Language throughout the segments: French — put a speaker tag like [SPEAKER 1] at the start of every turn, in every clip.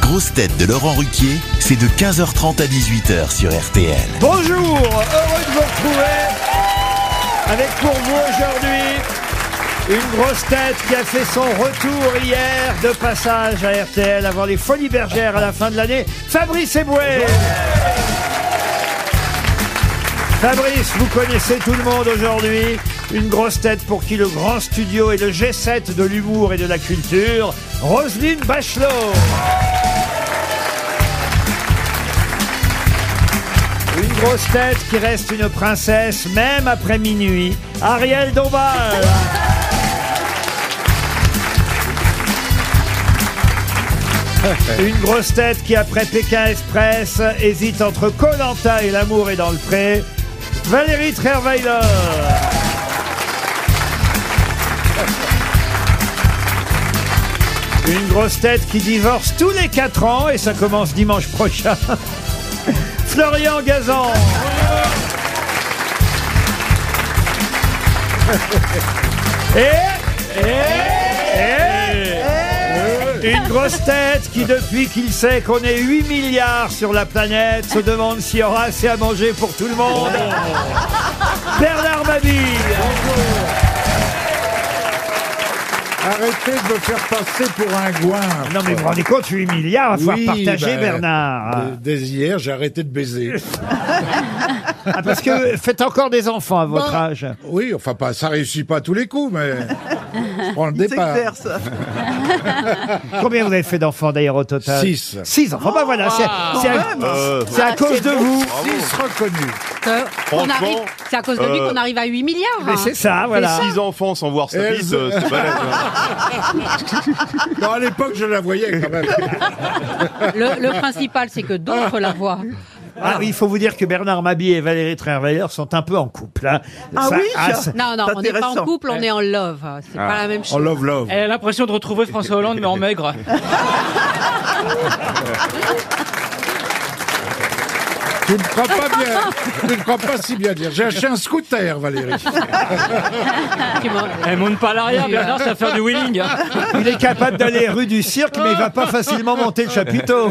[SPEAKER 1] grosses têtes de Laurent Ruquier, c'est de 15h30 à 18h sur RTL.
[SPEAKER 2] Bonjour, heureux de vous retrouver avec pour vous aujourd'hui une grosse tête qui a fait son retour hier de passage à RTL avant les Folies Bergères à la fin de l'année, Fabrice Eboué. Fabrice, vous connaissez tout le monde aujourd'hui. Une grosse tête pour qui le grand studio est le G7 de l'humour et de la culture, Roselyne Bachelot. Une grosse tête qui reste une princesse même après minuit, Ariel Dombal. Une grosse tête qui, après Pékin Express, hésite entre Colanta et l'amour est dans le pré. Valérie Trierweiler. Une grosse tête qui divorce tous les 4 ans et ça commence dimanche prochain. Florian Gazan. Et- et- et une grosse tête qui, depuis qu'il sait qu'on est 8 milliards sur la planète, se demande s'il y aura assez à manger pour tout le monde. Bernard Mabille.
[SPEAKER 3] Arrêtez de me faire passer pour un ben, goin.
[SPEAKER 2] Non mais vous vous rendez compte, 8 milliards à pouvoir partager, Bernard.
[SPEAKER 3] Dès hier, j'ai arrêté de baiser.
[SPEAKER 2] Ah, parce que faites encore des enfants à votre
[SPEAKER 3] Bah,
[SPEAKER 2] âge.
[SPEAKER 3] Oui, enfin, pas, ça réussit pas à tous les coups, mais je prends le départ.
[SPEAKER 2] Combien vous avez fait d'enfants d'ailleurs au total
[SPEAKER 3] Six.
[SPEAKER 2] 6 enfants. Bah voilà, c'est c'est à, c'est à cause de vous.
[SPEAKER 3] Six reconnus.
[SPEAKER 4] Euh, on
[SPEAKER 5] Franchement,
[SPEAKER 4] arrive, c'est à cause de lui
[SPEAKER 5] euh,
[SPEAKER 4] qu'on arrive à 8 milliards.
[SPEAKER 2] Mais
[SPEAKER 4] hein.
[SPEAKER 2] c'est ça, voilà.
[SPEAKER 5] Six enfants sans voir sa
[SPEAKER 3] Elles-
[SPEAKER 5] bite, euh, c'est balèze. hein.
[SPEAKER 3] Non, à l'époque, je la voyais quand même.
[SPEAKER 4] Le, le principal, c'est que d'autres la voient.
[SPEAKER 2] Ah oui, il faut vous dire que Bernard Mabille et Valérie Trierweiler sont un peu en couple. hein.
[SPEAKER 6] Ah oui, tiens.
[SPEAKER 2] ça-
[SPEAKER 4] Non, non, on n'est pas en couple, on est en love. C'est pas la même
[SPEAKER 3] En
[SPEAKER 4] chose.
[SPEAKER 3] love, love.
[SPEAKER 7] Elle a l'impression de retrouver François Hollande, mais en maigre.
[SPEAKER 3] Tu ne crois pas bien. Tu ne crois pas si bien dire. J'ai acheté un scooter, Valérie.
[SPEAKER 4] Tu m'en-
[SPEAKER 7] Elle monte pas à l'arrière, Bernard, ça va faire du wheeling. hein.
[SPEAKER 2] Il est capable d'aller rue du cirque, mais il va pas facilement monter le chapiteau.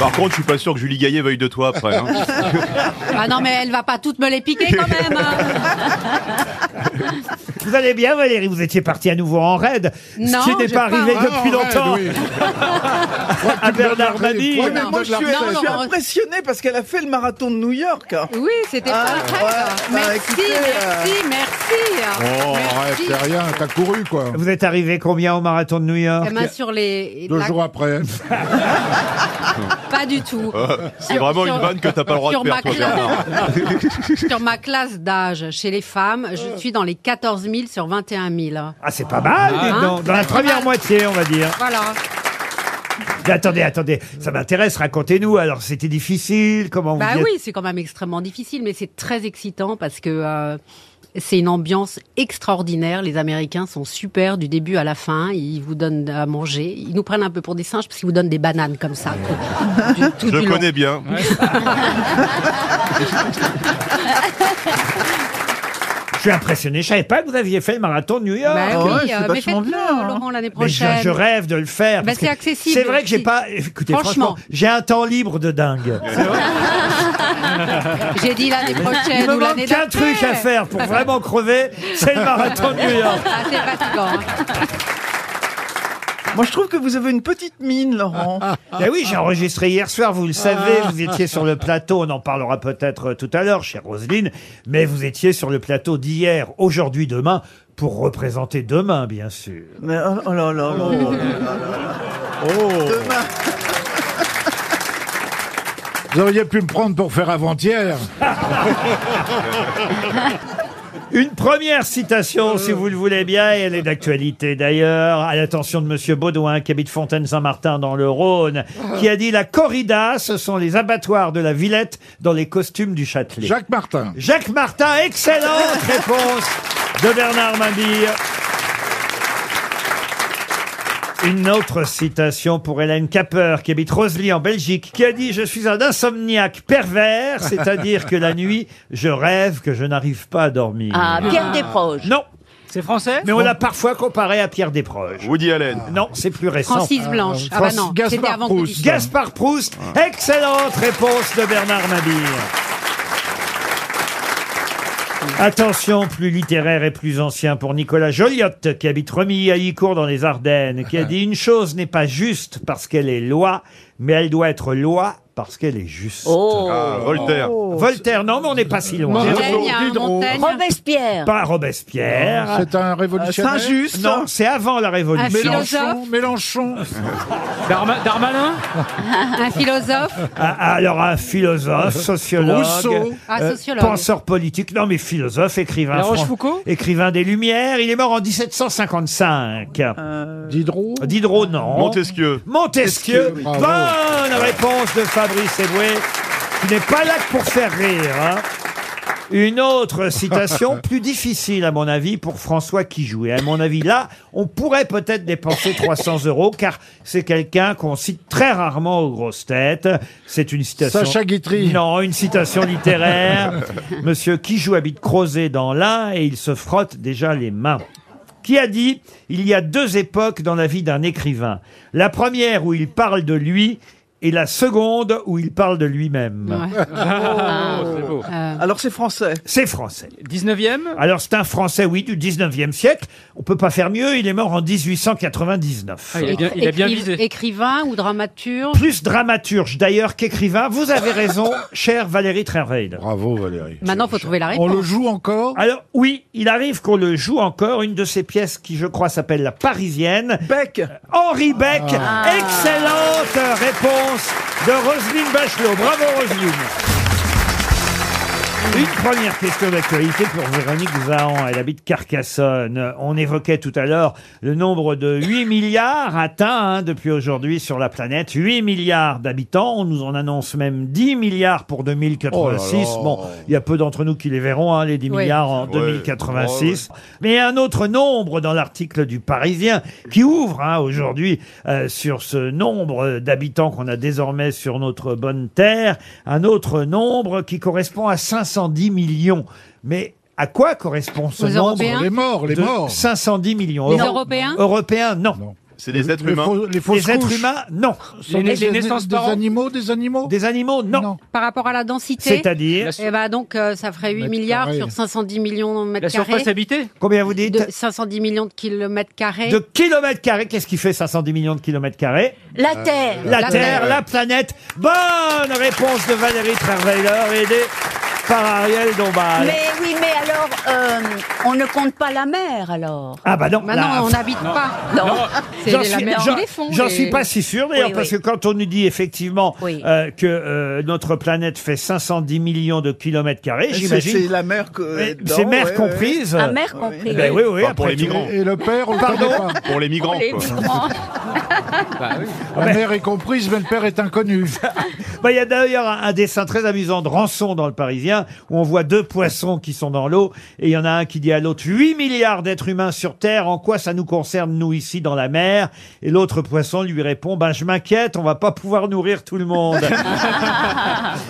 [SPEAKER 5] Par contre, je suis pas sûr que Julie Gaillet veuille de toi après. hein.
[SPEAKER 4] Ah non, mais elle va pas toutes me les piquer quand même. hein.
[SPEAKER 2] Vous allez bien, Valérie Vous étiez parti à nouveau en raid.
[SPEAKER 4] Non,
[SPEAKER 2] ce qui n'est
[SPEAKER 4] j'ai
[SPEAKER 2] pas
[SPEAKER 4] pas-
[SPEAKER 2] arrivé
[SPEAKER 4] Ah,
[SPEAKER 2] depuis
[SPEAKER 3] en raid,
[SPEAKER 2] longtemps
[SPEAKER 3] oui.
[SPEAKER 2] à Bernard
[SPEAKER 3] raid,
[SPEAKER 2] Mabille.
[SPEAKER 3] toi,
[SPEAKER 4] Non,
[SPEAKER 6] Moi, je suis,
[SPEAKER 4] Non,
[SPEAKER 6] je suis
[SPEAKER 4] non, on-
[SPEAKER 6] impressionné parce qu'elle a fait le marathon de New York. hein.
[SPEAKER 4] Oui, c'était
[SPEAKER 6] Ah,
[SPEAKER 4] pas
[SPEAKER 6] ouais,
[SPEAKER 4] vrai.
[SPEAKER 6] bah,
[SPEAKER 4] merci,
[SPEAKER 6] écoutez, euh,
[SPEAKER 4] merci, merci,
[SPEAKER 3] Oh, arrête,
[SPEAKER 4] merci.
[SPEAKER 3] c'est rien. T'as couru, quoi.
[SPEAKER 2] Vous êtes arrivé combien au marathon de New York
[SPEAKER 5] Ah,
[SPEAKER 4] Eh ben, sur les.
[SPEAKER 3] Deux
[SPEAKER 4] la-
[SPEAKER 3] jours après.
[SPEAKER 4] Pas du tout.
[SPEAKER 5] Euh, C'est vraiment
[SPEAKER 4] Sur-
[SPEAKER 5] une vanne que t'as pas le droit de
[SPEAKER 4] sur ma
[SPEAKER 5] faire, toi, Bernard.
[SPEAKER 4] Sur ma classe d'âge, chez les femmes, je suis dans les 14 000 sur 21 000.
[SPEAKER 2] Ah, c'est pas mal, dis
[SPEAKER 4] Hein
[SPEAKER 2] donc. Dans la
[SPEAKER 6] Ah.
[SPEAKER 4] C'est pas
[SPEAKER 2] première
[SPEAKER 4] mal.
[SPEAKER 2] moitié, on va dire.
[SPEAKER 4] Voilà.
[SPEAKER 2] Mais attendez, attendez. Ça m'intéresse, racontez-nous. Alors, c'était difficile, comment vous
[SPEAKER 4] Bah
[SPEAKER 2] y êtes-
[SPEAKER 4] oui, c'est quand même extrêmement difficile, mais c'est très excitant parce que euh, c'est une ambiance extraordinaire. Les Américains sont super du début à la fin. Ils vous donnent à manger. Ils nous prennent un peu pour des singes parce qu'ils vous donnent des bananes comme ça. tout- tout-
[SPEAKER 5] Je
[SPEAKER 4] tout du
[SPEAKER 5] le
[SPEAKER 4] long.
[SPEAKER 5] connais bien.
[SPEAKER 2] Je suis impressionné. Je savais pas que vous aviez fait le marathon de New York.
[SPEAKER 4] Bah
[SPEAKER 6] Ah
[SPEAKER 4] oui,
[SPEAKER 6] ouais,
[SPEAKER 4] euh,
[SPEAKER 6] c'est
[SPEAKER 4] mais faites-le,
[SPEAKER 6] vachement bien, hein.
[SPEAKER 4] Laurent, l'année
[SPEAKER 2] Mais je,
[SPEAKER 4] prochaine.
[SPEAKER 2] je rêve de le faire.
[SPEAKER 4] Bah,
[SPEAKER 2] parce
[SPEAKER 4] c'est
[SPEAKER 2] que
[SPEAKER 4] accessible
[SPEAKER 2] C'est vrai que j'ai
[SPEAKER 4] aussi.
[SPEAKER 2] pas. Écoutez, franchement,
[SPEAKER 4] Franchement.
[SPEAKER 2] j'ai un temps libre de dingue.
[SPEAKER 4] J'ai dit l'année
[SPEAKER 2] Il
[SPEAKER 4] prochaine
[SPEAKER 2] me
[SPEAKER 4] ou l'année
[SPEAKER 2] manque un
[SPEAKER 4] d'après.
[SPEAKER 2] truc à faire pour vraiment crever. C'est le marathon de New York.
[SPEAKER 4] Ah, c'est fatigant. hein.
[SPEAKER 6] Moi, je trouve que vous avez une petite mine, Laurent.
[SPEAKER 2] Eh oui, j'ai enregistré hier soir, vous le savez,
[SPEAKER 4] Ah.
[SPEAKER 2] vous étiez sur le plateau, on en parlera peut-être euh, tout à l'heure, chère Roselyne, mais vous étiez sur le plateau d'hier, aujourd'hui, demain, pour représenter demain, bien sûr.
[SPEAKER 6] Mais, oh, oh là là là.
[SPEAKER 3] Oh. Vous auriez pu me prendre pour faire avant-hier.
[SPEAKER 2] Une première citation, si vous le voulez bien, et elle est d'actualité d'ailleurs, à l'attention de Monsieur Baudouin, qui habite Fontaine-Saint-Martin dans le Rhône, qui a dit « La corrida, ce sont les abattoirs de la Villette dans les costumes du Châtelet ».
[SPEAKER 3] Jacques Martin.
[SPEAKER 2] Jacques Martin, excellente réponse de Bernard Mabille. Une autre citation pour Hélène Capper, qui habite Rosely en Belgique, qui a dit Je suis un insomniaque pervers, c'est-à-dire que la nuit, je rêve que je n'arrive pas à dormir.
[SPEAKER 8] Ah, Pierre Desproges.
[SPEAKER 2] Ah. Non,
[SPEAKER 7] C'est français
[SPEAKER 2] Mais on l'a parfois comparé à Pierre Desproges.
[SPEAKER 5] Woody Allen.
[SPEAKER 2] Non, c'est plus récent.
[SPEAKER 4] Francis Blanche. Ah bah non,
[SPEAKER 3] Francis
[SPEAKER 4] c'était
[SPEAKER 3] Gaspard
[SPEAKER 4] avant que
[SPEAKER 3] Proust.
[SPEAKER 2] Gaspard Proust. Excellente réponse de Bernard Mabille. Attention, plus littéraire et plus ancien pour Nicolas Joliotte, qui habite Remilly à Licourt dans les Ardennes, qui a dit une chose n'est pas juste parce qu'elle est loi, mais elle doit être loi parce qu'elle est juste.
[SPEAKER 4] Oh.
[SPEAKER 5] Ah, Voltaire.
[SPEAKER 2] Voltaire, non, mais on n'est pas si loin.
[SPEAKER 3] Mort.
[SPEAKER 4] Montaigne, hein,
[SPEAKER 3] Diderot.
[SPEAKER 4] Montaigne.
[SPEAKER 8] Robespierre.
[SPEAKER 2] Pas Robespierre.
[SPEAKER 3] C'est un révolutionnaire.
[SPEAKER 6] Saint-Just.
[SPEAKER 2] Non, c'est avant la
[SPEAKER 4] Un
[SPEAKER 2] Révolution.
[SPEAKER 4] philosophe,
[SPEAKER 3] Mélenchon, Mélenchon.
[SPEAKER 7] Darma- Darmanin
[SPEAKER 4] un philosophe,
[SPEAKER 2] Ah, alors un philosophe, sociologue, euh,
[SPEAKER 3] Rousseau.
[SPEAKER 4] un sociologue.
[SPEAKER 2] penseur politique, non mais philosophe, écrivain,
[SPEAKER 7] La
[SPEAKER 2] fran-
[SPEAKER 7] Rochefoucauld
[SPEAKER 2] écrivain des Lumières. Il est mort en 1755.
[SPEAKER 3] Diderot.
[SPEAKER 2] Diderot, non.
[SPEAKER 5] Montesquieu.
[SPEAKER 2] Euh, Montesquieu.
[SPEAKER 3] Montesquieu, bravo.
[SPEAKER 2] Bonne réponse de Fabrice Eboué, qui n'est pas là que pour faire rire. hein. Une autre citation plus difficile, à mon avis, pour François Quijou. Et à mon avis, là, on pourrait peut-être dépenser 300 euros, car c'est quelqu'un qu'on cite très rarement aux grosses têtes. C'est une citation...
[SPEAKER 3] Sacha Guitry.
[SPEAKER 2] Non, une citation littéraire. Monsieur Quijou habite Crozet dans l'Ain et il se frotte déjà les mains. Qui a dit Il y a deux époques dans la vie d'un écrivain. La première où il parle de lui et la seconde où il parle de lui-même.
[SPEAKER 4] Ouais.
[SPEAKER 7] Oh, c'est beau.
[SPEAKER 4] Euh,
[SPEAKER 6] Alors c'est français.
[SPEAKER 2] C'est français.
[SPEAKER 7] 19e
[SPEAKER 2] Alors c'est un français, oui, du 19e siècle. On peut pas faire mieux. Il est mort en 1899.
[SPEAKER 7] Ah, Il a bien, il a bien
[SPEAKER 4] écri-
[SPEAKER 7] visé.
[SPEAKER 4] Écrivain ou dramaturge.
[SPEAKER 2] Plus dramaturge d'ailleurs qu'écrivain. Vous avez raison, cher Valérie Trierweiler.
[SPEAKER 3] Bravo Valérie.
[SPEAKER 4] Maintenant, faut trouver la
[SPEAKER 3] On le
[SPEAKER 4] réponse.
[SPEAKER 3] joue encore
[SPEAKER 2] Alors oui, il arrive qu'on le joue encore, une de ses pièces qui je crois s'appelle La Parisienne.
[SPEAKER 6] Beck.
[SPEAKER 2] Henri Beck,
[SPEAKER 3] Ah.
[SPEAKER 2] excellente réponse de Roselyne Bachelot. Bravo Roselyne. Une première question d'actualité pour Véronique Zahan. Elle habite Carcassonne. On évoquait tout à l'heure le nombre de 8 milliards atteints hein, depuis aujourd'hui sur la planète. 8 milliards d'habitants. On nous en annonce même 10 milliards pour 2086.
[SPEAKER 3] Oh là là.
[SPEAKER 2] Bon, il y a peu d'entre nous qui les verront, hein, les 10
[SPEAKER 4] Oui.
[SPEAKER 2] milliards en
[SPEAKER 5] Ouais.
[SPEAKER 2] 2086. Mais il y a un autre nombre dans l'article du Parisien qui ouvre hein, aujourd'hui euh, sur ce nombre d'habitants qu'on a désormais sur notre bonne terre, un autre nombre qui correspond à 510 millions. Mais à quoi correspond ce
[SPEAKER 4] Aux
[SPEAKER 2] nombre
[SPEAKER 4] Européens
[SPEAKER 3] Les morts, les
[SPEAKER 2] de
[SPEAKER 3] morts.
[SPEAKER 2] 510 millions.
[SPEAKER 4] Les
[SPEAKER 2] Euro-
[SPEAKER 4] Européens
[SPEAKER 2] Européens, non.
[SPEAKER 3] Non.
[SPEAKER 5] C'est des êtres
[SPEAKER 3] les
[SPEAKER 5] humains.
[SPEAKER 3] faux- les fausses
[SPEAKER 2] Les êtres
[SPEAKER 3] couches.
[SPEAKER 2] humains, non.
[SPEAKER 7] Les, les- les
[SPEAKER 3] Des-
[SPEAKER 7] naissances
[SPEAKER 3] des
[SPEAKER 7] par an
[SPEAKER 3] animaux, des animaux
[SPEAKER 2] Des animaux, non.
[SPEAKER 4] Par rapport à la densité.
[SPEAKER 2] C'est-à-dire,
[SPEAKER 4] Eh ben donc, euh, ça ferait 8
[SPEAKER 3] Mètres
[SPEAKER 4] milliards
[SPEAKER 3] carrés.
[SPEAKER 4] sur 510 millions de
[SPEAKER 7] La
[SPEAKER 4] mètres
[SPEAKER 7] surface
[SPEAKER 4] carrés.
[SPEAKER 7] habitée
[SPEAKER 2] combien vous dites
[SPEAKER 4] De 510 millions de kilomètres carrés.
[SPEAKER 2] De kilomètres carrés, qu'est-ce qui fait 510 millions de kilomètres carrés Euh,
[SPEAKER 8] La Terre.
[SPEAKER 2] La,
[SPEAKER 4] La
[SPEAKER 2] Terre,
[SPEAKER 4] Terre.
[SPEAKER 2] la planète. Bonne réponse de Valérie Trierweiler, aidée par Ariel Dombal.
[SPEAKER 8] Mais oui, mais alors, euh, on ne compte pas la mer alors.
[SPEAKER 2] Ah bah non, la-
[SPEAKER 4] Maintenant, on n'habite pas.
[SPEAKER 8] Non.
[SPEAKER 4] C'est
[SPEAKER 2] J'en
[SPEAKER 4] la
[SPEAKER 2] suis,
[SPEAKER 4] mer
[SPEAKER 2] j'en-
[SPEAKER 4] qui les font,
[SPEAKER 2] j'en
[SPEAKER 4] les-
[SPEAKER 2] suis pas si sûr d'ailleurs
[SPEAKER 8] Oui,
[SPEAKER 2] parce
[SPEAKER 8] oui.
[SPEAKER 2] que quand on nous dit effectivement
[SPEAKER 8] Oui.
[SPEAKER 2] euh, que euh, notre planète fait 510 millions de kilomètres carrés,
[SPEAKER 6] C'est c'est
[SPEAKER 2] j'imagine,
[SPEAKER 6] la mère que.
[SPEAKER 2] mais
[SPEAKER 6] dedans,
[SPEAKER 2] c'est mères
[SPEAKER 6] ouais, ouais.
[SPEAKER 2] comprises.
[SPEAKER 8] La mer
[SPEAKER 6] Oui.
[SPEAKER 8] compris.
[SPEAKER 2] Ben oui, oui.
[SPEAKER 5] Enfin, pour
[SPEAKER 2] après
[SPEAKER 5] les
[SPEAKER 2] tout.
[SPEAKER 5] migrants.
[SPEAKER 3] Et le père, on le connaît
[SPEAKER 4] hein.
[SPEAKER 3] pas.
[SPEAKER 5] Pour les migrants,
[SPEAKER 8] Les
[SPEAKER 5] quoi.
[SPEAKER 8] migrants.
[SPEAKER 3] La mère est comprise, mais le père est inconnu.
[SPEAKER 2] Bah, Il y a d'ailleurs un, un dessin très amusant de Rançon dans le Parisien où on voit deux poissons qui sont dans l'eau et il y en a un qui dit à l'autre 8 milliards d'êtres humains sur Terre, en quoi ça nous concerne nous ici dans la mer Et l'autre poisson lui répond ben je m'inquiète, on va pas pouvoir nourrir tout le monde.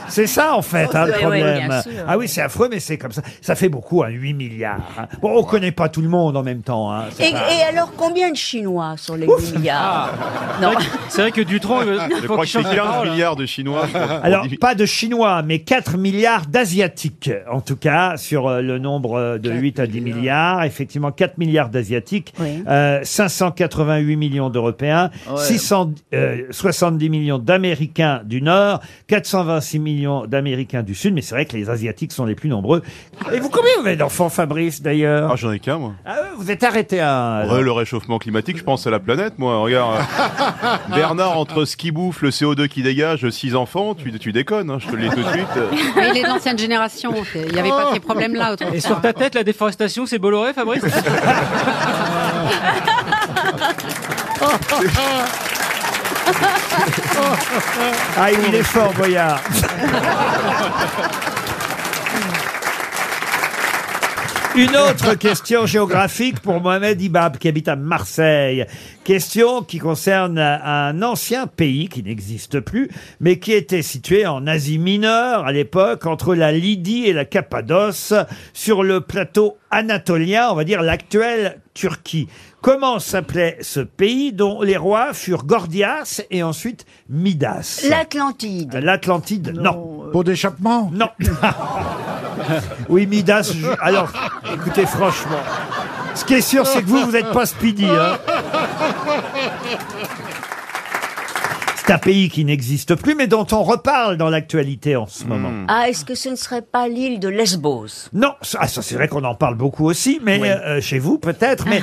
[SPEAKER 2] c'est ça en fait hein, le
[SPEAKER 8] Oui, oui,
[SPEAKER 2] problème.
[SPEAKER 8] bien sûr.
[SPEAKER 2] ah oui c'est affreux mais c'est comme ça. Ça fait beaucoup hein, 8 milliards. hein. Bon on connaît pas tout le monde en même temps. hein,
[SPEAKER 8] Et,
[SPEAKER 2] c'est pas-
[SPEAKER 8] et alors, combien de Chinois sur les 8 milliards
[SPEAKER 2] Ah.
[SPEAKER 8] Non.
[SPEAKER 7] C'est vrai que Dutron, il veut-
[SPEAKER 5] Ah, Je
[SPEAKER 7] faut
[SPEAKER 5] crois
[SPEAKER 7] qu'il
[SPEAKER 5] que c'est
[SPEAKER 7] change la
[SPEAKER 5] 15
[SPEAKER 7] parole.
[SPEAKER 5] milliards de Chinois. je crois, pour
[SPEAKER 2] Alors,
[SPEAKER 5] 10 mi-
[SPEAKER 2] pas de Chinois, mais 4 milliards d'Asiatiques, en tout cas, sur euh, le nombre euh, de 8 à 10 milliards. Effectivement, 4 milliards d'Asiatiques,
[SPEAKER 8] Oui.
[SPEAKER 2] euh, 588 millions d'Européens, 670 millions d'Américains du Nord, 426 millions d'Américains du Sud, mais c'est vrai que les Asiatiques sont les plus nombreux. Et vous, combien vous avez d'enfants, Fabrice, d'ailleurs
[SPEAKER 5] Ah, j'en ai qu'un, moi.
[SPEAKER 2] Ah, Vous êtes arrêté à... un.
[SPEAKER 5] Ouais, le réchauffement climatique, je pense à la planète, moi. Regarde, euh, Bernard, entre ce qui bouffe, le CO2 qui dégage, six enfants, tu, tu déconnes, hein, je te
[SPEAKER 2] Ah.
[SPEAKER 5] le dis tout de suite. Euh,
[SPEAKER 4] Mais les anciennes générations, il n'y avait
[SPEAKER 2] Oh.
[SPEAKER 4] pas ces problèmes-là autrefois.
[SPEAKER 7] Et sur ta tête, la déforestation, c'est Bolloré, Fabrice
[SPEAKER 2] Ah, il est fort, Boyard.
[SPEAKER 4] Oh.
[SPEAKER 2] Une autre question géographique pour Mohamed Ibab, qui habite à Marseille. Question qui concerne un ancien pays qui n'existe plus, mais qui était situé en Asie mineure à l'époque, entre la Lydie et la Cappadoce, sur le plateau anatolien, on va dire l'actuelle Turquie. Comment s'appelait ce pays dont les rois furent Gordias et ensuite Midas
[SPEAKER 8] L'Atlantide.
[SPEAKER 2] L'Atlantide, non.
[SPEAKER 3] Pour d'échappement
[SPEAKER 2] Non. oui, Midas. je- Alors, écoutez, franchement, ce qui est sûr, c'est que vous, vous n'êtes pas Speedy. hein. C'est un pays qui n'existe plus, mais dont on reparle dans l'actualité en ce moment.
[SPEAKER 6] Hmm.
[SPEAKER 8] Ah, est-ce que ce ne serait pas l'île de Lesbos
[SPEAKER 2] Non, ça, ah, ça, c'est vrai qu'on en parle beaucoup aussi, mais euh, chez vous peut-être, mais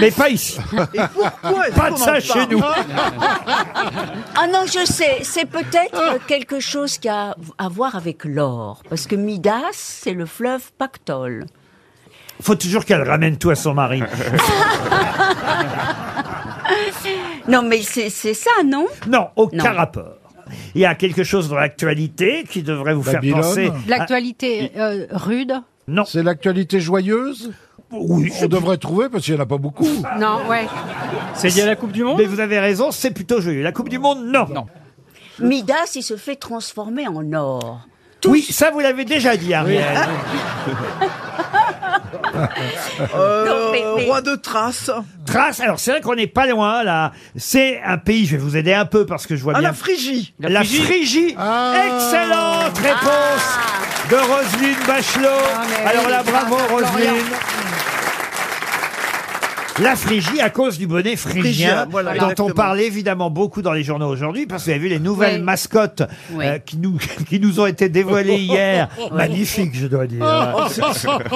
[SPEAKER 2] mais pas ici,
[SPEAKER 6] Et pourquoi est-ce
[SPEAKER 2] pas de
[SPEAKER 6] qu'on en
[SPEAKER 2] ça chez
[SPEAKER 6] parle
[SPEAKER 2] nous.
[SPEAKER 8] Ah non, je sais, c'est peut-être quelque chose qui a à voir avec l'or, parce que Midas, c'est le fleuve Pactole.
[SPEAKER 2] Faut toujours qu'elle ramène tout à son mari.
[SPEAKER 8] Non, mais c'est c'est ça, non
[SPEAKER 2] Non, aucun
[SPEAKER 8] Non.
[SPEAKER 2] rapport. Il y a quelque chose dans l'actualité qui devrait vous
[SPEAKER 3] Babylone.
[SPEAKER 2] faire penser.
[SPEAKER 4] L'actualité
[SPEAKER 2] Ah.
[SPEAKER 4] euh, rude
[SPEAKER 2] Non,
[SPEAKER 3] C'est l'actualité joyeuse
[SPEAKER 2] oui,
[SPEAKER 3] On devrait trouver parce qu'il n'y en a pas beaucoup.
[SPEAKER 4] Non, ouais.
[SPEAKER 2] Ah,
[SPEAKER 7] C'est lié à la Coupe du Monde
[SPEAKER 2] Mais vous avez raison, c'est plutôt joyeux. La Coupe du Monde, non.
[SPEAKER 8] Midas, il se fait transformer en or.
[SPEAKER 2] Oui, ça vous l'avez déjà dit, Ariel.
[SPEAKER 8] Non,
[SPEAKER 6] Euh,
[SPEAKER 8] mais- mais-
[SPEAKER 6] Roi de Thrace.
[SPEAKER 2] Trace, alors c'est vrai qu'on n'est pas loin là. C'est un pays, je vais vous aider un peu parce que je vois
[SPEAKER 6] Ah,
[SPEAKER 2] bien.
[SPEAKER 6] la Phrygie.
[SPEAKER 2] La, Phrygie.
[SPEAKER 3] Ah.
[SPEAKER 2] Excellente réponse de Roselyne Bachelot.
[SPEAKER 4] mais
[SPEAKER 2] alors
[SPEAKER 4] oui,
[SPEAKER 2] là,
[SPEAKER 4] mais
[SPEAKER 2] bravo
[SPEAKER 4] grâce à
[SPEAKER 2] Roselyne.
[SPEAKER 4] Florian.
[SPEAKER 2] La Phrygie à cause du bonnet phrygien,
[SPEAKER 6] Phrygien, voilà,
[SPEAKER 2] dont on
[SPEAKER 6] exactement.
[SPEAKER 2] parle évidemment beaucoup dans les journaux aujourd'hui, parce que vous avez vu les nouvelles
[SPEAKER 4] Oui.
[SPEAKER 2] mascottes
[SPEAKER 4] Oui.
[SPEAKER 2] euh, qui, nous, qui nous ont été dévoilées hier. Magnifiques, je dois
[SPEAKER 8] Oh.
[SPEAKER 2] dire.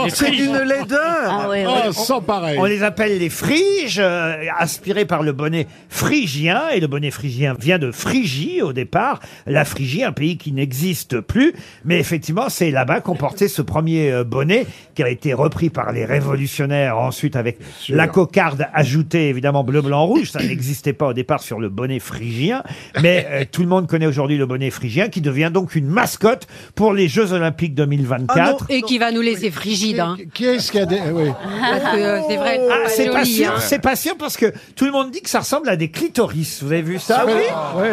[SPEAKER 6] C'est une laideur.
[SPEAKER 8] Ah ouais, ouais.
[SPEAKER 3] Ah, sans pareil.
[SPEAKER 2] On les appelle les friges, euh, aspirés par le bonnet phrygien. Et le bonnet phrygien vient de Phrygie au départ. La Phrygie, un pays qui n'existe plus. Mais effectivement, c'est là-bas qu'on portait ce premier euh, bonnet qui a été repris par les révolutionnaires ensuite avec la cocarde ajoutée, évidemment, bleu, blanc, rouge. Ça n'existait pas au départ sur le bonnet phrygien. Mais euh, tout le monde connaît aujourd'hui le bonnet phrygien qui devient donc une mascotte pour les Jeux Olympiques 2024.
[SPEAKER 4] Et qui va nous laisser frigides. Hein,
[SPEAKER 3] Ah Qui est-ce qui a des... oui.
[SPEAKER 4] parce que euh, c'est vrai,
[SPEAKER 2] Ah, c'est pas
[SPEAKER 4] joli.
[SPEAKER 2] sûr,
[SPEAKER 4] hein.
[SPEAKER 2] c'est pas sûr parce que tout le monde dit que ça ressemble à des clitoris. Vous avez vu ça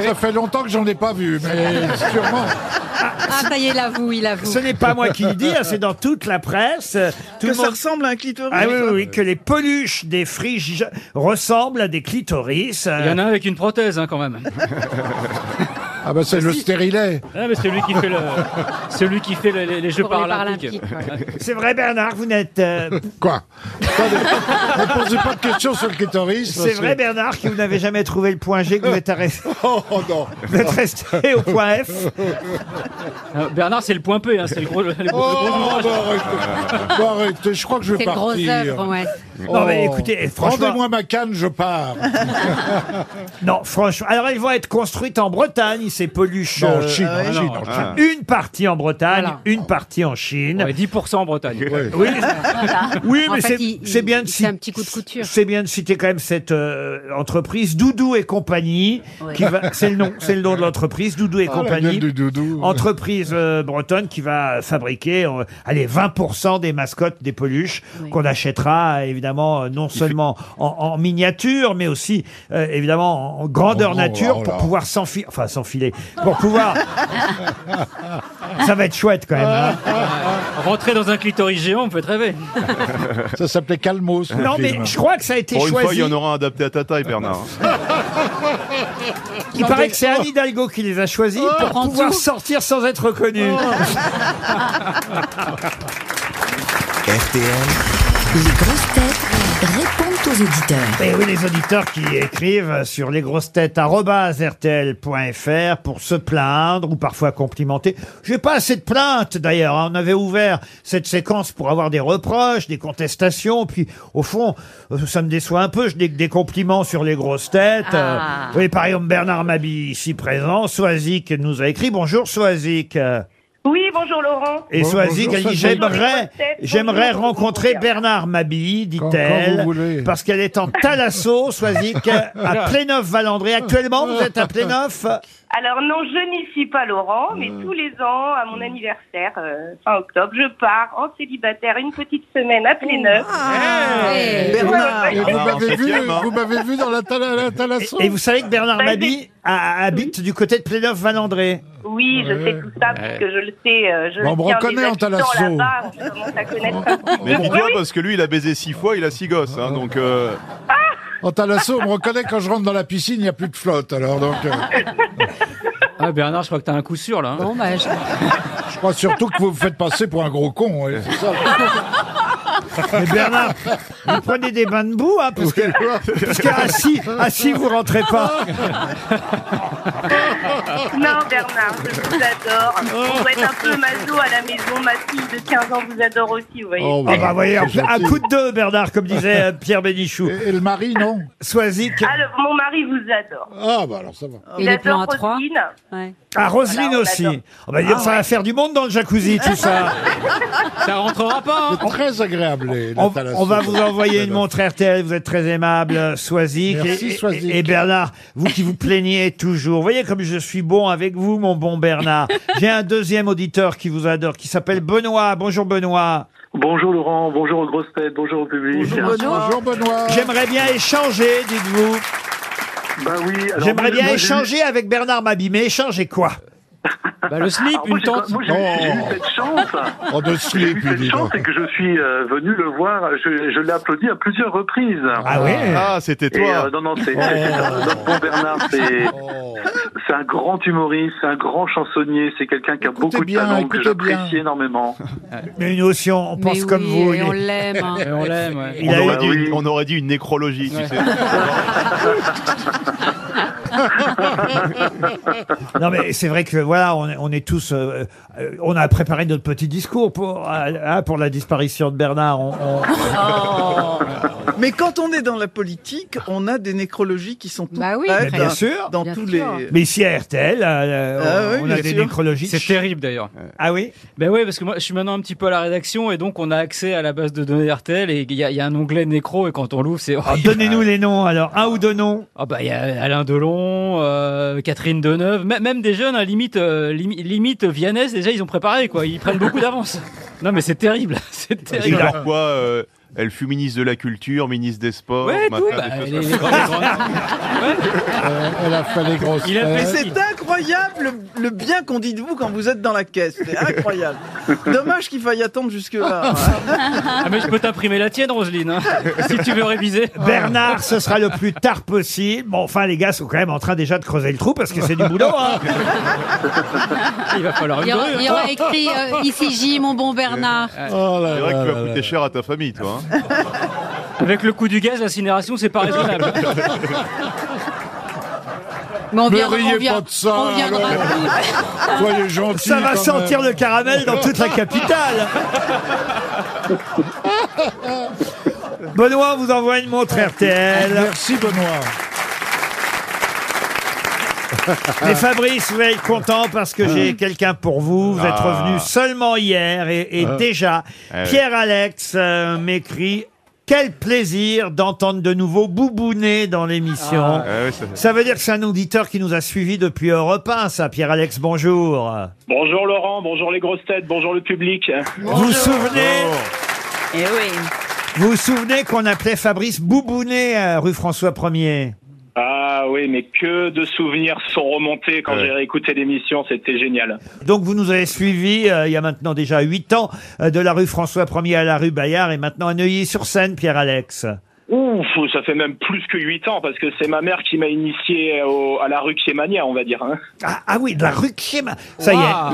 [SPEAKER 3] Ça fait longtemps que j'en ai pas vu, mais sûrement.
[SPEAKER 4] Ah, ça y est, il avoue, il avoue.
[SPEAKER 2] Ce n'est pas moi qui le dis, hein, c'est dans toute la presse. euh,
[SPEAKER 6] Que
[SPEAKER 2] Tout le
[SPEAKER 6] ça
[SPEAKER 2] monde.
[SPEAKER 6] ressemble à un clitoris.
[SPEAKER 2] Ah oui, oui, oui, que les peluches des friges ressemblent à des clitoris. euh,
[SPEAKER 7] Il y en a un avec une prothèse hein, quand même.
[SPEAKER 3] Ah bah c'est le stérilet.
[SPEAKER 7] Ah, mais celui qui fait, le, celui qui fait le- les, les Jeux
[SPEAKER 4] Pour les
[SPEAKER 7] paralympiques.
[SPEAKER 4] Paralympiques,
[SPEAKER 2] C'est vrai, Bernard, vous n'êtes. euh,
[SPEAKER 3] Quoi Pas de- Ne posez pas de questions sur le clitoris.
[SPEAKER 2] c'est vrai, Bernard, que vous n'avez jamais trouvé le point G, que vous êtes, arrêt-
[SPEAKER 3] Oh, oh, non.
[SPEAKER 2] vous êtes resté au point F.
[SPEAKER 7] Euh, Bernard, c'est le point P, hein, c'est le gros. le- le
[SPEAKER 3] Oh,
[SPEAKER 7] gros-
[SPEAKER 3] bah, arrêtez. Bah, arrêtez, je crois que je vais
[SPEAKER 4] C'est le gros
[SPEAKER 3] partir.
[SPEAKER 4] œuvre, ouais.
[SPEAKER 2] Non, mais écoutez, eh, franchement-
[SPEAKER 3] Oh. Rendez-moi ma canne, je pars.
[SPEAKER 2] Non, franchement. Alors, elles vont être construites en Bretagne, ces peluches.
[SPEAKER 3] Non,
[SPEAKER 2] euh,
[SPEAKER 3] en Chine,
[SPEAKER 7] non,
[SPEAKER 3] en Chine,
[SPEAKER 7] non,
[SPEAKER 3] en Chine.
[SPEAKER 7] ah.
[SPEAKER 2] Une partie en Bretagne,
[SPEAKER 4] Voilà.
[SPEAKER 2] une partie en Chine.
[SPEAKER 7] Ouais, 10% en Bretagne.
[SPEAKER 3] Ouais.
[SPEAKER 2] Oui, oui
[SPEAKER 4] Ah. En
[SPEAKER 2] mais
[SPEAKER 4] fait,
[SPEAKER 2] c'est-
[SPEAKER 4] il-
[SPEAKER 2] c'est
[SPEAKER 4] il-
[SPEAKER 2] bien
[SPEAKER 4] il
[SPEAKER 2] de
[SPEAKER 4] fait
[SPEAKER 2] citer-
[SPEAKER 4] un petit coup de couture.
[SPEAKER 2] C'est bien de citer quand même cette euh, entreprise Doudou et compagnie.
[SPEAKER 8] Ouais.
[SPEAKER 2] qui va- C'est le nom, c'est le nom de l'entreprise Doudou et
[SPEAKER 3] Oh, la
[SPEAKER 2] compagnie.
[SPEAKER 3] gueule du doudou.
[SPEAKER 2] Entreprise euh, bretonne qui va fabriquer euh, allez 20% des mascottes des peluches
[SPEAKER 4] Oui.
[SPEAKER 2] qu'on achètera évidemment euh, non seulement en, en miniature mais aussi euh, évidemment en grandeur
[SPEAKER 3] Oh, oh,
[SPEAKER 2] nature
[SPEAKER 3] oh là.
[SPEAKER 2] pour pouvoir s'enfiler enfin s'enfiler pour pouvoir ça va être chouette quand même hein.
[SPEAKER 7] Rentrer dans un clitoris géant, on peut te rêver.
[SPEAKER 3] Ça s'appelait Calmos. le
[SPEAKER 2] non mais
[SPEAKER 3] film.
[SPEAKER 2] je crois que ça a été
[SPEAKER 5] Pour une
[SPEAKER 2] choisi
[SPEAKER 5] fois, il y en aura un adapté à ta taille, Bernard. hein.
[SPEAKER 2] Il paraît que c'est
[SPEAKER 3] Oh.
[SPEAKER 2] Anne Hidalgo qui les a choisis pour
[SPEAKER 4] en
[SPEAKER 2] pouvoir
[SPEAKER 4] dessous.
[SPEAKER 2] sortir sans être connu.
[SPEAKER 3] Oh.
[SPEAKER 1] RTL,
[SPEAKER 9] Les grosses têtes répondent aux auditeurs.
[SPEAKER 2] Et Eh oui, les auditeurs qui écrivent sur lesgrossetêtes.rtl.fr pour se plaindre ou parfois complimenter. J'ai pas assez de plaintes d'ailleurs. hein. On avait ouvert cette séquence pour avoir des reproches, des contestations. Puis au fond, euh, ça me déçoit un peu. Je n'ai que des compliments sur les grosses têtes. Euh,
[SPEAKER 8] Ah.
[SPEAKER 2] oui, par exemple, Bernard Mabi ici présent. Soazic nous a écrit. Bonjour Soazic.
[SPEAKER 10] Oui, bonjour Laurent.
[SPEAKER 2] Et
[SPEAKER 10] Bon,
[SPEAKER 2] Soazic,
[SPEAKER 10] bonjour,
[SPEAKER 2] elle dit
[SPEAKER 10] Soazic.
[SPEAKER 2] J'aimerais, j'aimerais rencontrer Bernard Mabille,
[SPEAKER 3] quand vous
[SPEAKER 2] dit-elle,
[SPEAKER 3] voulez.
[SPEAKER 2] parce qu'elle est en Talasso, Soazic, à Pléneuf-Valandré. Actuellement, vous êtes à Pléneuf
[SPEAKER 10] Alors non, je n'y suis pas Laurent, mais tous les ans, à mon anniversaire, euh, fin octobre, je pars en célibataire une petite semaine à Pléneuf.
[SPEAKER 2] Ah.
[SPEAKER 3] Et vous
[SPEAKER 10] Eh, Bernard.
[SPEAKER 3] m'avez vu,
[SPEAKER 5] septième, hein.
[SPEAKER 3] vous m'avez vu dans la tala- la thalasso.
[SPEAKER 2] Et vous savez que Bernard
[SPEAKER 10] Bah,
[SPEAKER 2] Mabille a- habite du côté de Pléneuf-Valandré.
[SPEAKER 10] Oui, je sais tout ça parce que je le sais, euh, je
[SPEAKER 3] Bon,
[SPEAKER 10] le
[SPEAKER 3] on
[SPEAKER 10] sais
[SPEAKER 3] reconnaît
[SPEAKER 10] des
[SPEAKER 3] en Talasso.
[SPEAKER 10] habitants là-bas, je commence à connaître un petit peu.
[SPEAKER 5] Mais
[SPEAKER 10] Oui,
[SPEAKER 5] dis-toi,
[SPEAKER 10] oui.
[SPEAKER 5] parce que lui, il a baisé six fois, il a six gosses. hein, donc, euh,
[SPEAKER 3] En thalasso, Oh, on me reconnaît quand je rentre dans la piscine, il n'y a plus de flotte. Alors donc, euh,
[SPEAKER 7] Ah, Bernard, je crois que t'as un coup sûr là. hein.
[SPEAKER 4] Bon, bah, je-
[SPEAKER 3] je crois surtout que vous vous faites passer pour un gros con. ouais, c'est ça.
[SPEAKER 2] Mais Bernard, vous prenez des bains de boue, hein, parce que- ah, parce qu'à assis, assis, vous rentrez pas.
[SPEAKER 10] Non, Bernard, je vous adore.
[SPEAKER 3] Oh.
[SPEAKER 10] On doit être un peu maso à la maison. Ma fille de 15 ans vous adore aussi, vous voyez.
[SPEAKER 3] Oh,
[SPEAKER 2] Ah bah voyez,
[SPEAKER 3] c'est
[SPEAKER 2] un
[SPEAKER 3] gentil.
[SPEAKER 2] coup de deux, Bernard, comme disait euh, Pierre Bénichou.
[SPEAKER 3] Et, et le mari, non
[SPEAKER 2] Soazic,
[SPEAKER 10] Alors, mon mari vous adore.
[SPEAKER 3] Ah bah alors ça va.
[SPEAKER 4] Et
[SPEAKER 10] Il
[SPEAKER 4] les plans
[SPEAKER 10] adore
[SPEAKER 4] à trois
[SPEAKER 10] Roselyne.
[SPEAKER 4] ouais.
[SPEAKER 2] à Ah, Roselyne
[SPEAKER 10] Voilà, on
[SPEAKER 2] aussi.
[SPEAKER 10] l'adore. Ah,
[SPEAKER 2] Oh bah, dis donc, ça va faire du monde dans le jacuzzi, tout ça.
[SPEAKER 7] Ça rentrera pas. hein.
[SPEAKER 3] C'est très agréable. Les, la
[SPEAKER 2] On,
[SPEAKER 3] thalasso.
[SPEAKER 2] on va vous envoyer une montre RTL, vous êtes très aimable, Soazic.
[SPEAKER 3] Merci,
[SPEAKER 2] et, et-
[SPEAKER 3] Soazic.
[SPEAKER 2] et Bernard, vous qui vous plaignez toujours. Voyez comme je suis bon avec vous, mon bon Bernard. J'ai un deuxième auditeur qui vous adore, qui s'appelle Benoît. Bonjour Benoît.
[SPEAKER 11] Bonjour Laurent, bonjour aux grosses têtes, bonjour au public.
[SPEAKER 3] Bonjour Benoît. Bonjour Benoît.
[SPEAKER 2] J'aimerais bien échanger, dites-vous.
[SPEAKER 11] Bah oui, alors
[SPEAKER 2] J'aimerais
[SPEAKER 11] moi, moi,
[SPEAKER 2] bien
[SPEAKER 11] j'ai eu-
[SPEAKER 2] échanger avec Bernard Mabi, mais échanger quoi
[SPEAKER 7] Bah, le slip,
[SPEAKER 11] alors, Ah, moi,
[SPEAKER 7] une
[SPEAKER 11] j'ai pas-
[SPEAKER 7] tente.
[SPEAKER 11] Moi j'ai eu- j'ai eu
[SPEAKER 3] Oh.
[SPEAKER 11] cette chance.
[SPEAKER 3] En deux
[SPEAKER 11] J'ai
[SPEAKER 3] slip,
[SPEAKER 11] eu
[SPEAKER 3] il
[SPEAKER 11] cette
[SPEAKER 3] dit.
[SPEAKER 11] chance,
[SPEAKER 3] donc.
[SPEAKER 11] c'est que je suis euh, venu le voir, je, je l'ai applaudi à plusieurs reprises.
[SPEAKER 2] Ah oui
[SPEAKER 5] ah, c'était
[SPEAKER 11] Et
[SPEAKER 5] toi. Oh.
[SPEAKER 11] euh, non, non, c'est c'est un- notre bon Bernard, c'est
[SPEAKER 3] Oh.
[SPEAKER 11] c'est un grand humoriste, c'est un grand chansonnier, c'est quelqu'un qui a
[SPEAKER 3] Écoutez
[SPEAKER 11] beaucoup
[SPEAKER 3] bien,
[SPEAKER 11] de talent, que
[SPEAKER 3] écoutez
[SPEAKER 11] j'apprécie
[SPEAKER 3] bien.
[SPEAKER 11] énormément.
[SPEAKER 2] Mais nous aussi, on on
[SPEAKER 4] Mais
[SPEAKER 2] pense comme
[SPEAKER 4] oui,
[SPEAKER 2] vous.
[SPEAKER 4] et
[SPEAKER 2] Il-
[SPEAKER 4] on l'aime. hein.
[SPEAKER 7] Et on l'aime, ouais.
[SPEAKER 2] il
[SPEAKER 5] on,
[SPEAKER 2] a eu-
[SPEAKER 5] aurait dit
[SPEAKER 11] oui.
[SPEAKER 5] une, bah on aurait dit une nécrologie, tu sais.
[SPEAKER 2] Non mais c'est vrai que voilà, on est, on est tous, euh, euh, on a préparé notre petit discours pour euh, hein, pour la disparition de Bernard. On- on-
[SPEAKER 6] Mais quand on est dans la politique, on a des nécrologies qui sont toutes
[SPEAKER 4] Bah oui.
[SPEAKER 2] Mais
[SPEAKER 6] prêtes
[SPEAKER 2] bien sûr.
[SPEAKER 6] dans
[SPEAKER 4] Bien
[SPEAKER 6] tous
[SPEAKER 4] sûr.
[SPEAKER 6] les...
[SPEAKER 2] Mais ici à RTL, euh,
[SPEAKER 6] Ah oui,
[SPEAKER 2] on a
[SPEAKER 6] bien
[SPEAKER 2] des
[SPEAKER 6] sûr.
[SPEAKER 2] nécrologistes.
[SPEAKER 7] C'est terrible d'ailleurs.
[SPEAKER 2] Ah oui.
[SPEAKER 7] Ben oui, parce que moi, je suis maintenant un petit peu à la rédaction et donc on a accès à la base de données RTL et il y, a- il y a un onglet nécro et quand on l'ouvre, c'est.
[SPEAKER 2] Alors, Ah,
[SPEAKER 7] horrible.
[SPEAKER 2] Donnez-nous les noms. Alors un ou deux noms.
[SPEAKER 7] Ah bah il y a Alain Delon, euh, Catherine Deneuve, mê- même des jeunes, hein, limite, euh, limi- limite Vianney, déjà ils ont préparé quoi, ils prennent beaucoup d'avance. Non mais c'est terrible, c'est
[SPEAKER 2] Bah,
[SPEAKER 5] Et
[SPEAKER 7] terrible.
[SPEAKER 5] alors quoi euh, Elle fut ministre de la Culture, ministre des Sports.
[SPEAKER 7] Ouais, tout.
[SPEAKER 5] maintenant,
[SPEAKER 7] bah,
[SPEAKER 5] des choses
[SPEAKER 7] les- les grands- les grands-
[SPEAKER 3] Euh, elle a fait les grosses
[SPEAKER 7] Il a fait
[SPEAKER 6] Mais
[SPEAKER 3] têtes.
[SPEAKER 7] ça.
[SPEAKER 6] c'est incroyable le- le bien qu'on dit de vous quand vous êtes dans la caisse. C'est incroyable. Dommage qu'il faille attendre jusque-là.
[SPEAKER 7] Ah, mais je peux t'imprimer la tienne, Roselyne, hein, si tu veux réviser.
[SPEAKER 2] Bernard, ce sera le plus tard possible. Bon, enfin, les gars sont quand même en train déjà de creuser le trou parce que c'est du boulot. hein.
[SPEAKER 7] Il va falloir une
[SPEAKER 4] Il y aura,
[SPEAKER 7] grue, hein.
[SPEAKER 4] il y aura écrit euh, ici J, mon bon Bernard.
[SPEAKER 3] Oh là
[SPEAKER 5] C'est vrai que
[SPEAKER 3] là
[SPEAKER 5] tu
[SPEAKER 3] là
[SPEAKER 5] vas
[SPEAKER 3] là.
[SPEAKER 5] coûter cher à ta famille, toi. hein.
[SPEAKER 7] Avec le coût du gaz, l'incinération, Ah, c'est pas raisonnable.
[SPEAKER 4] Mais on
[SPEAKER 3] Ne
[SPEAKER 4] viendra,
[SPEAKER 3] riez
[SPEAKER 4] on vient-
[SPEAKER 3] pas de ça,
[SPEAKER 4] on viendra
[SPEAKER 3] alors.
[SPEAKER 4] tous.
[SPEAKER 3] Soyez gentils.
[SPEAKER 2] Ça va
[SPEAKER 3] quand
[SPEAKER 2] sentir
[SPEAKER 3] même.
[SPEAKER 2] le caramel dans toute la capitale. Benoît on vous envoie une montre RTL.
[SPEAKER 3] Merci Benoît.
[SPEAKER 2] Mais Fabrice, vous allez être content parce que j'ai quelqu'un pour vous. Vous êtes
[SPEAKER 5] Hum. Ah.
[SPEAKER 2] revenu seulement hier et, et déjà,
[SPEAKER 5] Ah oui.
[SPEAKER 2] Pierre-Alex euh, m'écrit « Quel plaisir d'entendre de nouveau Boubounet dans l'émission
[SPEAKER 5] Ah ouais, ça-
[SPEAKER 2] Ça veut dire que c'est un auditeur qui nous a suivis depuis Europe 1, ça. Pierre-Alex, bonjour.
[SPEAKER 11] Bonjour Laurent, bonjour les grosses têtes, bonjour le public.
[SPEAKER 2] Vous vous souvenez,
[SPEAKER 10] Eh oui.
[SPEAKER 2] vous vous souvenez qu'on appelait Fabrice Boubounet à rue François 1er
[SPEAKER 11] Ah oui, mais que de souvenirs sont remontés quand
[SPEAKER 5] Ouais.
[SPEAKER 11] j'ai réécouté l'émission, c'était génial.
[SPEAKER 2] Donc vous nous avez suivis euh, il y a maintenant déjà 8 ans euh, de la rue François 1er à la rue Bayard et maintenant à Neuilly-sur-Seine, Pierre-Alex.
[SPEAKER 11] Ouf, ça fait même plus que 8 ans parce que c'est ma mère qui m'a initié au- à la rue Kiemania, on va dire. hein.
[SPEAKER 2] Ah, ah oui, de la rue Kim. Ça y est.
[SPEAKER 7] Waouh.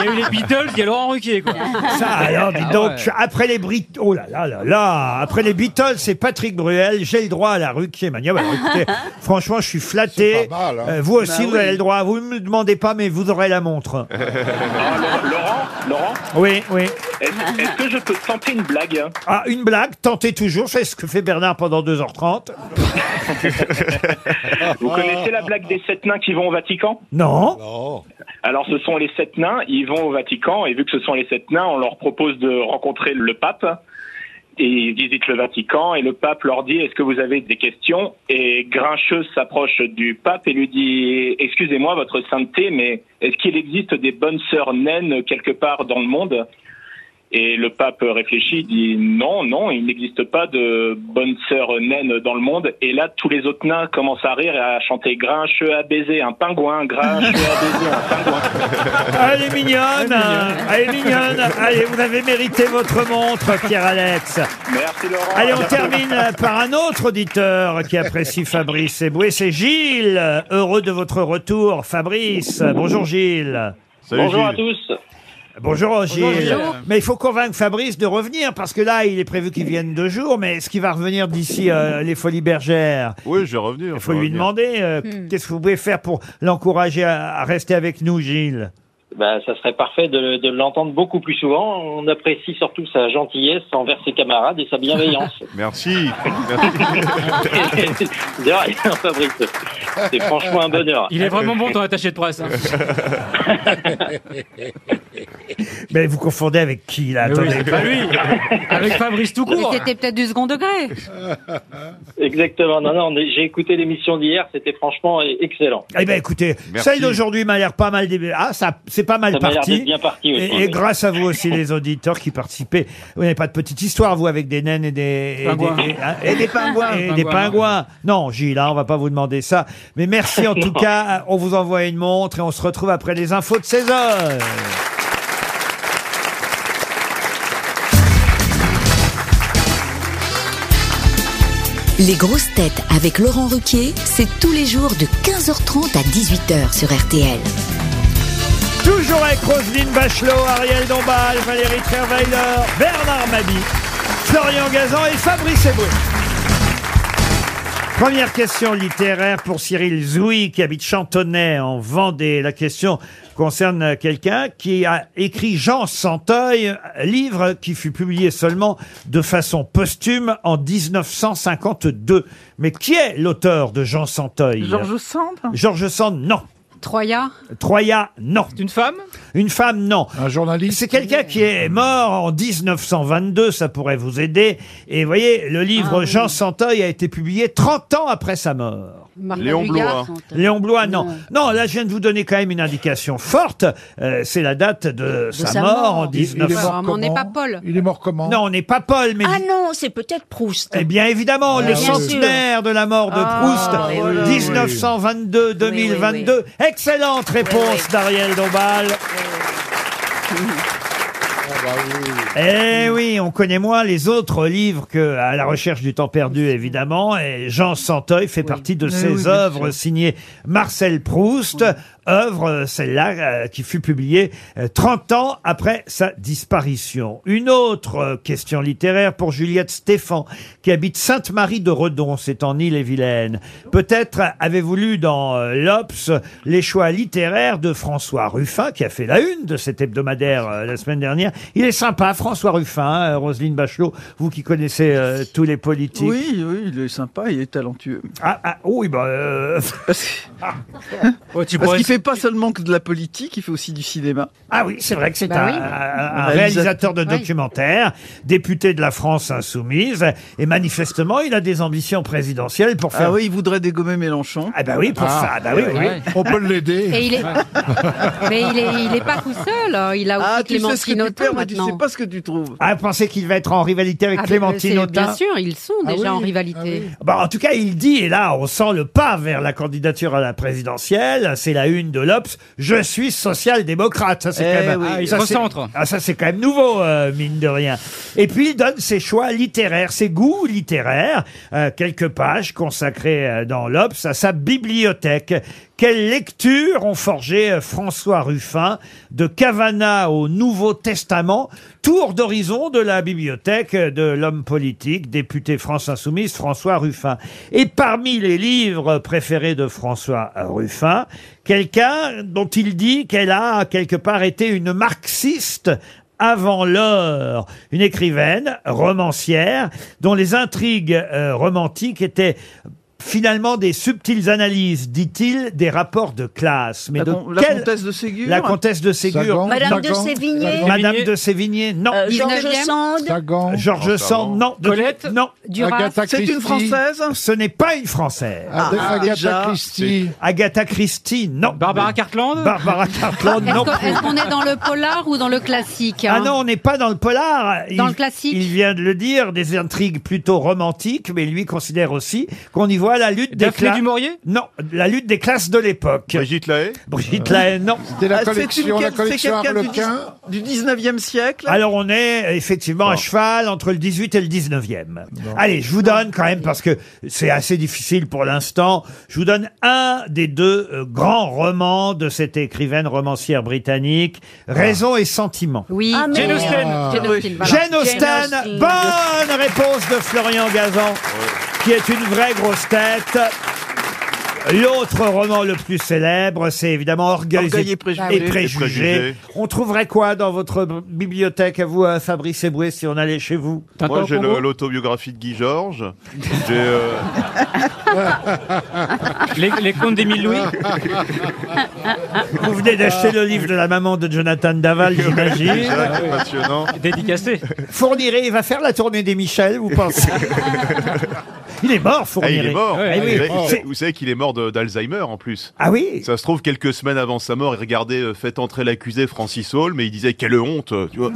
[SPEAKER 7] Il y a eu les Beatles, il y a Laurent Ruquier, quoi.
[SPEAKER 2] Ça, alors, dis
[SPEAKER 7] Ah
[SPEAKER 2] donc,
[SPEAKER 7] ouais.
[SPEAKER 2] je- après les Brit... Oh là là là là Après les Beatles, c'est Patrick Bruel, j'ai le droit à la rue Kim. Ah bah, écoutez, franchement, je suis flatté.
[SPEAKER 3] C'est pas mal, hein.
[SPEAKER 2] Euh, vous aussi,
[SPEAKER 6] Bah
[SPEAKER 2] vous
[SPEAKER 6] oui.
[SPEAKER 2] avez le droit. Vous ne me demandez pas, mais vous aurez la montre.
[SPEAKER 11] Ah, Laurent, Laurent
[SPEAKER 2] Oui, oui.
[SPEAKER 11] Est-ce est-ce que je peux tenter une blague hein
[SPEAKER 2] Ah, une blague, tentez toujours, c'est ce que fait Bernard pendant 2h30. Oh.
[SPEAKER 11] Vous connaissez la blague des sept nains qui vont au Vatican
[SPEAKER 2] Non.
[SPEAKER 11] Alors, ce sont les sept nains, ils vont au Vatican, et vu que ce sont les sept nains, on leur propose de rencontrer le pape. Et ils visitent le Vatican, et le pape leur dit Est-ce que vous avez des questions Et Grincheuse s'approche du pape et lui dit Excusez-moi, votre sainteté, mais est-ce qu'il existe des bonnes sœurs naines quelque part dans le monde et le pape réfléchit, dit non, non, il n'existe pas de bonne sœur naine dans le monde. Et là, tous les autres nains commencent à rire et à chanter Grinche à baiser un pingouin, Grinche à baiser un pingouin.
[SPEAKER 2] Ah, Elle est mignonne, hein. elle est mignonne. Allez, vous avez mérité votre montre, Pierre-Alex.
[SPEAKER 11] Merci Laurent.
[SPEAKER 2] Allez, on termine par un autre auditeur qui apprécie Fabrice Eboué, c'est Gilles. Heureux de votre retour, Fabrice. Bonjour Gilles.
[SPEAKER 11] Bonjour à tous.
[SPEAKER 2] Bonjour Gilles.
[SPEAKER 11] Gilles.
[SPEAKER 2] Mais il faut convaincre Fabrice de revenir parce que là, il est prévu qu'il vienne deux jours, mais est-ce qu'il va revenir d'ici euh, les Folies Bergères
[SPEAKER 5] Oui, je vais revenir.
[SPEAKER 2] Il faut lui demander euh,
[SPEAKER 11] Hmm.
[SPEAKER 2] qu'est-ce que vous pouvez faire pour l'encourager à, à rester avec nous, Gilles.
[SPEAKER 12] Bah, ça serait parfait de, de l'entendre beaucoup plus souvent. On apprécie surtout sa gentillesse envers ses camarades et sa bienveillance.
[SPEAKER 5] Merci.
[SPEAKER 12] de rien, Fabrice. C'est franchement un bonheur.
[SPEAKER 7] Il est vraiment bon ton attaché de presse. hein.
[SPEAKER 2] Mais vous confondez avec qui là
[SPEAKER 7] Mais oui,
[SPEAKER 2] Attendez.
[SPEAKER 7] c'est pas lui. Avec Fabrice tout court.
[SPEAKER 4] C'était peut-être du second degré.
[SPEAKER 12] Exactement. Non, non, on est- j'ai écouté l'émission d'hier. C'était franchement eh, excellent.
[SPEAKER 2] Eh ben écoutez,
[SPEAKER 12] Merci.
[SPEAKER 2] celle d'aujourd'hui m'a l'air pas mal. dé- Ah, ça, c'est pas mal
[SPEAKER 12] Ça m'a l'air
[SPEAKER 2] parti.
[SPEAKER 12] d'être bien parti aussi,
[SPEAKER 2] et, et
[SPEAKER 12] oui.
[SPEAKER 2] grâce à vous aussi, les auditeurs qui participaient. Vous n'avez pas de petite histoire, vous, avec des naines et des et
[SPEAKER 6] Pingouins.
[SPEAKER 2] des- hein, et
[SPEAKER 6] Et des pingouins.
[SPEAKER 2] et des pingouins. Non, Gilles, hein, on va pas vous demander ça. Mais merci en tout
[SPEAKER 6] Non.
[SPEAKER 2] cas. On vous envoie une montre et on se retrouve après les infos de 16 heures.
[SPEAKER 9] Les grosses têtes avec Laurent Ruquier, c'est tous les jours de 15h30 à 18h sur RTL.
[SPEAKER 2] Toujours avec Roselyne Bachelot, Ariel Dombal, Valérie Trierweiler, Bernard Mabi, Florian Gazan et Fabrice Eboué. Première question littéraire pour Cyril Zouy qui habite Chantonnay en Vendée. La question concerne quelqu'un qui a écrit Jean Santeuil, livre qui fut publié seulement de façon posthume en 1952. Mais qui est l'auteur de Jean Santeuil
[SPEAKER 6] Georges Sand
[SPEAKER 2] Hein Georges Sand, non.
[SPEAKER 4] Troya
[SPEAKER 2] Troya, non. Une femme Une femme, non. Un journaliste C'est quelqu'un qui est mort en 1922, ça pourrait vous aider. Et vous voyez, le
[SPEAKER 8] Ah
[SPEAKER 2] livre Jean Santeuil a été publié 30 ans après sa mort.
[SPEAKER 4] Martin Léon Blois. Dugard,
[SPEAKER 2] Léon Blois, non. Non, là, je viens de vous donner quand même une indication forte. Euh, c'est la date de, sa,
[SPEAKER 8] sa
[SPEAKER 2] mort,
[SPEAKER 8] mort.
[SPEAKER 2] en
[SPEAKER 8] Il- il est mort
[SPEAKER 2] 19...
[SPEAKER 8] Alors, on n'est comment pas
[SPEAKER 2] Paul. Il est mort comment Non, on n'est pas Paul, mais...
[SPEAKER 8] Ah non, c'est peut-être Proust.
[SPEAKER 2] Eh bien évidemment,
[SPEAKER 8] Ah
[SPEAKER 2] le
[SPEAKER 8] oui.
[SPEAKER 2] centenaire de la mort de
[SPEAKER 8] Ah, oui,
[SPEAKER 2] Proust,
[SPEAKER 8] oui, oui.
[SPEAKER 2] 1922-2022. Excellente réponse d'Ariel Dombal. Eh oui, on connaît moins les autres livres que À la recherche du temps perdu, évidemment. Et Jean Santeuil fait partie de
[SPEAKER 6] Mais
[SPEAKER 2] ces
[SPEAKER 6] oui, bien
[SPEAKER 2] œuvres signées Marcel Proust, œuvre euh, celle-là euh, qui fut publiée euh, 30 ans après sa disparition. Une autre euh, question littéraire pour Juliette Stéphan, qui habite Sainte-Marie de Redon, c'est en Île-et-Vilaine. Peut-être avez-vous lu dans euh, l'Obs les choix littéraires de François Ruffin, qui a fait la une de cet hebdomadaire euh, la semaine dernière. Il est sympa, François Ruffin, hein, euh, Roselyne Bachelot, vous qui connaissez euh, tous les politiques.
[SPEAKER 6] Oui, oui, il est sympa, il est talentueux.
[SPEAKER 2] Ah, ah, oui, bah. euh,
[SPEAKER 6] Parce
[SPEAKER 2] pourrais-
[SPEAKER 6] Hein qu'il fait pas seulement que de la politique, il fait aussi du cinéma.
[SPEAKER 2] Ah oui, c'est vrai que
[SPEAKER 4] Bah
[SPEAKER 2] c'est un, un- un réalisateur
[SPEAKER 6] Réalisateur.
[SPEAKER 2] de
[SPEAKER 6] Oui.
[SPEAKER 2] documentaires, député de la France insoumise, et manifestement, il a des ambitions présidentielles pour faire.
[SPEAKER 6] Ah oui, il voudrait dégommer Mélenchon.
[SPEAKER 2] Ah bah oui, pour faire. Ah bah oui, oui.
[SPEAKER 3] On peut l'aider.
[SPEAKER 4] Et il est- Mais il est, il est pas tout seul. hein. Il a aussi
[SPEAKER 6] Ah, tu sais ce que
[SPEAKER 4] Clémentine
[SPEAKER 6] tu
[SPEAKER 4] Autain
[SPEAKER 6] perds, mais tu sais
[SPEAKER 4] maintenant.
[SPEAKER 6] pas ce que tu trouves.
[SPEAKER 2] Ah, vous pensez qu'il va être en rivalité avec
[SPEAKER 4] Ah, mais
[SPEAKER 2] Clémentine
[SPEAKER 4] c'est-
[SPEAKER 2] Autain
[SPEAKER 4] Bien sûr, ils sont
[SPEAKER 6] Ah
[SPEAKER 4] déjà
[SPEAKER 6] oui,
[SPEAKER 4] en rivalité.
[SPEAKER 2] Bah, en tout cas, il dit, et là, on sent le pas vers la candidature à la présidentielle. C'est la une de l'Obs. Je suis social-démocrate. Ça, c'est
[SPEAKER 7] Eh
[SPEAKER 2] quand même.
[SPEAKER 7] oui. Ah, il
[SPEAKER 2] ça,
[SPEAKER 7] se
[SPEAKER 2] c'est-
[SPEAKER 7] recentre.
[SPEAKER 2] Ah, ça, c'est quand même nouveau, euh, mine de rien. Et puis, il donne ses choix littéraires, ses goûts littéraires. Euh, quelques pages consacrées euh, dans l'Obs à sa bibliothèque Quelles lectures ont forgé euh, François Ruffin de Cavana au Nouveau Testament Tour d'horizon de la bibliothèque euh, de l'homme politique, député France Insoumise, François Ruffin. Et parmi les livres préférés de François Ruffin, quelqu'un dont il dit qu'elle a quelque part été une marxiste avant l'heure, une écrivaine, romancière, dont les intrigues euh, romantiques étaient finalement des subtiles analyses, dit-il, des rapports de classe. Mais
[SPEAKER 6] La
[SPEAKER 2] de
[SPEAKER 6] con- la
[SPEAKER 2] quelle-
[SPEAKER 6] comtesse de Ségur
[SPEAKER 2] La comtesse de Ségur.
[SPEAKER 6] Sagan,
[SPEAKER 8] Madame de Sagan, Sévigné Sagan.
[SPEAKER 2] Madame de Sévigné, non.
[SPEAKER 8] Euh, Georges Sand.
[SPEAKER 2] Georges Sand, non. De- Non.
[SPEAKER 8] Duras. Agatha C'est une Christie. Française
[SPEAKER 2] Ce n'est pas une Française.
[SPEAKER 3] Ah, Ah, Agatha déjà. Christie.
[SPEAKER 2] Agatha Christie, non. Barbara Cartland Barbara Cartland,
[SPEAKER 4] Est-ce
[SPEAKER 2] non.
[SPEAKER 4] qu'on-
[SPEAKER 2] plus.
[SPEAKER 4] est-ce qu'on est dans le polar ou dans le classique
[SPEAKER 2] Ah
[SPEAKER 4] hein
[SPEAKER 2] non, on n'est pas dans le polar.
[SPEAKER 4] Dans
[SPEAKER 2] Il-
[SPEAKER 4] le classique.
[SPEAKER 2] Il vient de le dire, des intrigues plutôt romantiques, mais lui considère aussi qu'on y voit la lutte des
[SPEAKER 7] Daphné
[SPEAKER 2] classes.
[SPEAKER 7] du Maurier
[SPEAKER 2] Non, la lutte des classes de l'époque.
[SPEAKER 5] Brigitte Lahaye
[SPEAKER 2] Brigitte Lahaye, non.
[SPEAKER 3] C'était la
[SPEAKER 6] Ah, c'est une
[SPEAKER 3] collection, la
[SPEAKER 6] quel-
[SPEAKER 3] collection
[SPEAKER 6] c'est quelqu'un du
[SPEAKER 3] Arlequin.
[SPEAKER 6] Du 19e siècle
[SPEAKER 2] Alors on est effectivement à cheval entre le 18 et le 19e. Allez, je vous donne quand même, parce que c'est assez difficile pour l'instant, je vous donne un des deux euh, grands romans de cette écrivaine romancière britannique, Raison et Sentiment.
[SPEAKER 4] Oui.
[SPEAKER 8] Ah,
[SPEAKER 2] Jane
[SPEAKER 8] merde.
[SPEAKER 2] Austen.
[SPEAKER 8] Jane Austen, voilà.
[SPEAKER 2] Jane Austen,
[SPEAKER 8] Jane
[SPEAKER 2] bonne réponse de Florian Gazan, qui est une vraie grosse tête. L'autre roman le plus célèbre, c'est évidemment Orgueil,
[SPEAKER 6] Orgueil et Préjugés.
[SPEAKER 2] et Préjugés.
[SPEAKER 5] Et Préjugés.
[SPEAKER 2] On trouverait quoi dans votre b- bibliothèque à vous, à Fabrice Eboué, si on allait chez vous
[SPEAKER 5] Moi, j'ai le- l'autobiographie de Guy Georges. J'ai euh,
[SPEAKER 7] Les, les contes d'Émile Louis
[SPEAKER 2] Vous venez d'acheter le livre de la maman de Jonathan Daval, j'imagine.
[SPEAKER 5] Jacques, passionnant.
[SPEAKER 7] Dédicacé.
[SPEAKER 2] Fourniret, il va faire la tournée des Michel, vous pensez Il est mort,
[SPEAKER 5] Ah,
[SPEAKER 2] Fourniret.
[SPEAKER 5] il est mort.
[SPEAKER 2] Eh oui,
[SPEAKER 5] Vous savez-
[SPEAKER 2] c'est-
[SPEAKER 5] Vous savez qu'il est mort de- d'Alzheimer en plus.
[SPEAKER 2] Ah oui
[SPEAKER 5] Ça se trouve quelques semaines avant sa mort, il regardait euh, Faites entrer l'accusé Francis Hall, mais il disait quelle honte, tu vois.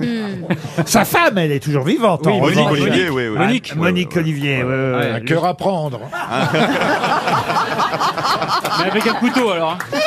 [SPEAKER 2] Hmm. Sa femme, elle est toujours vivante.
[SPEAKER 5] Oui,
[SPEAKER 2] en
[SPEAKER 5] Monique
[SPEAKER 2] revanche.
[SPEAKER 5] Olivier, oui, oui. Monique.
[SPEAKER 2] Ah, Monique Olivier, oui, oui, oui.
[SPEAKER 3] Un cœur à prendre.
[SPEAKER 7] Mais avec un couteau alors. hein.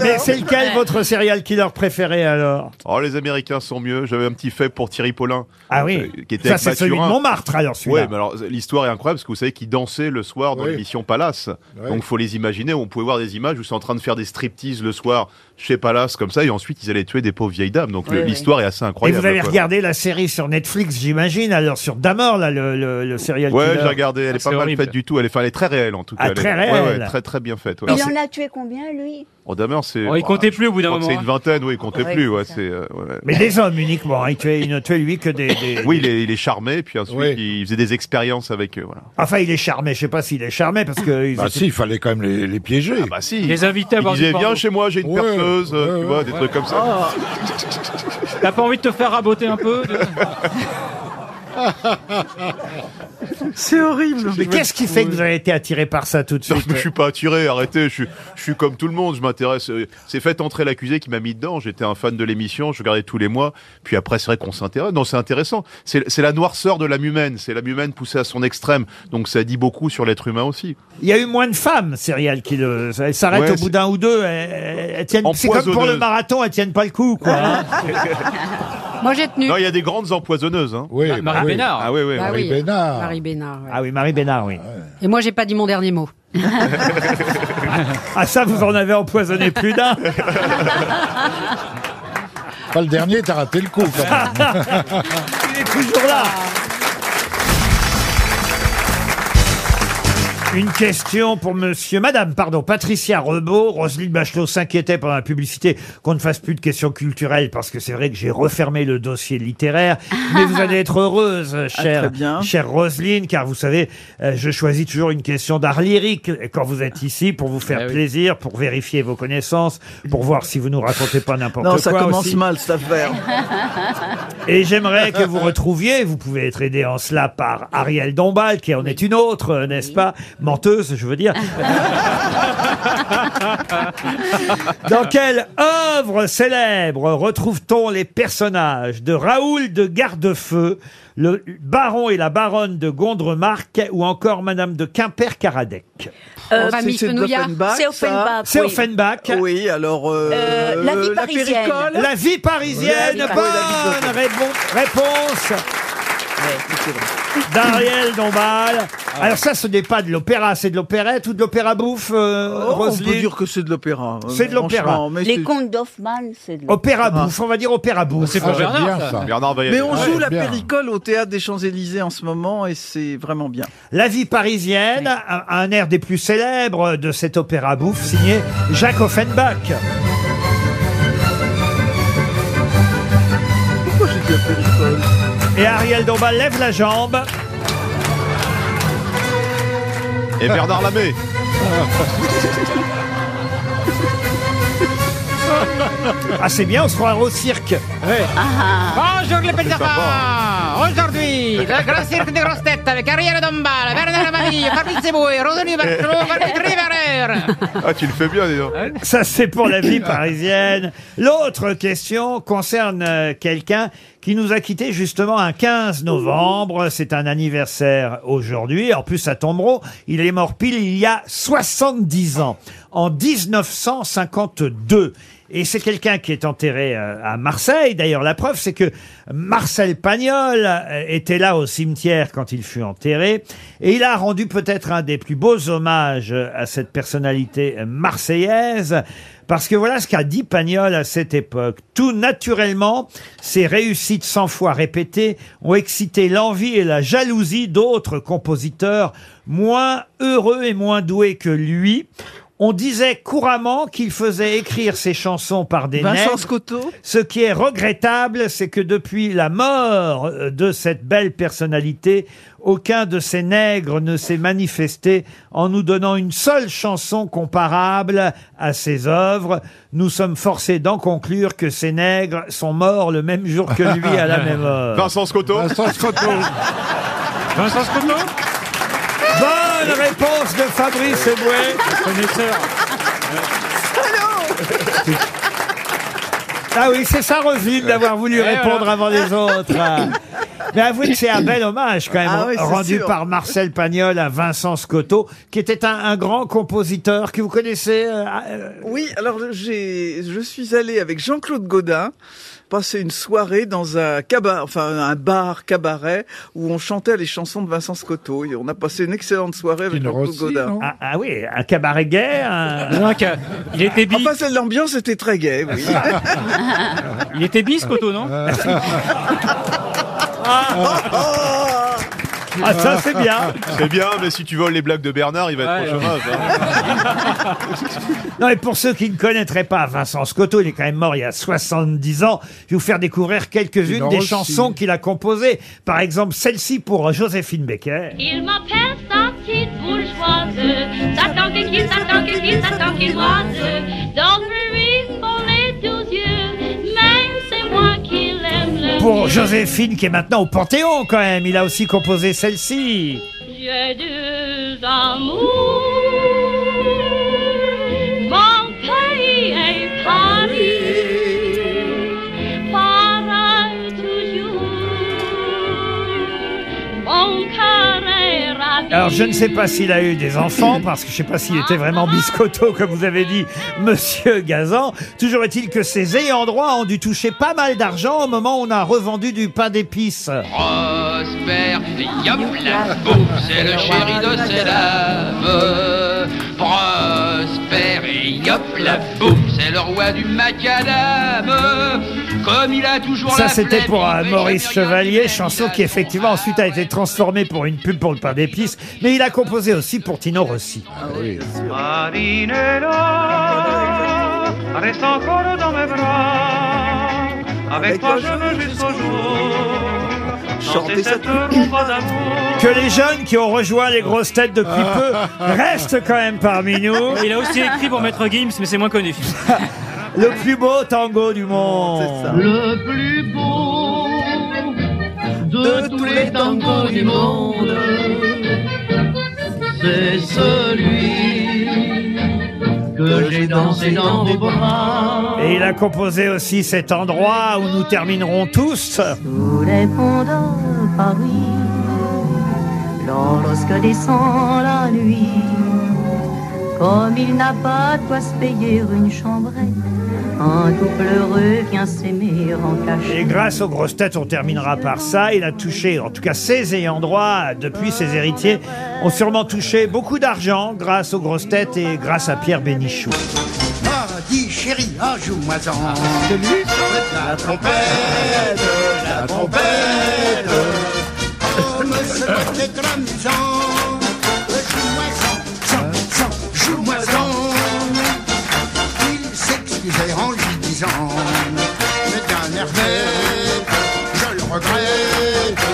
[SPEAKER 2] Mais c'est lequel votre serial killer préféré alors
[SPEAKER 5] Oh, les Américains sont mieux. J'avais un petit fait pour Thierry Paulin.
[SPEAKER 2] Ah oui.
[SPEAKER 5] euh, qui était
[SPEAKER 2] Ça,
[SPEAKER 5] avec
[SPEAKER 2] c'est celui de
[SPEAKER 5] Mathurin.
[SPEAKER 2] Montmartre, alors celui-là.
[SPEAKER 5] Ouais, mais alors l'histoire est incroyable parce que vous savez qu'ils dansaient le soir dans
[SPEAKER 3] Oui.
[SPEAKER 5] l'émission Palace.
[SPEAKER 3] Oui.
[SPEAKER 5] Donc faut les imaginer. On pouvait voir des images où ils sont en train de faire des striptease le soir chez Palace comme ça, et ensuite ils allaient tuer des pauvres vieilles dames. Donc le-
[SPEAKER 8] Oui, oui.
[SPEAKER 5] l'histoire est assez
[SPEAKER 2] Et
[SPEAKER 5] incroyable.
[SPEAKER 2] vous avez
[SPEAKER 5] quoi.
[SPEAKER 2] regardé la série sur Netflix, j'imagine, alors sur Damor, là, le, le, le serial
[SPEAKER 5] Ouais,
[SPEAKER 2] killer.
[SPEAKER 5] j'ai regardé. Elle est
[SPEAKER 7] Ah, c'est
[SPEAKER 5] pas mal
[SPEAKER 7] horrible.
[SPEAKER 5] faite du tout. Elle est, enfin, elle est très réelle en tout
[SPEAKER 2] Ah,
[SPEAKER 5] cas. Elle est-
[SPEAKER 2] très
[SPEAKER 5] ouais, ouais,
[SPEAKER 2] réelle.
[SPEAKER 5] très très bien faite. ouais.
[SPEAKER 8] Il en a tué combien, lui
[SPEAKER 5] Oh, Dahmer, c'est.
[SPEAKER 7] Oh, il comptait plus au bout d'un
[SPEAKER 5] Je crois que
[SPEAKER 7] moment.
[SPEAKER 5] C'est une
[SPEAKER 7] hein.
[SPEAKER 5] vingtaine, oui, il comptait
[SPEAKER 8] Ouais,
[SPEAKER 5] plus.
[SPEAKER 8] c'est
[SPEAKER 5] Ouais,
[SPEAKER 8] ça.
[SPEAKER 5] c'est. euh, ouais.
[SPEAKER 2] Mais des hommes uniquement, hein. il, tuait, il ne tuait lui que des... des-
[SPEAKER 5] Oui, il est, il est charmé, puis ensuite
[SPEAKER 3] Oui.
[SPEAKER 5] il faisait des expériences avec eux. Voilà.
[SPEAKER 2] Enfin, il est charmé, je sais pas s'il est charmé, parce que... ils
[SPEAKER 3] Bah
[SPEAKER 2] étaient-
[SPEAKER 3] si, il fallait quand même les, les piéger.
[SPEAKER 5] Ah bah si.
[SPEAKER 7] Les invités à
[SPEAKER 5] Il
[SPEAKER 7] boire du
[SPEAKER 5] disait
[SPEAKER 7] porno.
[SPEAKER 5] viens chez moi, j'ai une
[SPEAKER 3] Ouais,
[SPEAKER 5] perceuse,
[SPEAKER 3] ouais,
[SPEAKER 5] tu vois,
[SPEAKER 3] ouais.
[SPEAKER 5] des trucs comme ça.
[SPEAKER 7] Ah. T'as pas envie de te faire raboter un peu de-
[SPEAKER 6] C'est horrible.
[SPEAKER 2] Mais qu'est-ce qui fait que vous avez été attiré par ça tout de
[SPEAKER 5] Non,
[SPEAKER 2] suite
[SPEAKER 5] mais je suis pas attiré, arrêtez, je suis, je suis comme tout le monde, je m'intéresse. euh, C'est fait entrer l'accusé qui m'a mis dedans, j'étais un fan de l'émission, je regardais tous les mois, puis après c'est vrai qu'on s'intéresse. Non, c'est intéressant, c'est c'est la noirceur de l'âme humaine, c'est l'âme humaine poussée à son extrême, donc ça dit beaucoup sur l'être humain aussi.
[SPEAKER 2] Il y a eu moins de femmes serial killers. Elles s'arrêtent
[SPEAKER 5] Ouais,
[SPEAKER 2] au bout d'un ou deux. elles- elles- elles tiennent- C'est comme pour
[SPEAKER 5] Empoisonneuses.
[SPEAKER 2] le marathon, elles tiennent pas le coup, quoi. hein.
[SPEAKER 4] Moi, j'ai tenu.
[SPEAKER 5] Non, il y a des grandes empoisonneuses. Hein.
[SPEAKER 3] Oui, bah
[SPEAKER 7] Marie
[SPEAKER 3] oui.
[SPEAKER 7] Bénard.
[SPEAKER 5] Ah oui, oui.
[SPEAKER 4] Bah
[SPEAKER 3] Marie
[SPEAKER 4] oui,
[SPEAKER 3] Bénard.
[SPEAKER 4] Marie Bénard, ouais.
[SPEAKER 2] Ah oui, Marie Bénard, oui.
[SPEAKER 4] Et moi, j'ai pas dit mon dernier mot.
[SPEAKER 2] Ah ça, vous en avez empoisonné plus d'un.
[SPEAKER 3] Pas le dernier, t'as raté le coup quand même.
[SPEAKER 2] Il est toujours là. Une question pour monsieur, madame, pardon, Patricia Rebaud. Roselyne Bachelot s'inquiétait pendant la publicité qu'on ne fasse plus de questions culturelles parce que c'est vrai que j'ai refermé le dossier littéraire. Mais vous allez être heureuse, chère,
[SPEAKER 6] Ah, très bien.
[SPEAKER 2] chère Roselyne, car vous savez, euh, je choisis toujours une question d'art lyrique quand vous êtes ici pour vous faire
[SPEAKER 7] Ah oui.
[SPEAKER 2] plaisir, pour vérifier vos connaissances, pour voir si vous nous racontez pas n'importe quoi.
[SPEAKER 6] Non, ça commence
[SPEAKER 2] aussi.
[SPEAKER 6] mal cette affaire.
[SPEAKER 2] Et j'aimerais que vous retrouviez, vous pouvez être aidé en cela par Ariel Dombal, qui en est une autre, euh, n'est-ce pas Menteuse, je veux dire. Dans quelle œuvre célèbre retrouve-t-on les personnages de Raoul de Gardefeu, le baron et la baronne de Gondremarck ou encore Madame de Quimper-Caradec
[SPEAKER 8] Euh,
[SPEAKER 4] On va
[SPEAKER 6] C'est-
[SPEAKER 4] mis
[SPEAKER 6] c'est de
[SPEAKER 4] Fenouillard.
[SPEAKER 6] l'Offenbach,
[SPEAKER 8] C'est
[SPEAKER 6] ça
[SPEAKER 8] Offenbach.
[SPEAKER 2] C'est
[SPEAKER 8] oui.
[SPEAKER 2] Offenbach.
[SPEAKER 6] Oui, alors. euh,
[SPEAKER 8] Euh, la vie parisienne.
[SPEAKER 6] péricole
[SPEAKER 2] La vie parisienne,
[SPEAKER 8] La vie
[SPEAKER 2] bonne répo- réponse D'Ariel Dombal.
[SPEAKER 6] Ah.
[SPEAKER 2] Alors ça, ce n'est pas de l'opéra, c'est de l'opérette ou de l'opéra bouffe, euh,
[SPEAKER 6] Oh, on
[SPEAKER 2] Roselyne
[SPEAKER 6] peut dire que c'est de l'opéra. euh,
[SPEAKER 2] C'est de l'opéra.
[SPEAKER 6] franchement, mais
[SPEAKER 8] Les
[SPEAKER 6] c'est-
[SPEAKER 8] contes d'Hoffmann, c'est de
[SPEAKER 2] Opéra bouffe, on va dire opéra bouffe.
[SPEAKER 6] Ah, j'aime bien ça.
[SPEAKER 5] Bernard va y
[SPEAKER 6] Mais
[SPEAKER 5] aller.
[SPEAKER 6] on
[SPEAKER 5] Ouais,
[SPEAKER 6] joue la
[SPEAKER 5] bien.
[SPEAKER 6] péricole au théâtre des Champs-Élysées en ce moment et c'est vraiment bien.
[SPEAKER 2] La vie parisienne, un, un air des plus célèbres de cet opéra bouffe signé Jacques Offenbach.
[SPEAKER 6] Pourquoi j'ai dit la péricole
[SPEAKER 2] Et Ariel Dombal lève la jambe.
[SPEAKER 5] Et Bernard Lamé.
[SPEAKER 2] Ah, c'est bien, on se croirait au cirque.
[SPEAKER 13] Bonjour les petits enfants Aujourd'hui, le grand cirque des grosses têtes avec Ariel Dombal, Bernard Mabille, Fabrice Eboué, Roselyne
[SPEAKER 8] Eh.
[SPEAKER 13] Bachelot, Patrick Riverer
[SPEAKER 5] Ah, tu le fais bien, dis donc.
[SPEAKER 2] Ça, c'est pour la vie parisienne. L'autre question concerne euh, quelqu'un qui nous a quitté justement un 15 novembre. C'est un anniversaire aujourd'hui. En plus, à Tombreau, il est mort pile il y a 70 ans, en 1952. Et c'est quelqu'un qui est enterré euh, à Marseille. D'ailleurs, la preuve, c'est que Marcel Pagnol euh, était là au cimetière quand il fut enterré. Et il a rendu peut-être un des plus beaux hommages euh, à cette personnalité euh, marseillaise. Parce que voilà ce qu'a dit Pagnol à cette époque. Tout naturellement, ses réussites sans fois répétées ont excité l'envie et la jalousie d'autres compositeurs moins heureux et moins doués que lui. On disait couramment qu'il faisait écrire ses chansons par des
[SPEAKER 6] Vincent
[SPEAKER 2] nègres.
[SPEAKER 6] Scotto
[SPEAKER 2] Ce qui est regrettable, c'est que depuis la mort euh, de cette belle personnalité, aucun de ces nègres ne s'est manifesté en nous donnant une seule chanson comparable à ses œuvres. Nous sommes forcés d'en conclure que ces nègres sont morts le même jour que lui à la même heure.
[SPEAKER 5] Vincent Scotto.
[SPEAKER 2] Vincent Scotto. Vincent Scotto Bonne réponse de Fabrice Eboué. Connaisseur. Ah oui, c'est ça, Roselyne, d'avoir voulu
[SPEAKER 6] Eh,
[SPEAKER 2] répondre
[SPEAKER 6] voilà.
[SPEAKER 2] avant les autres. Mais avouez que c'est un bel hommage, quand même,
[SPEAKER 6] Ah oui, c'est
[SPEAKER 2] rendu
[SPEAKER 6] sûr.
[SPEAKER 2] par Marcel Pagnol à Vincent Scotto, qui était un, un grand compositeur que vous connaissez. euh, euh,
[SPEAKER 6] Oui, alors j'ai, je suis allé avec Jean-Claude Godin passer une soirée dans un cabaret, enfin un bar cabaret où on chantait les chansons de Vincent Scotto. Et on a passé une excellente soirée avec Jean-Claude Godin.
[SPEAKER 2] ah, ah oui, un cabaret gay. Un...
[SPEAKER 7] il était bi.
[SPEAKER 6] Enfin, celle- l'ambiance était très gaie, oui.
[SPEAKER 7] Il était bis, Coto, non
[SPEAKER 5] Ah.
[SPEAKER 2] Ah, ça, c'est bien.
[SPEAKER 5] C'est bien, mais si tu voles les blagues de Bernard, il va être au chômage. hein.
[SPEAKER 2] Non, et pour ceux qui ne connaîtraient pas Vincent Scotto, il est quand même mort il y a 70 ans. Je vais vous faire découvrir quelques-unes des
[SPEAKER 14] Rossi.
[SPEAKER 2] chansons qu'il a composées. Par exemple, celle-ci pour Joséphine Becker.
[SPEAKER 14] Il m'appelle sa petite bourgeoise, sa tangue-qui, sa tangue-qui, sa tanguinoise. Dans le rainbow, les doux yeux, mais c'est moi qui l'aime le
[SPEAKER 2] Pour
[SPEAKER 14] mieux.
[SPEAKER 2] Joséphine, qui est maintenant au Panthéon quand même, il a aussi composé celle-ci.
[SPEAKER 14] J'ai deux amours, mon pays est Paris, Paris toujours, mon cœur est ravi.
[SPEAKER 2] Alors, je ne sais pas s'il a eu des enfants, parce que je ne sais pas s'il était vraiment biscotto, comme vous avez dit, monsieur Gazan. Toujours est-il que ces ayants droit ont dû toucher pas mal d'argent au moment où on a revendu du pain d'épices.
[SPEAKER 15] Prosper, yopla, boum, c'est le chéri de ses dames. Prosper, yopla, boum, c'est le roi du macadam. Comme il a toujours
[SPEAKER 2] Ça,
[SPEAKER 15] la
[SPEAKER 2] c'était
[SPEAKER 15] flemme,
[SPEAKER 2] pour
[SPEAKER 15] il
[SPEAKER 2] euh,
[SPEAKER 15] fait
[SPEAKER 2] Maurice
[SPEAKER 15] jamais
[SPEAKER 2] Chevalier, chanson qui effectivement ensuite a été transformée pour une pub pour le pain d'épices, mais il a composé aussi pour Tino Rossi.
[SPEAKER 16] Marinella, reste encore dans mes bras. Avec toi, je veux jusqu'au jour. Chanter cette rumba d'amour.
[SPEAKER 2] Que les jeunes qui ont rejoint les grosses têtes depuis peu restent quand même parmi nous.
[SPEAKER 7] Il a aussi écrit pour Maître Gims, mais c'est moins connu.
[SPEAKER 2] Le plus beau tango du monde.
[SPEAKER 16] Le plus beau de tous les tangos du monde, c'est celui que j'ai dansé dans vos bras.
[SPEAKER 2] Et il a composé aussi cet endroit où nous terminerons tous.
[SPEAKER 17] les ponts de Paris, lorsque descend la nuit, comme il n'a pas de quoi se payer une chambrette, Un couple heureux vient s'aimer en
[SPEAKER 2] Et
[SPEAKER 17] cachette.
[SPEAKER 2] grâce aux grosses têtes, on terminera par ça. Il a touché, en tout cas ses ayants droit, depuis ses héritiers, ont sûrement touché beaucoup d'argent grâce aux grosses têtes et grâce à Pierre Bénichou.
[SPEAKER 18] Ah, dis chérie, ah, joue-moi-en. La trompette, la trompette. Oh, mais c'est très amusant. Joue-moi-en, joue-moi-en, joue-moi-en. Il s'excusait en lui disant, mais d'un air bête, je le regrette.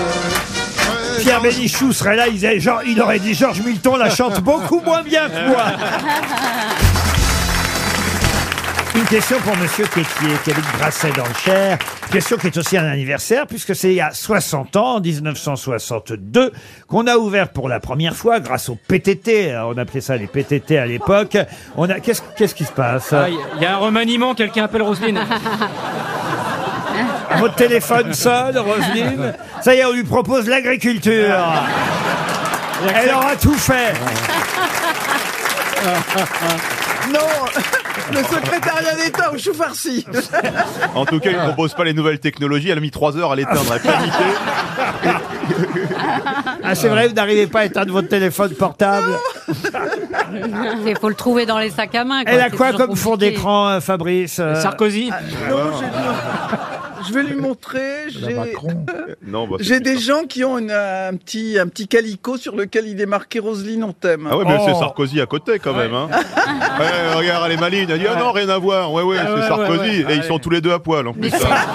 [SPEAKER 2] Pierre Bénichou serait là, il, disait, Jean- il aurait dit Georges Milton la chante beaucoup moins bien que moi. Une question pour Monsieur Quétier, qui habite Grasset dans le Cher. Question qui est aussi un anniversaire, puisque c'est il y a 60 ans, en 1962, qu'on a ouvert pour la première fois, grâce aux PTT. euh, On appelait ça les PTT à l'époque. On a, qu'est-ce, qu'est-ce qui se passe?
[SPEAKER 7] Ah, Il y a- il y a un remaniement, quelqu'un appelle Roselyne.
[SPEAKER 2] Votre téléphone sonne, Roselyne. Ça y est, on lui propose l'agriculture. Elle aura tout fait.
[SPEAKER 6] Non, le secrétariat d'État au chou farci.
[SPEAKER 5] En tout
[SPEAKER 6] Ah.
[SPEAKER 5] cas, il ne propose pas les nouvelles technologies. Elle a mis 3 heures à l'éteindre. Elle panique.
[SPEAKER 2] Ah, c'est vrai, vous n'arrivez pas à éteindre votre téléphone portable.
[SPEAKER 4] Il faut le trouver dans les sacs à main.
[SPEAKER 2] Elle a
[SPEAKER 4] Ah, c'est
[SPEAKER 2] quoi
[SPEAKER 4] toujours
[SPEAKER 2] comme fond
[SPEAKER 4] compliqué.
[SPEAKER 2] d'écran, euh, Fabrice euh
[SPEAKER 7] Sarkozy
[SPEAKER 6] Non, j'ai- je vais lui montrer. J'ai
[SPEAKER 5] Non, bah, c'est-
[SPEAKER 6] j'ai des gens qui ont une, euh, un, petit, un petit calicot sur lequel il est marqué Roselyne, Oh. on t'aime.
[SPEAKER 5] Ah ouais, mais c'est Sarkozy à côté quand même. Hein. Ouais, regarde, elle est maligne. Elle dit Ah non, rien à voir. Ouais, ouais,
[SPEAKER 6] Ah
[SPEAKER 5] c'est
[SPEAKER 6] ouais,
[SPEAKER 5] Sarkozy.
[SPEAKER 6] ouais, ouais.
[SPEAKER 5] Et ils sont tous les deux à poil en plus. hein.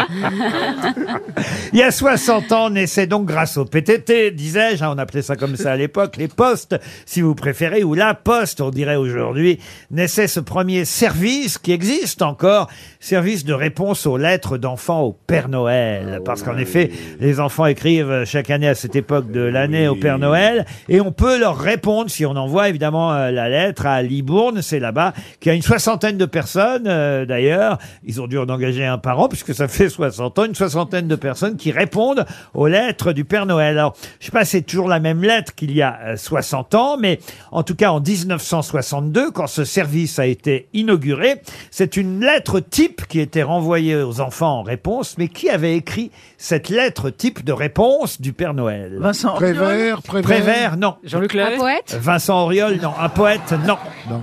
[SPEAKER 2] Il y a 60 ans, naissait donc grâce au PTT, disais-je, hein, on appelait ça comme ça à l'époque, les postes, si vous préférez, ou la poste, on dirait aujourd'hui, naissait ce premier service qui existe encore, service de réponse aux lettres d'enfants au Père
[SPEAKER 5] Ah
[SPEAKER 2] Noël. Parce qu'en effet, les enfants écrivent chaque année à cette époque de l'année au Père Noël, et on peut leur répondre si on envoie évidemment euh, la lettre à Libourne, c'est là-bas, qu'il y a une soixantaine de personnes euh, d'ailleurs. Ils ont dû en engager un par an puisque ça fait 60 ans, une soixantaine de personnes qui répondent aux lettres du Père Noël. Alors, je sais pas, c'est toujours la même lettre qu'il y a euh, 60 ans, mais en tout cas en 1962, quand ce service a été inauguré, c'est une lettre type qui était renvoyée aux enfants en réponse, mais qui avait écrit cette lettre type de réponse du Père Noël
[SPEAKER 6] Vincent
[SPEAKER 3] Prévert, Prévert.
[SPEAKER 2] Prévert, non.
[SPEAKER 7] Jean-Luc
[SPEAKER 4] Lahaye Un poète
[SPEAKER 2] Vincent Auriol, non. Un poète, non.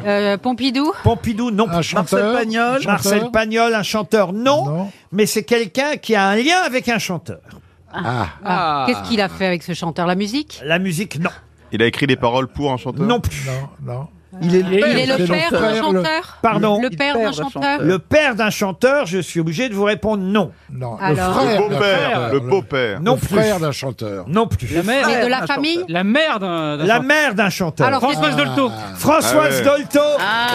[SPEAKER 4] Euh, Pompidou
[SPEAKER 2] Pompidou, non. Un
[SPEAKER 4] chanteur Marcel Pagnol.
[SPEAKER 2] Marcel
[SPEAKER 4] Chanteur.
[SPEAKER 2] Pagnol, un chanteur, non. Mais c'est quelqu'un qui a un lien avec un chanteur. Ah.
[SPEAKER 4] Ah, Qu'est-ce qu'il a fait avec ce chanteur La musique
[SPEAKER 2] La musique, non.
[SPEAKER 5] Il a écrit les paroles pour un chanteur
[SPEAKER 2] Non plus.
[SPEAKER 6] Il est
[SPEAKER 4] Il est le père d'un chanteur
[SPEAKER 2] Pardon.
[SPEAKER 4] Le père d'un chanteur
[SPEAKER 2] Le père d'un chanteur, je suis obligé de vous répondre non.
[SPEAKER 3] Non.
[SPEAKER 4] Alors
[SPEAKER 5] Le beau-père. Le beau-père.
[SPEAKER 2] Non
[SPEAKER 3] le
[SPEAKER 2] plus.
[SPEAKER 3] frère d'un chanteur.
[SPEAKER 2] Non plus.
[SPEAKER 7] La mère.
[SPEAKER 4] Mais de la famille
[SPEAKER 7] La mère d'un. d'un
[SPEAKER 2] La
[SPEAKER 7] chanteur.
[SPEAKER 2] mère d'un chanteur.
[SPEAKER 7] Alors, Françoise
[SPEAKER 2] Ah.
[SPEAKER 7] Dolto.
[SPEAKER 2] Françoise
[SPEAKER 7] Ah ouais.
[SPEAKER 2] Dolto,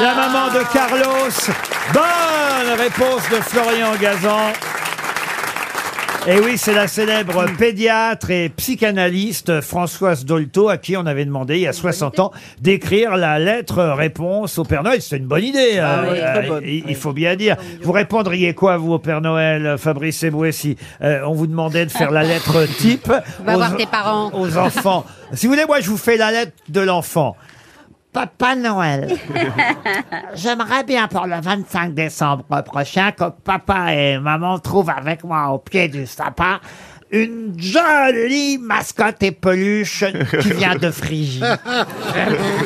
[SPEAKER 2] la maman de Carlos. Bonne réponse de Florian Gazan. Et oui, c'est la célèbre
[SPEAKER 7] Hmm.
[SPEAKER 2] pédiatre et psychanalyste Françoise Dolto à qui on avait demandé il y a 60 ans d'écrire la lettre réponse au Père Noël. C'était une bonne idée, hein. Euh,
[SPEAKER 6] Ah oui, très bonne,
[SPEAKER 2] il, il faut bien dire. Vous répondriez quoi, vous, au Père Noël, Fabrice Eboué, si euh, on vous demandait de faire la lettre type
[SPEAKER 4] Va
[SPEAKER 2] aux-
[SPEAKER 4] voir tes parents.
[SPEAKER 2] aux enfants. si vous voulez, moi, je vous fais la lettre de l'enfant. Papa Noël, j'aimerais bien pour le 25 décembre prochain que papa et maman trouvent avec moi au pied du sapin une jolie mascotte et peluche qui vient de Phrygie.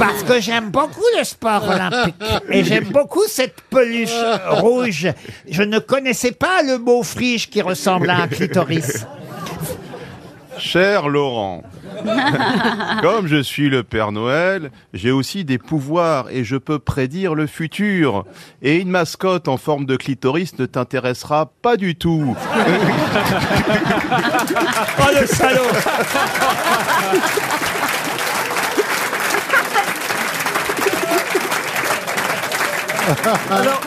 [SPEAKER 2] Parce que j'aime beaucoup le sport olympique et j'aime beaucoup cette peluche rouge. Je ne connaissais pas le mot frige qui ressemble à un clitoris.
[SPEAKER 5] Cher Laurent, comme je suis le Père Noël, j'ai aussi des pouvoirs et je peux prédire le futur. Et une mascotte en forme de clitoris ne t'intéressera pas du tout.
[SPEAKER 2] Oh le salaud
[SPEAKER 6] Alors,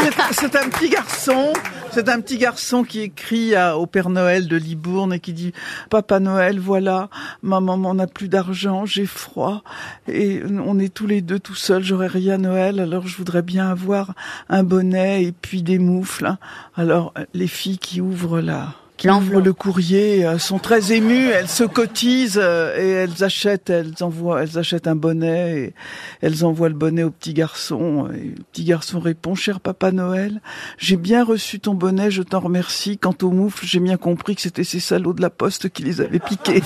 [SPEAKER 6] c'est- c'est un petit garçon. C'est un petit garçon qui écrit à- au Père Noël de Libourne et qui dit Papa Noël, voilà, ma maman n'a plus d'argent, j'ai froid et on est tous les deux tout seuls, j'aurais rien à Noël, alors je voudrais bien avoir un bonnet et puis des moufles. Alors les filles qui ouvrent la qui L'enveloppe. Le courrier, elles sont très émues, elles se cotisent euh, et elles achètent, elles envoient, elles achètent un bonnet, et elles envoient le bonnet au petit garçon. Et le petit garçon répond, cher Papa Noël, j'ai bien reçu ton bonnet, je t'en remercie. Quant aux moufles, j'ai bien compris que c'était ces salauds de la poste qui les avaient piqués.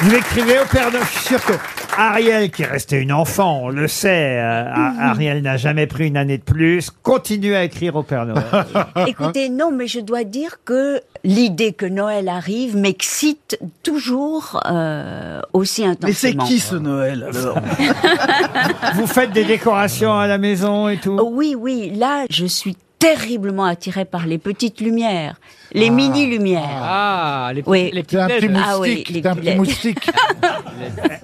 [SPEAKER 2] Vous écrivez au Père Noël, je suis sûr que Ariel, qui est resté une enfant, on le sait, euh, a- Ariel n'a jamais pris une année de plus, continue à écrire au Père Noël.
[SPEAKER 6] Ah,
[SPEAKER 8] Écoutez, non, mais je dois dire que l'idée que Noël arrive m'excite toujours euh, aussi
[SPEAKER 6] Mais c'est
[SPEAKER 8] intensément.
[SPEAKER 6] qui ce Noël alors
[SPEAKER 2] Vous faites des décorations à la maison et tout
[SPEAKER 8] Oui, oui. Là, je suis terriblement attirée par les petites lumières, les mini-lumières.
[SPEAKER 7] Ah, les, petits-
[SPEAKER 8] Oui.
[SPEAKER 7] les petites
[SPEAKER 8] T'es un petit
[SPEAKER 7] LED.
[SPEAKER 8] Ah oui, moustique, les t'es un petit petites moustique.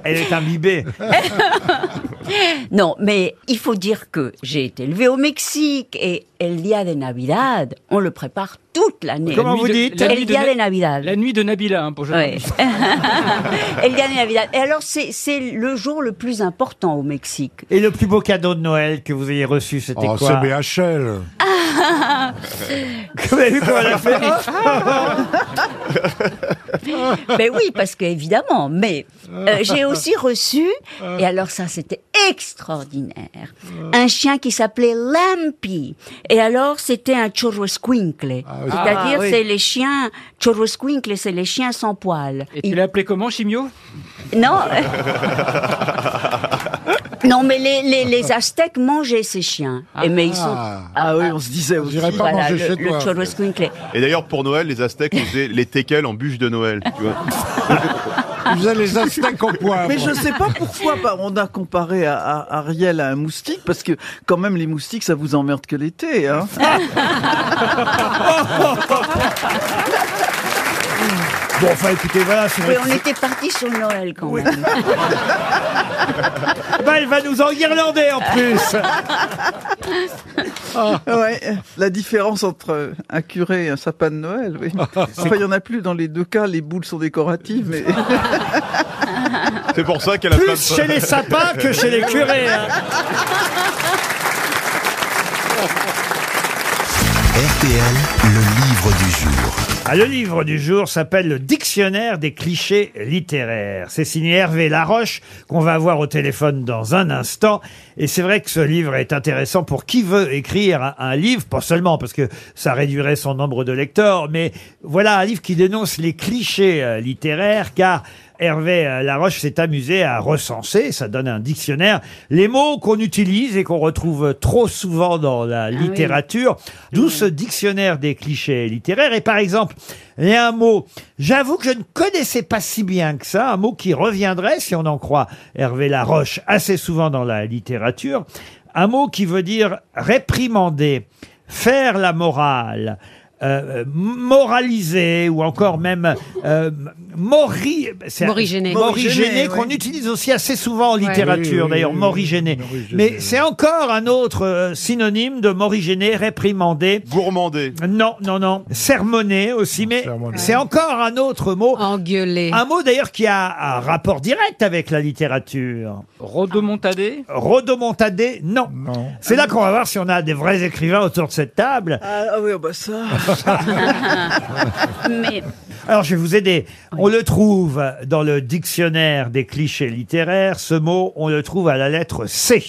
[SPEAKER 2] Elle est imbibée.
[SPEAKER 8] Non, mais il faut dire que j'ai été élevée au Mexique et El Día de Navidad, on le prépare toute l'année.
[SPEAKER 7] La nuit de- la nuit
[SPEAKER 8] El
[SPEAKER 7] de
[SPEAKER 8] Día de
[SPEAKER 7] Na-
[SPEAKER 8] Navidad.
[SPEAKER 7] La nuit de Nabila, hein, pour je
[SPEAKER 8] Ouais. El Día de Navidad. Et alors, c'est c'est le jour le plus important au Mexique.
[SPEAKER 2] Et le plus beau cadeau de Noël que vous ayez reçu, c'était
[SPEAKER 3] Oh,
[SPEAKER 2] quoi
[SPEAKER 3] c'est BHL.
[SPEAKER 2] Vous avez vu comment elle a fait
[SPEAKER 8] Mais oui, parce que évidemment. Mais euh, j'ai aussi reçu, et alors ça c'était extraordinaire, un chien qui s'appelait Lampy. Et alors c'était un churrosquincle. C'est-à-dire
[SPEAKER 7] Ah, oui.
[SPEAKER 8] c'est les chiens churrosquincle, c'est les chiens sans poils.
[SPEAKER 7] Et tu l'as appelé comment, Chimio
[SPEAKER 8] Non, non, mais les, les, les Aztèques mangeaient ces chiens. Et mais ils sont
[SPEAKER 6] Ah oui, on se disait.
[SPEAKER 8] J'irai
[SPEAKER 5] pas manger
[SPEAKER 8] le,
[SPEAKER 5] chez
[SPEAKER 8] le
[SPEAKER 5] toi.
[SPEAKER 8] churrosquincle.
[SPEAKER 5] Et d'ailleurs, pour Noël, les Aztèques ils faisaient les teckels en bûche de Noël. Tu vois.
[SPEAKER 3] Vous avez les Aztèques au poivre.
[SPEAKER 6] Mais je sais pas pourquoi bah, on a comparé à, à- Ariel à un moustique, parce que quand même les moustiques, ça vous emmerde que l'été. Hein
[SPEAKER 2] Bon, enfin, écoutez, voilà, c'est
[SPEAKER 8] Oui,
[SPEAKER 2] vrai que
[SPEAKER 8] on était partis sur Noël quand même.
[SPEAKER 2] Bah, elle va nous enguirlander en plus.
[SPEAKER 16] Ah.
[SPEAKER 6] ouais, la différence entre un curé et un sapin de Noël, oui. Enfin, il y en a plus dans les deux cas, les boules sont décoratives, mais...
[SPEAKER 5] C'est pour ça qu'elle a plein de-
[SPEAKER 2] Plus chez les sapins que chez les curés. hein.
[SPEAKER 1] RTL, le livre du jour.
[SPEAKER 2] Ah, le livre du jour s'appelle Le Dictionnaire des clichés littéraires. C'est signé Hervé Laroche, qu'on va avoir au téléphone dans un instant. Et c'est vrai que ce livre est intéressant pour qui veut écrire un, un livre, pas seulement parce que ça réduirait son nombre de lecteurs, mais voilà un livre qui dénonce les clichés euh, littéraires, car Hervé euh, Laroche s'est amusé à recenser, ça donne un dictionnaire, les mots qu'on utilise et qu'on retrouve trop souvent dans la
[SPEAKER 19] oui.
[SPEAKER 2] littérature littérature, d'où ce dictionnaire des clichés littéraires. Et par exemple, il y a un mot, j'avoue que je ne connaissais pas si bien que ça, un mot qui reviendrait, si on en croit Hervé Laroche, assez souvent dans la littérature, un mot qui veut dire réprimander, faire la morale. euh, moraliser ou encore même euh, mori, c'est-
[SPEAKER 4] Morigéner.
[SPEAKER 2] morigéner
[SPEAKER 4] Morigéner,
[SPEAKER 2] qu'on
[SPEAKER 4] oui.
[SPEAKER 2] utilise aussi assez souvent en
[SPEAKER 4] Ouais.
[SPEAKER 2] littérature
[SPEAKER 4] Oui, oui,
[SPEAKER 2] d'ailleurs
[SPEAKER 4] oui, oui.
[SPEAKER 19] Eh
[SPEAKER 2] morigéner mais c'est encore un autre euh, synonyme de morigéner, réprimander.
[SPEAKER 5] Gourmander.
[SPEAKER 2] Non, non, non. Sermonner aussi, mais c'est encore un autre mot.
[SPEAKER 4] Engueuler.
[SPEAKER 2] Un mot d'ailleurs qui a un rapport direct avec la littérature. Ah.
[SPEAKER 7] Rodomontadé
[SPEAKER 2] Rodomontadé, non. C'est là qu'on va voir si on a des vrais écrivains autour de cette table.
[SPEAKER 6] Ah, ah oui, ah bah ça...
[SPEAKER 8] Mais
[SPEAKER 2] Alors, je vais vous aider. On le trouve dans le dictionnaire des clichés littéraires. Ce mot, on le trouve à la lettre C.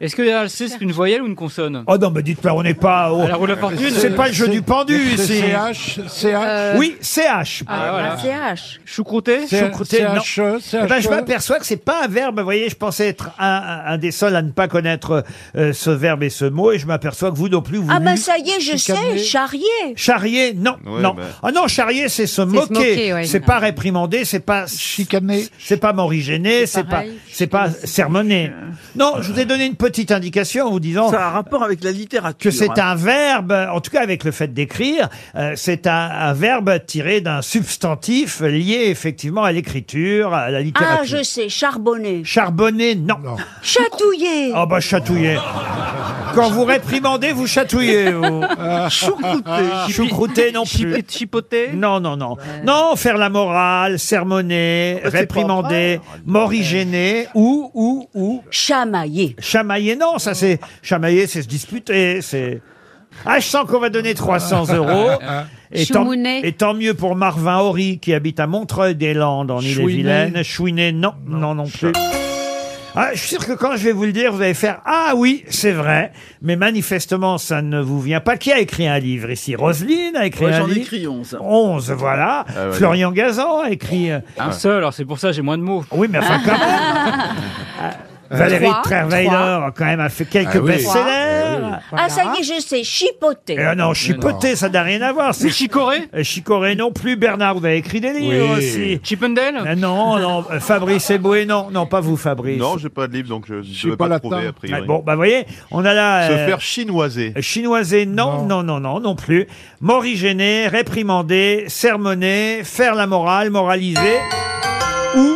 [SPEAKER 7] Est-ce que derrière le C, c'est une voyelle ou une consonne
[SPEAKER 2] Oh non, mais dites pas, on n'est pas au...
[SPEAKER 7] À la roue de la fortune.
[SPEAKER 2] Oh. C'est pas le jeu du pendu ici.
[SPEAKER 3] CH, CH.
[SPEAKER 2] Oui, CH.
[SPEAKER 7] Euh, Ah, voilà.
[SPEAKER 8] CH.
[SPEAKER 7] Choucrouté
[SPEAKER 3] C'est-
[SPEAKER 2] Choucrouté,
[SPEAKER 3] CHE,
[SPEAKER 2] non.
[SPEAKER 3] CHE.
[SPEAKER 2] Eh ben, je m'aperçois que c'est pas un verbe. Vous voyez, je pensais être un, un- un des seuls à ne pas connaître euh, ce verbe et ce mot, et je m'aperçois que vous non plus. Vous
[SPEAKER 8] Ah ben
[SPEAKER 2] lui-
[SPEAKER 8] ça y est, je sais, charrier.
[SPEAKER 2] Charrier, non,
[SPEAKER 8] Ouais,
[SPEAKER 2] non.
[SPEAKER 8] bah.
[SPEAKER 2] Ah non, charrier, c'est se moquer.
[SPEAKER 8] moquer, ouais.
[SPEAKER 2] c'est pas réprimander, c'est pas chicaner, c'est pas morigéner, c'est pas,
[SPEAKER 6] pareil,
[SPEAKER 2] c'est pas sermonner. Non, je vous ai donné une petite indication en vous disant.
[SPEAKER 6] Ça a un rapport avec la littérature.
[SPEAKER 2] que c'est
[SPEAKER 6] hein.
[SPEAKER 2] un verbe, en tout cas avec le fait d'écrire, euh, c'est un, un verbe tiré d'un substantif lié effectivement à l'écriture, à la littérature.
[SPEAKER 8] Ah, je sais, charbonner.
[SPEAKER 2] Charbonner, non.
[SPEAKER 8] Chatouiller.
[SPEAKER 2] Ah bah chatouiller. Quand vous réprimandez, vous chatouillez. vous.
[SPEAKER 7] Choucrouter.
[SPEAKER 2] Choucrouter non plus.
[SPEAKER 7] Chipoter
[SPEAKER 2] Non, non, non. Non, faire la morale, sermonner,
[SPEAKER 7] Bah, c'est
[SPEAKER 2] réprimander, morigéner, ou, ou, ou...
[SPEAKER 8] Chamailler.
[SPEAKER 2] Chamailler, non, ça c'est... Chamailler, c'est se disputer, c'est... Ah, je sens qu'on va donner 300 euros. Et tant,
[SPEAKER 4] Choumounet.
[SPEAKER 2] et tant mieux pour Marvin Horry qui habite à Montreuil-des-Landes en Ille-et-Vilaine.
[SPEAKER 19] Chouinet.
[SPEAKER 2] Chouinet, non, non, non plus. Ah, je suis sûr que quand je vais vous le dire, vous allez faire Ah oui, c'est vrai. Mais manifestement, ça ne vous vient pas. Qui a écrit un livre ici Roselyne a écrit
[SPEAKER 6] Ouais,
[SPEAKER 2] un
[SPEAKER 6] j'en ai
[SPEAKER 2] livre.
[SPEAKER 6] écrit 11.
[SPEAKER 2] 11, voilà.
[SPEAKER 7] Ah ouais.
[SPEAKER 2] Florian Gazan a écrit. euh,
[SPEAKER 7] Un seul, alors c'est pour ça que j'ai moins de mots.
[SPEAKER 2] Oui, mais enfin, quand même.
[SPEAKER 7] Euh,
[SPEAKER 2] Valérie
[SPEAKER 8] Trois,
[SPEAKER 2] Trierweiler, quand même, a fait quelques
[SPEAKER 8] Ah oui.
[SPEAKER 2] best-sellers.
[SPEAKER 8] Ah, ça y est, je sais, chipoter.
[SPEAKER 2] Eh non, chipoté, ça n'a rien à voir. C'est
[SPEAKER 7] Chicoré
[SPEAKER 2] Chicoré non plus. Bernard, vous avez écrit des livres
[SPEAKER 5] Oui.
[SPEAKER 2] aussi.
[SPEAKER 7] Chippendale
[SPEAKER 2] Non, non. euh, Fabrice Eboué, non. Non, pas vous, Fabrice.
[SPEAKER 5] Non, j'ai pas de livre, donc je ne
[SPEAKER 2] suis
[SPEAKER 5] vais pas, trouver, a
[SPEAKER 2] Ah,
[SPEAKER 5] priori.
[SPEAKER 2] Bon, bah, vous voyez, on a là.
[SPEAKER 5] Se
[SPEAKER 2] euh,
[SPEAKER 5] faire chinoiser.
[SPEAKER 2] Chinoisé, non, non, non, non, non plus. Morigéné, réprimandé, sermonné, faire la morale, moraliser. Ou,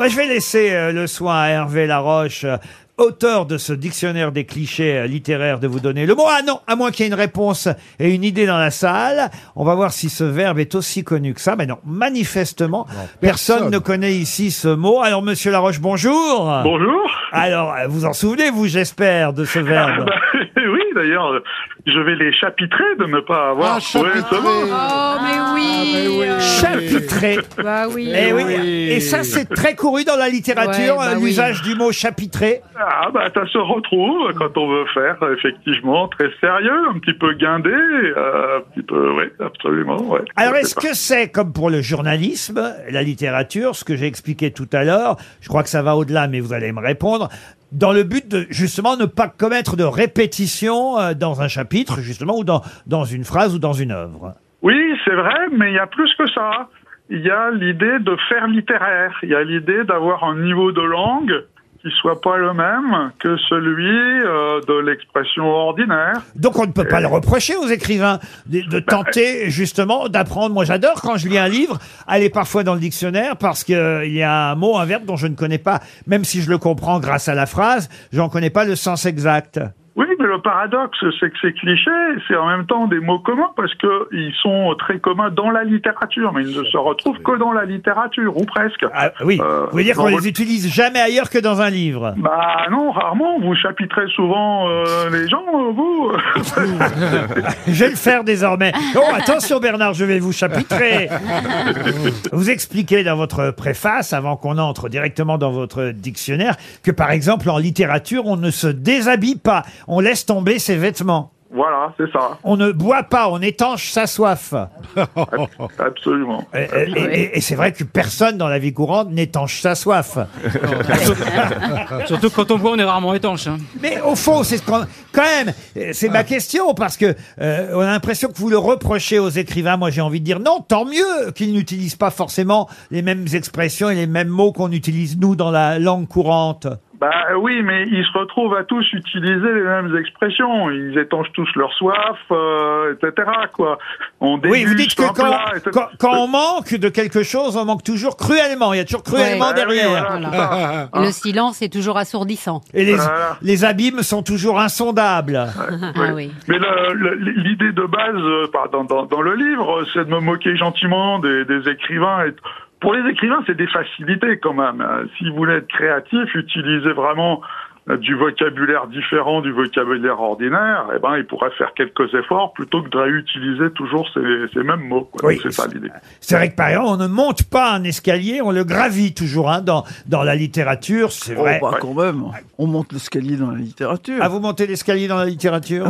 [SPEAKER 2] bah, je vais laisser euh, le soin à Hervé Laroche, euh, auteur de ce dictionnaire des clichés euh, littéraires, de vous donner le mot. Ah non, à moins qu'il y ait une réponse et une idée dans la salle. On va voir si ce verbe est aussi connu que ça. Mais non, manifestement, personne, ne connaît ici ce mot. Alors, monsieur Laroche, bonjour.
[SPEAKER 20] Bonjour.
[SPEAKER 2] Alors, euh, vous en souvenez, vous, j'espère, de ce
[SPEAKER 20] Ah,
[SPEAKER 2] verbe.
[SPEAKER 20] bah. oui, d'ailleurs, euh, je vais les chapitrer de ne pas avoir. trouvé ce mot.
[SPEAKER 4] Oh, mais oui. Euh,
[SPEAKER 2] Chapitré.
[SPEAKER 4] Bah oui.
[SPEAKER 2] Eh oui. Et ça, c'est très couru dans la littérature,
[SPEAKER 20] Ouais, bah
[SPEAKER 2] euh,
[SPEAKER 20] oui.
[SPEAKER 2] l'usage du mot chapitré.
[SPEAKER 20] Ah bah ça se retrouve quand on veut faire euh, effectivement très sérieux, un petit peu guindé, euh, un petit peu, oui, absolument, ouais.
[SPEAKER 2] Alors, est-ce que c'est, comme pour le journalisme, la littérature, ce que j'ai expliqué tout à l'heure, je crois que ça va au-delà, mais vous allez me répondre, dans le but de, justement, ne pas commettre de répétition euh, dans un chapitre, justement, ou dans, dans une phrase ou dans une œuvre
[SPEAKER 20] Oui, c'est vrai, mais il y a plus que ça. Il y a l'idée de faire littéraire. Il y a l'idée d'avoir un niveau de langue qui soit pas le même que celui euh, de l'expression ordinaire.
[SPEAKER 2] Donc on ne peut pas le reprocher aux écrivains de, de tenter justement d'apprendre. Moi j'adore quand je lis un livre, aller parfois dans le dictionnaire parce qu'il y a un mot, un verbe dont je ne connais pas, même si je le comprends grâce à la phrase, j'en connais pas le sens exact.
[SPEAKER 20] Oui, mais le paradoxe, c'est que ces clichés, c'est en même temps des mots communs parce que ils sont très communs dans la littérature, mais ils ne se retrouvent que dans la littérature, ou presque. Euh,
[SPEAKER 2] Ah oui, Vous voulez dire qu'on les utilise jamais ailleurs que dans un livre
[SPEAKER 20] Bah non, rarement, vous chapitrez souvent euh, les gens, euh, vous.
[SPEAKER 2] Je vais le faire désormais. Oh, attention Bernard, je vais vous chapitrer. Vous expliquez dans votre préface, avant qu'on entre directement dans votre dictionnaire, que par exemple en littérature, on ne se déshabille pas, on laisse tomber ses vêtements.
[SPEAKER 20] voilà, c'est ça.
[SPEAKER 2] On ne boit pas, on étanche sa soif.
[SPEAKER 20] Absolument.
[SPEAKER 2] Et, et- et- et c'est vrai que personne dans la vie courante n'étanche sa soif.
[SPEAKER 7] Surtout que quand on voit, on est rarement étanche. hein.
[SPEAKER 2] Mais au fond, c'est quand, quand même, euh, c'est ma question parce que euh, on a l'impression que vous le reprochez aux écrivains. Moi, j'ai envie de dire non, tant mieux qu'ils n'utilisent pas forcément les mêmes expressions et les mêmes mots qu'on utilise nous dans la langue courante.
[SPEAKER 20] Bah oui, mais ils se retrouvent à tous utiliser les mêmes expressions. Ils étanchent tous leur soif, euh, etc. Quoi. On
[SPEAKER 2] Oui, vous
[SPEAKER 20] déguste
[SPEAKER 2] dites que
[SPEAKER 20] un
[SPEAKER 2] quand,
[SPEAKER 20] plat, etc.
[SPEAKER 2] quand, quand on manque de quelque chose, on manque toujours cruellement. Il y a toujours cruellement
[SPEAKER 4] Ouais. Ah
[SPEAKER 2] derrière.
[SPEAKER 4] Voilà. Le silence est toujours assourdissant.
[SPEAKER 2] Et les, les abîmes sont toujours insondables.
[SPEAKER 4] Ah oui.
[SPEAKER 20] Mais le- le- l'idée de base euh, par- dans, dans- dans le livre, euh, c'est de me moquer gentiment des, des écrivains. Et pour les écrivains, c'est des facilités quand même. Euh, Si vous voulez être créatif, utilisez vraiment euh, du vocabulaire différent du vocabulaire ordinaire, eh ben, ils pourraient faire quelques efforts plutôt que de réutiliser toujours ces, ces mêmes mots. quoi.
[SPEAKER 2] Oui.
[SPEAKER 20] Donc, c'est ça l'idée.
[SPEAKER 2] C'est vrai que par exemple, on ne monte pas un escalier, on le gravit toujours hein, dans, dans la littérature, c'est
[SPEAKER 6] Oh,
[SPEAKER 2] vrai.
[SPEAKER 6] bah, quand même, on monte l'escalier dans la littérature.
[SPEAKER 2] Ah, vous montez l'escalier dans la littérature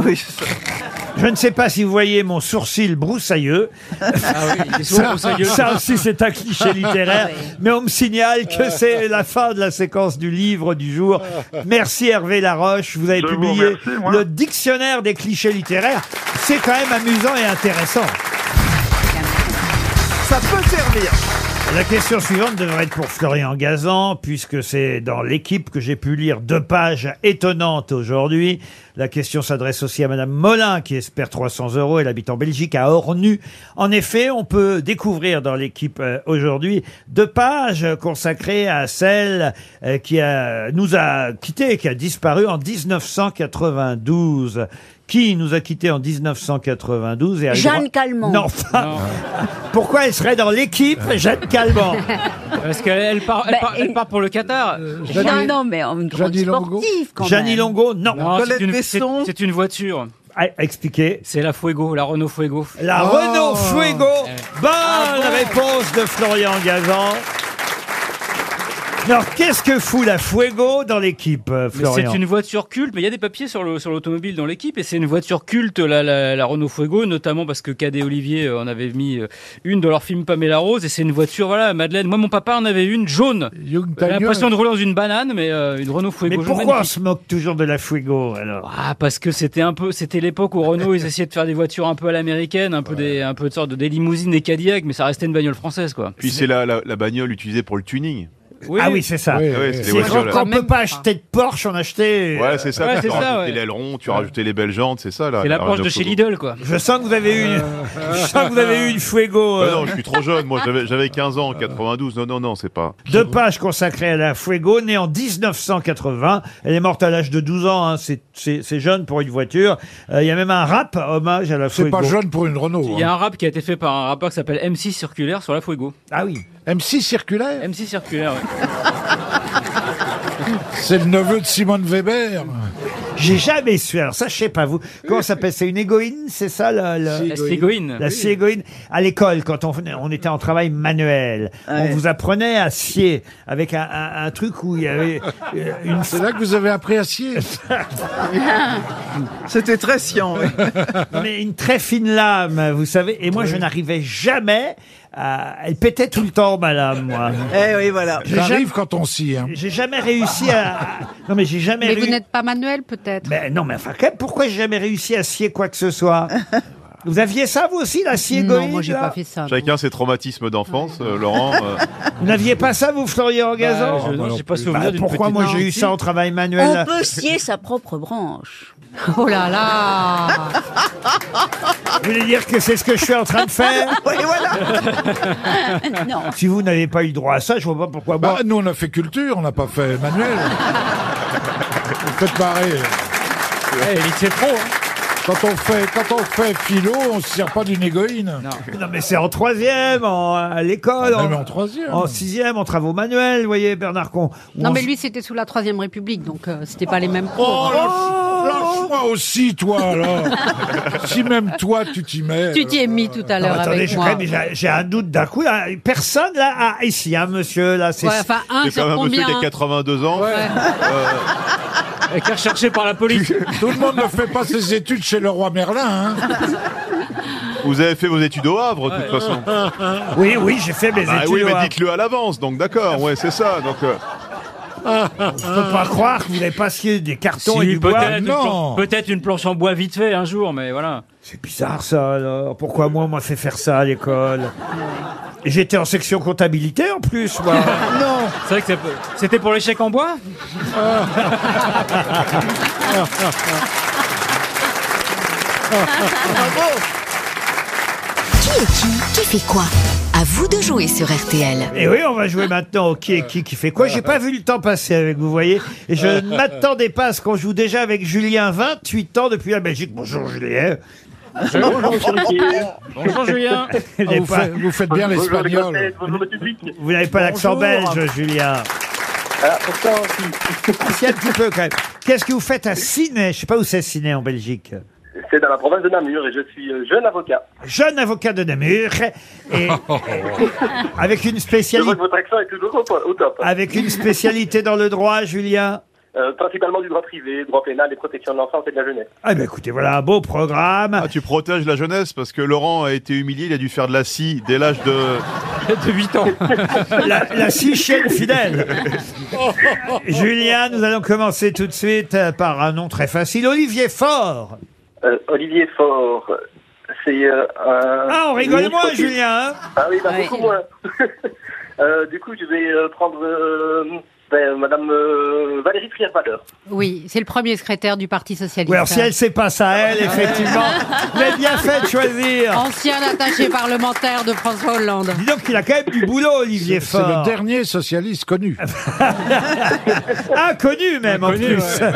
[SPEAKER 2] Je ne sais pas si vous voyez mon sourcil broussailleux.
[SPEAKER 7] Ah oui, il est souvent broussailleux.
[SPEAKER 2] ça aussi, c'est un cliché littéraire. Mais on me signale que c'est la fin de la séquence du livre du jour. Merci Hervé Laroche. Vous avez
[SPEAKER 20] Je vous
[SPEAKER 2] publié
[SPEAKER 20] remercie, moi.
[SPEAKER 2] le dictionnaire des clichés littéraires. C'est quand même amusant et intéressant.
[SPEAKER 6] Ça peut servir.
[SPEAKER 2] La question suivante devrait être pour Florian Gazan, puisque c'est dans l'équipe que j'ai pu lire deux pages étonnantes aujourd'hui. La question s'adresse aussi à Madame Molin, qui espère 300 euros. Elle habite en Belgique, à Ornu. En effet, on peut découvrir dans l'équipe euh, aujourd'hui deux pages consacrées à celle euh, qui a, nous a quittés, qui a disparu en 1992. Qui nous a quittés en 1992 et a eu
[SPEAKER 8] Jeanne
[SPEAKER 2] droit-
[SPEAKER 8] Calment.
[SPEAKER 2] Non, enfin, pourquoi elle serait dans l'équipe, Jeanne Calment
[SPEAKER 7] Parce qu'elle elle part, elle
[SPEAKER 8] Bah,
[SPEAKER 7] part- elle part pour le Qatar.
[SPEAKER 8] non, non, mais une grande sportive quand
[SPEAKER 2] Euh, Jeannie
[SPEAKER 8] même.
[SPEAKER 2] Longo, non.
[SPEAKER 7] Non, c'est une, c'est- c'est une voiture.
[SPEAKER 2] expliquer.
[SPEAKER 7] C'est la Fuego, la Renault Fuego. Oh.
[SPEAKER 2] La Renault Fuego. Bonne réponse de Florian Gazan. Alors, qu'est-ce que fout la Fuego dans l'équipe, euh,
[SPEAKER 7] Mais
[SPEAKER 2] Florian
[SPEAKER 7] C'est une voiture culte, mais il y a des papiers sur le- sur l'automobile dans l'équipe, et c'est une voiture culte, la, la- la Renault Fuego, notamment parce que Cadet et Olivier euh, en avait mis euh, une dans leur film Pamela Rose, et c'est une voiture, voilà, Madeleine, moi mon papa en avait une jaune. J'ai l'impression de rouler dans une banane, mais euh, une Renault Fuego
[SPEAKER 2] Mais
[SPEAKER 7] jaune.
[SPEAKER 2] pourquoi on
[SPEAKER 7] magnifique.
[SPEAKER 2] se moque toujours de la Fuego, alors
[SPEAKER 7] Ah, parce que c'était un peu, c'était l'époque où Renault, ils essayaient de faire des voitures un peu à l'américaine, un peu des, un peu de sorte de des limousines, des Cadillacs, mais ça restait une bagnole française, quoi.
[SPEAKER 5] Puis c'est la, la, la bagnole utilisée pour le tuning.
[SPEAKER 2] Ah oui, c'est ça.
[SPEAKER 5] Ouais, ouais, c'est des
[SPEAKER 2] C'est
[SPEAKER 5] voitures, là.
[SPEAKER 2] quand on ne peut pas acheter de Porsche, euh, on achetait...
[SPEAKER 5] Ouais, c'est ça.
[SPEAKER 2] Ouais,
[SPEAKER 5] tu
[SPEAKER 2] c'est ça,
[SPEAKER 5] rajoutais
[SPEAKER 2] ouais.
[SPEAKER 5] l'aileron, tu rajoutais les belles jantes, c'est ça là.
[SPEAKER 7] C'est l'approche
[SPEAKER 5] Renault
[SPEAKER 7] de chez
[SPEAKER 5] Fuego.
[SPEAKER 7] Lidl, quoi. Euh.
[SPEAKER 2] Je sens que vous avez eu une, je sens que vous avez eu une Fuego.
[SPEAKER 5] Bah
[SPEAKER 2] euh,
[SPEAKER 5] non, je suis trop jeune. Moi, j'avais- j'avais 15 ans, 92. Non, non, non, c'est pas.
[SPEAKER 2] Deux pages consacrées à la Fuego, née en 1980. Elle est morte à l'âge de 12 ans, hein, c'est- c'est c'est jeune pour une voiture. Euh, Il y a même un rap hommage à la Fuego.
[SPEAKER 7] pour une Renault.
[SPEAKER 3] hein.
[SPEAKER 7] Il y a un rap qui a été fait par un rappeur qui s'appelle M6 Circulaire sur la Fuego.
[SPEAKER 2] Ah oui.
[SPEAKER 7] M6 Circulaire M6 Circulaire, ouais.
[SPEAKER 3] C'est le neveu de Simone Weber.
[SPEAKER 2] J'ai jamais su, alors ça je sais pas vous, comment ça s'appelle C'est une égoïne, c'est ça la, la...
[SPEAKER 7] La ségouine.
[SPEAKER 2] La
[SPEAKER 7] Oui.
[SPEAKER 2] ségouine. À l'école, quand on, venait- on était en travail manuel, on vous apprenait à scier avec un, un- un truc où il y avait euh, une...
[SPEAKER 3] C'est là que vous avez appris à scier.
[SPEAKER 2] C'était très sciant, Mais une très fine lame, vous savez, et moi je n'arrivais jamais à... Elle pétait tout le temps, ma lame, moi.
[SPEAKER 6] Eh oui, voilà.
[SPEAKER 2] J'ai jamais-
[SPEAKER 3] J'arrive quand on scie. hein.
[SPEAKER 2] J'ai jamais réussi à... Non mais j'ai jamais
[SPEAKER 4] Mais vous
[SPEAKER 2] réussi...
[SPEAKER 4] n'êtes pas manuel, peut-être
[SPEAKER 2] Mais non, mais enfin, quand même, pourquoi j'ai jamais réussi à scier quoi que ce soit Vous aviez ça, vous aussi, la scie
[SPEAKER 4] Non,
[SPEAKER 2] égoïde,
[SPEAKER 4] moi, j'ai
[SPEAKER 2] là
[SPEAKER 4] pas fait ça.
[SPEAKER 5] Chacun ses traumatismes d'enfance, euh, Laurent. euh. Bah,
[SPEAKER 2] Vous n'aviez pas ça, vous, Florian Gazan Bah,
[SPEAKER 5] je- non, j'ai pas souvenir d'une
[SPEAKER 2] Pourquoi
[SPEAKER 5] petite
[SPEAKER 2] moi j'ai
[SPEAKER 5] lentille.
[SPEAKER 2] eu ça en travail
[SPEAKER 8] On
[SPEAKER 2] manuel
[SPEAKER 8] peut scier sa propre branche.
[SPEAKER 4] Oh là là
[SPEAKER 2] Vous voulez dire que c'est ce que je suis en train de faire
[SPEAKER 8] Non.
[SPEAKER 2] Si vous n'avez pas eu le droit à ça, je vois pas pourquoi
[SPEAKER 3] Bah, nous, on a fait culture, on n'a pas fait manuel. Vous faites pareil.
[SPEAKER 2] Eh,
[SPEAKER 7] c'est trop.
[SPEAKER 2] hein.
[SPEAKER 3] Quand on fait, quand on fait philo, on ne se sert pas d'une égoïne.
[SPEAKER 2] Non, mais c'est en troisième, en, euh, à l'école.
[SPEAKER 3] Ah, même en troisième.
[SPEAKER 2] En sixième, en travaux manuels, vous voyez, Bernard Con.
[SPEAKER 4] Non, mais lui, c'était sous la Troisième République, donc euh, c'était pas les mêmes pros.
[SPEAKER 3] Oh, lâche- lâche-moi Oh, aussi, toi, alors. si même toi, tu t'y mets.
[SPEAKER 4] Oh Tu t'y es mis tout à
[SPEAKER 2] Non,
[SPEAKER 4] l'heure
[SPEAKER 2] attendez,
[SPEAKER 4] avec
[SPEAKER 2] je-
[SPEAKER 4] moi.
[SPEAKER 2] quand même, j'ai- j'ai un doute d'un coup. là. Personne là, ah, ici, hein, monsieur, là, c'est.
[SPEAKER 4] Ouais, enfin, un
[SPEAKER 5] C'est quand même un monsieur
[SPEAKER 4] hein.
[SPEAKER 5] qui a 82 ans.
[SPEAKER 7] Et qui est recherché par la police.
[SPEAKER 3] Tout le monde ne fait pas ses études chez le roi Merlin. hein.
[SPEAKER 5] Vous avez fait vos études au Havre, de toute façon.
[SPEAKER 2] Oui, oui, j'ai fait mes
[SPEAKER 5] Ah bah
[SPEAKER 2] études.
[SPEAKER 5] Oui,
[SPEAKER 2] au
[SPEAKER 5] mais
[SPEAKER 2] Havre.
[SPEAKER 5] dites-le à l'avance, donc d'accord. Ouais, c'est ça. Donc. euh,
[SPEAKER 2] Je peux pas croire que vous n'avez pas scié des cartons et
[SPEAKER 7] Si,
[SPEAKER 2] du bois.
[SPEAKER 7] peut-être une, planche- peut-être une planche en bois vite fait un jour, mais voilà.
[SPEAKER 2] C'est bizarre ça alors. Pourquoi moi on m'a fait faire ça à l'école Et J'étais en section comptabilité en plus moi.
[SPEAKER 3] Ah
[SPEAKER 7] Non. C'est vrai que c'est- c'était pour l'échec en bois.
[SPEAKER 9] Qui est qui Qui fait quoi À vous de jouer sur RTL.
[SPEAKER 2] Et Eh oui, on va jouer maintenant au qui est qui qui fait quoi. J'ai pas vu le temps passer avec vous, voyez. Et je ne m'attendais pas à ce qu'on joue déjà avec Julien, 28 ans depuis la Belgique. Bonjour Julien.
[SPEAKER 7] Bonjour Julien.
[SPEAKER 2] Il
[SPEAKER 3] Ah,
[SPEAKER 2] est
[SPEAKER 3] vous,
[SPEAKER 2] pas-
[SPEAKER 3] faites- vous faites bien l'espagnol.
[SPEAKER 2] Vous n'avez pas l'accent belge,
[SPEAKER 3] Bonjour.
[SPEAKER 2] Julien.
[SPEAKER 19] Ah,
[SPEAKER 2] Si, un petit peu quand même. Qu'est-ce que vous faites à Ciné Je sais pas où c'est Ciné en Belgique.
[SPEAKER 19] C'est dans la province de Namur et je suis euh, jeune avocat.
[SPEAKER 2] Jeune avocat de Namur et avec une
[SPEAKER 19] Je vois
[SPEAKER 2] spécialité.
[SPEAKER 19] que votre accent est toujours au, au top.
[SPEAKER 2] Avec une spécialité dans le droit, Julien
[SPEAKER 19] Euh, principalement du droit privé, droit pénal et protection de l'enfance et de la jeunesse.
[SPEAKER 2] Ah ben écoutez, voilà un beau programme.
[SPEAKER 5] Ah, tu protèges la jeunesse parce que Laurent a été humilié, il a dû faire de la scie dès l'âge de...
[SPEAKER 7] de 8 ans.
[SPEAKER 2] La, la chichette fidèle. Julien, nous allons commencer tout de suite euh, par un nom très facile. Olivier Faure.
[SPEAKER 19] Euh, Olivier Faure, c'est euh, un...
[SPEAKER 2] Ah, on rigole
[SPEAKER 19] ministre
[SPEAKER 2] moins,
[SPEAKER 19] qui-
[SPEAKER 2] Julien. hein
[SPEAKER 19] Ah oui, bah, beaucoup moins. Euh, du coup, je vais euh, prendre euh, ben, Madame euh, Valérie Trier-Valeur.
[SPEAKER 4] Ah, Oui, c'est le premier secrétaire du Parti Socialiste. Ah.
[SPEAKER 2] Oui, alors si elle sait pas ça, elle, effectivement. Vous avez bien fait de choisir.
[SPEAKER 4] Ancien attaché parlementaire de François Hollande.
[SPEAKER 2] Dis donc qu'il a quand même du boulot, Olivier
[SPEAKER 3] C'est le
[SPEAKER 2] Faure.
[SPEAKER 3] dernier socialiste connu.
[SPEAKER 2] Inconnu même, en
[SPEAKER 7] Inconnu,
[SPEAKER 2] plus.
[SPEAKER 7] ouais.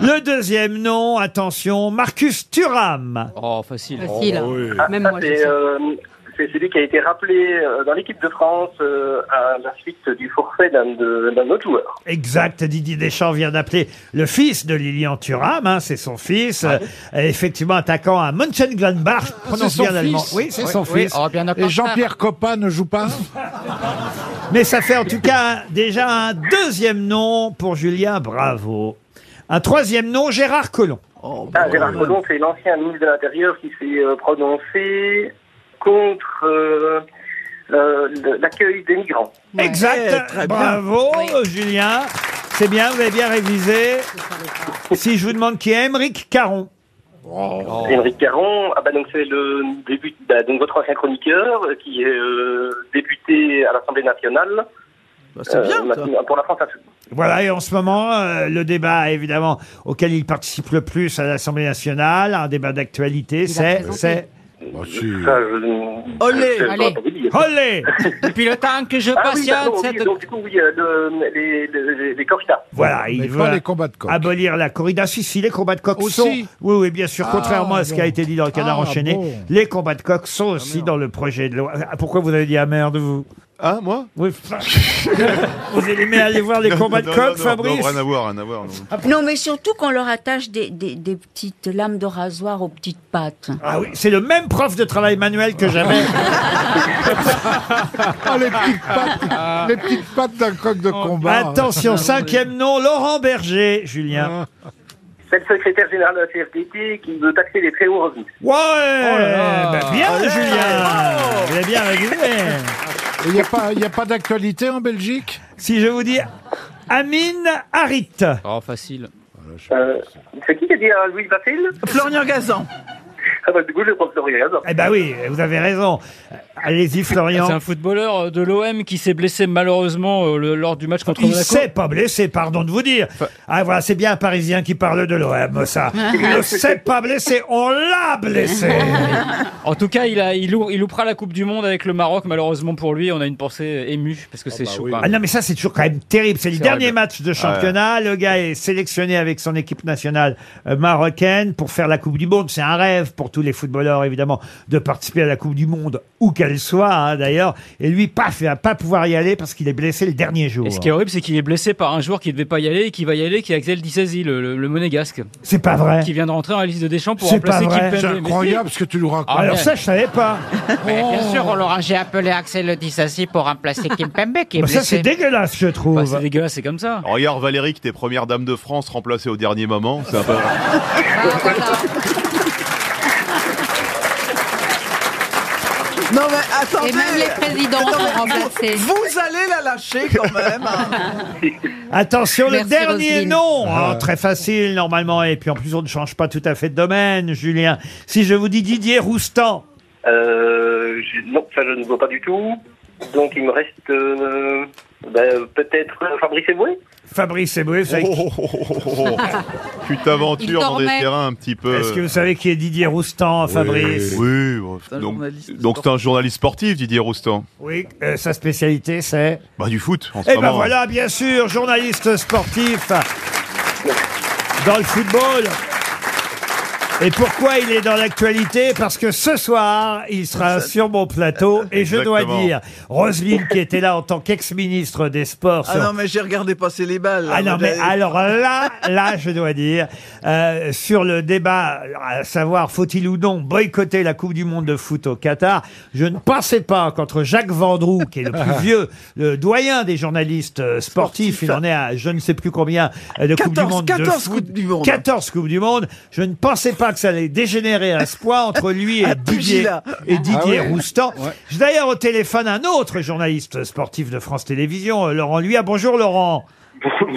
[SPEAKER 2] Le deuxième nom, attention, Marcus Thuram.
[SPEAKER 7] Oh, facile.
[SPEAKER 4] Facile.
[SPEAKER 7] Oh, oui.
[SPEAKER 4] Même moi, je
[SPEAKER 19] Ah, C'est
[SPEAKER 4] sais.
[SPEAKER 19] euh, c'est c'est celui qui a été rappelé euh, dans l'équipe de France euh, à la suite du forfait d'un de, d'un autre joueur.
[SPEAKER 2] Exact, Didier Deschamps vient d'appeler le fils de Lilian Thuram, hein, c'est son fils, euh, effectivement attaquant à Mönchengladbach, je prononce bien l'allemand.
[SPEAKER 3] Oui, Ah Oh, c'est son fils. Et Jean-Pierre Coppa ne joue pas
[SPEAKER 2] Mais ça fait en tout cas un- déjà un deuxième nom pour Julien Bravo. Un troisième nom, Gérard Collomb.
[SPEAKER 7] Oh,
[SPEAKER 19] Ah,
[SPEAKER 7] bah,
[SPEAKER 19] Gérard Collomb, c'est l'ancien ministre de l'Intérieur qui s'est euh, prononcé contre euh, euh, le- l'accueil des migrants.
[SPEAKER 2] Exact. Bravo, Julien. C'est bien, vous avez bien révisé. Si je vous demande qui est Émeric Caron.
[SPEAKER 19] Émeric Caron, ah bah donc c'est le début, bah donc votre ancien chroniqueur euh, qui est euh, député à l'Assemblée nationale.
[SPEAKER 2] c'est bien,
[SPEAKER 19] maintenant, pour la France insoumise.
[SPEAKER 2] Voilà, et en ce moment, euh, le débat, évidemment, auquel il participe le plus à l'Assemblée nationale, un débat d'actualité, c'est... c'est...
[SPEAKER 19] Ça, je-
[SPEAKER 2] Olé,
[SPEAKER 19] je- je-
[SPEAKER 2] olé.
[SPEAKER 19] je- je- je-
[SPEAKER 2] Olé
[SPEAKER 19] Depuis
[SPEAKER 7] le temps que je
[SPEAKER 19] ah, oui,
[SPEAKER 2] patiente,
[SPEAKER 19] pardon, oui,
[SPEAKER 2] cette-
[SPEAKER 19] donc, du coup, oui, euh, le- les, les, les, les corridas.
[SPEAKER 2] Voilà, il veut
[SPEAKER 19] pas les
[SPEAKER 2] abolir la corrida. Si, si, les combats de coq
[SPEAKER 19] Aussi
[SPEAKER 2] sont... Oui, oui, bien sûr,
[SPEAKER 19] Ah,
[SPEAKER 2] contrairement à ce qui a
[SPEAKER 19] bon.
[SPEAKER 2] été dit dans le Canard
[SPEAKER 19] Ah,
[SPEAKER 2] enchaîné,
[SPEAKER 19] bon.
[SPEAKER 2] les combats de coq sont aussi dans le projet de loi. Ah, Pourquoi vous avez dit ah merde, vous
[SPEAKER 5] Ah, moi
[SPEAKER 2] Oui. vous aimez aller voir les
[SPEAKER 5] Non,
[SPEAKER 2] combats de
[SPEAKER 5] non,
[SPEAKER 2] coq,
[SPEAKER 5] non, non,
[SPEAKER 2] Fabrice
[SPEAKER 5] non, rien à voir, rien à voir. non.
[SPEAKER 2] Ah
[SPEAKER 8] Non, mais surtout qu'on leur attache des, des, des petites lames de rasoir aux petites pattes.
[SPEAKER 2] Ah oui, c'est le même prof de travail manuel que j'avais.
[SPEAKER 3] les petites pattes, les petites pattes d'un coq de combat.
[SPEAKER 2] Attention, cinquième nom, Laurent Berger, Julien.
[SPEAKER 19] C'est le secrétaire général de la CFDT qui veut taxer les très hauts revenus.
[SPEAKER 2] Ouais
[SPEAKER 3] Oh là.
[SPEAKER 2] bah Bien,
[SPEAKER 3] Allez.
[SPEAKER 2] Julien Vous avez bien régulé
[SPEAKER 3] Il n'y a pas, il y a pas d'actualité en Belgique
[SPEAKER 2] Si je vous dis Amine Harit.
[SPEAKER 7] Oh, facile.
[SPEAKER 19] Euh, c'est qui qui a dit à Louis Basile Florian Gazan. Ah bah du coup, je prends Florian Gazan.
[SPEAKER 2] Eh ben oui, vous avez raison. Allez-y, Florian.
[SPEAKER 7] C'est un footballeur euh, de l'OM qui s'est blessé malheureusement euh, le- lors du match contre
[SPEAKER 2] Il
[SPEAKER 7] Monaco.
[SPEAKER 2] s'est pas blessé, pardon de vous dire. Ah voilà, c'est bien un Parisien qui parle de l'OM, ça.
[SPEAKER 3] Ah.
[SPEAKER 2] Il
[SPEAKER 19] Ah.
[SPEAKER 2] ne s'est pas blessé, on l'a blessé.
[SPEAKER 7] En tout cas, il, a, il, lou- il loupera la Coupe du Monde avec le Maroc. Malheureusement pour lui, on a une pensée émue parce que c'est chaud. quand
[SPEAKER 2] Ah
[SPEAKER 7] même.
[SPEAKER 2] non, mais ça, c'est toujours quand même terrible. C'est le
[SPEAKER 7] Bah C'est
[SPEAKER 2] dernier
[SPEAKER 7] horrible.
[SPEAKER 2] match de championnat. Le gars est sélectionné avec son équipe nationale euh, marocaine pour faire la Coupe du Monde. C'est un rêve pour tous les footballeurs, évidemment, de participer à la Coupe du Monde, où qu'elle soit, hein, d'ailleurs. Et lui, paf, il va pas pouvoir y aller parce qu'il est blessé le dernier jour.
[SPEAKER 7] Et ce qui est horrible, c'est qu'il est blessé par un joueur qui ne devait pas y aller et qui va y aller, qui est Axel Dissasi, le, le, le monégasque.
[SPEAKER 2] C'est pas vrai.
[SPEAKER 7] Qui vient de rentrer dans la liste de Deschamps pour
[SPEAKER 2] C'est pas
[SPEAKER 7] remplacer
[SPEAKER 2] vrai.
[SPEAKER 7] Kimpembe.
[SPEAKER 2] C'est
[SPEAKER 7] Mais si.
[SPEAKER 3] Incroyable ce que tu nous racontes.
[SPEAKER 7] Ah,
[SPEAKER 2] Alors
[SPEAKER 7] ouais.
[SPEAKER 2] ça, je savais pas.
[SPEAKER 13] Mais bien sûr, on l'aura. J'ai appelé Axel Dissasi pour remplacer Kimpembe qui est
[SPEAKER 2] Bah, ça,
[SPEAKER 13] blessé.
[SPEAKER 2] c'est dégueulasse, je trouve.
[SPEAKER 7] Bah, c'est dégueulasse, c'est comme ça.
[SPEAKER 5] Regarde Valérie, que t'es première dame de France remplacée au dernier moment. C'est un peu...
[SPEAKER 6] Non mais attendez.
[SPEAKER 4] Et même les présidents
[SPEAKER 6] Attendez,
[SPEAKER 4] sont
[SPEAKER 6] vous-
[SPEAKER 4] remplacés.
[SPEAKER 6] Vous allez la lâcher quand même. hein.
[SPEAKER 2] Attention, le
[SPEAKER 6] Merci,
[SPEAKER 2] dernier
[SPEAKER 6] Roselyne.
[SPEAKER 2] nom
[SPEAKER 6] Ah.
[SPEAKER 2] hein, Très facile, normalement. Et puis, en plus, on ne change pas tout à fait de domaine, Julien. Si je vous dis Didier Roustan,
[SPEAKER 19] Euh, je- non, ça je ne vois pas du tout. Donc il me reste euh, ben, peut-être euh, Fabrice Eboué
[SPEAKER 2] Fabrice Eboué, vous savez qui-
[SPEAKER 5] Tu t'aventures
[SPEAKER 2] Il
[SPEAKER 5] dans des
[SPEAKER 2] dormait.
[SPEAKER 5] terrains un petit peu...
[SPEAKER 2] Est-ce que vous savez qui est Didier Roustan, Fabrice
[SPEAKER 5] euh, Oui, bon, donc donc c'est un journaliste sportif, Didier Roustan.
[SPEAKER 2] Oui, euh, sa spécialité, c'est
[SPEAKER 5] Bah, du foot, en ce
[SPEAKER 2] Eh ben
[SPEAKER 6] hein.
[SPEAKER 5] moment.
[SPEAKER 2] voilà, bien sûr, journaliste sportif dans le football. Et pourquoi il est dans l'actualité Parce que ce soir, il sera sur mon plateau. Et je dois
[SPEAKER 6] Exactement.
[SPEAKER 2] dire, Roselyne, qui était là en tant qu'ex-ministre des Sports,
[SPEAKER 6] Ah
[SPEAKER 2] sur-
[SPEAKER 6] non mais j'ai regardé passer les balles.
[SPEAKER 2] Ah non, mais alors là, là, je dois dire, euh, sur le débat, à savoir faut-il ou non boycotter la Coupe du Monde de foot au Qatar, je ne pensais pas qu'entre Jacques Vendroux, qui est le plus vieux, le doyen des journalistes euh, sportifs, il en est à je ne sais plus combien euh, de Coupe du
[SPEAKER 6] 14,
[SPEAKER 2] Monde.
[SPEAKER 6] 14
[SPEAKER 2] de foot,
[SPEAKER 6] Coupes du Monde.
[SPEAKER 2] 14 Coupes du Monde. Je ne pensais pas que ça allait dégénérer à ce point entre lui
[SPEAKER 6] Ah,
[SPEAKER 2] et Didier,
[SPEAKER 6] pugilat.
[SPEAKER 2] et Didier
[SPEAKER 6] Ah ouais.
[SPEAKER 2] Roustan. J'ai d'ailleurs au téléphone un autre journaliste sportif de France Télévisions, euh, Laurent Luya. Bonjour Laurent.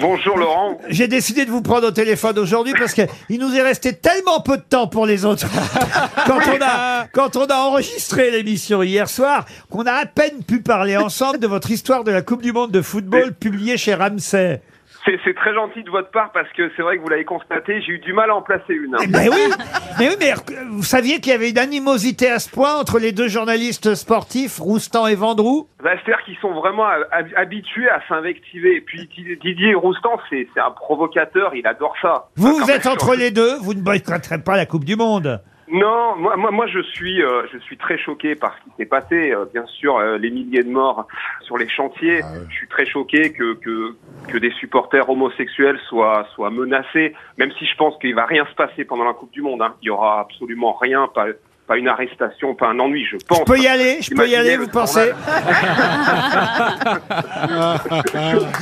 [SPEAKER 21] Bonjour Laurent.
[SPEAKER 2] J'ai décidé de vous prendre au téléphone aujourd'hui parce que il nous est resté tellement peu de temps pour les autres. quand on a, quand on a enregistré l'émission hier soir, qu'on a à peine pu parler ensemble de votre histoire de la Coupe du Monde de football publiée chez Ramsay.
[SPEAKER 21] C'est c'est très gentil de votre part parce que c'est vrai que vous l'avez constaté, j'ai eu du mal à en placer une. hein.
[SPEAKER 2] Eh ben oui, mais oui, mais rec- vous saviez qu'il y avait une animosité à ce point entre les deux journalistes sportifs, Roustan et Vendroux?
[SPEAKER 21] Bah, C'est-à-dire qu'ils sont vraiment hab- hab- habitués à s'invectiver. Et puis Di- Didier Roustan, c'est c'est un provocateur, il adore ça.
[SPEAKER 2] Vous,
[SPEAKER 21] Quand
[SPEAKER 2] vous êtes
[SPEAKER 21] même,
[SPEAKER 2] entre les deux, vous ne boycotterez pas la Coupe du Monde.
[SPEAKER 21] je- Non, moi, moi, moi, je suis, euh, je suis très choqué par ce qui s'est passé. euh, bien sûr, euh, les milliers de morts sur les chantiers.
[SPEAKER 2] Ah
[SPEAKER 21] Je suis très choqué que, que que des supporters homosexuels soient soient menacés. Même si je pense qu'il va rien se passer pendant la Coupe du Monde. Hein. Il y aura absolument rien, pas pas une arrestation, pas un ennui, je pense.
[SPEAKER 2] Je peux y aller, je peux y
[SPEAKER 21] Imaginez
[SPEAKER 2] aller,
[SPEAKER 21] le
[SPEAKER 2] vous pensez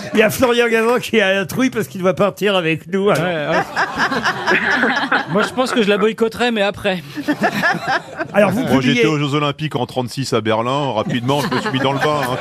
[SPEAKER 2] Il y a Florian Gavant qui a la trouille parce qu'il va partir avec nous. alors.
[SPEAKER 7] Moi, je pense que je la boycotterai, mais après.
[SPEAKER 2] Alors,
[SPEAKER 7] vous
[SPEAKER 5] Moi,
[SPEAKER 7] publiez-
[SPEAKER 5] j'étais aux Jeux Olympiques en 36 à Berlin. Rapidement, je me suis mis dans le bain. hein,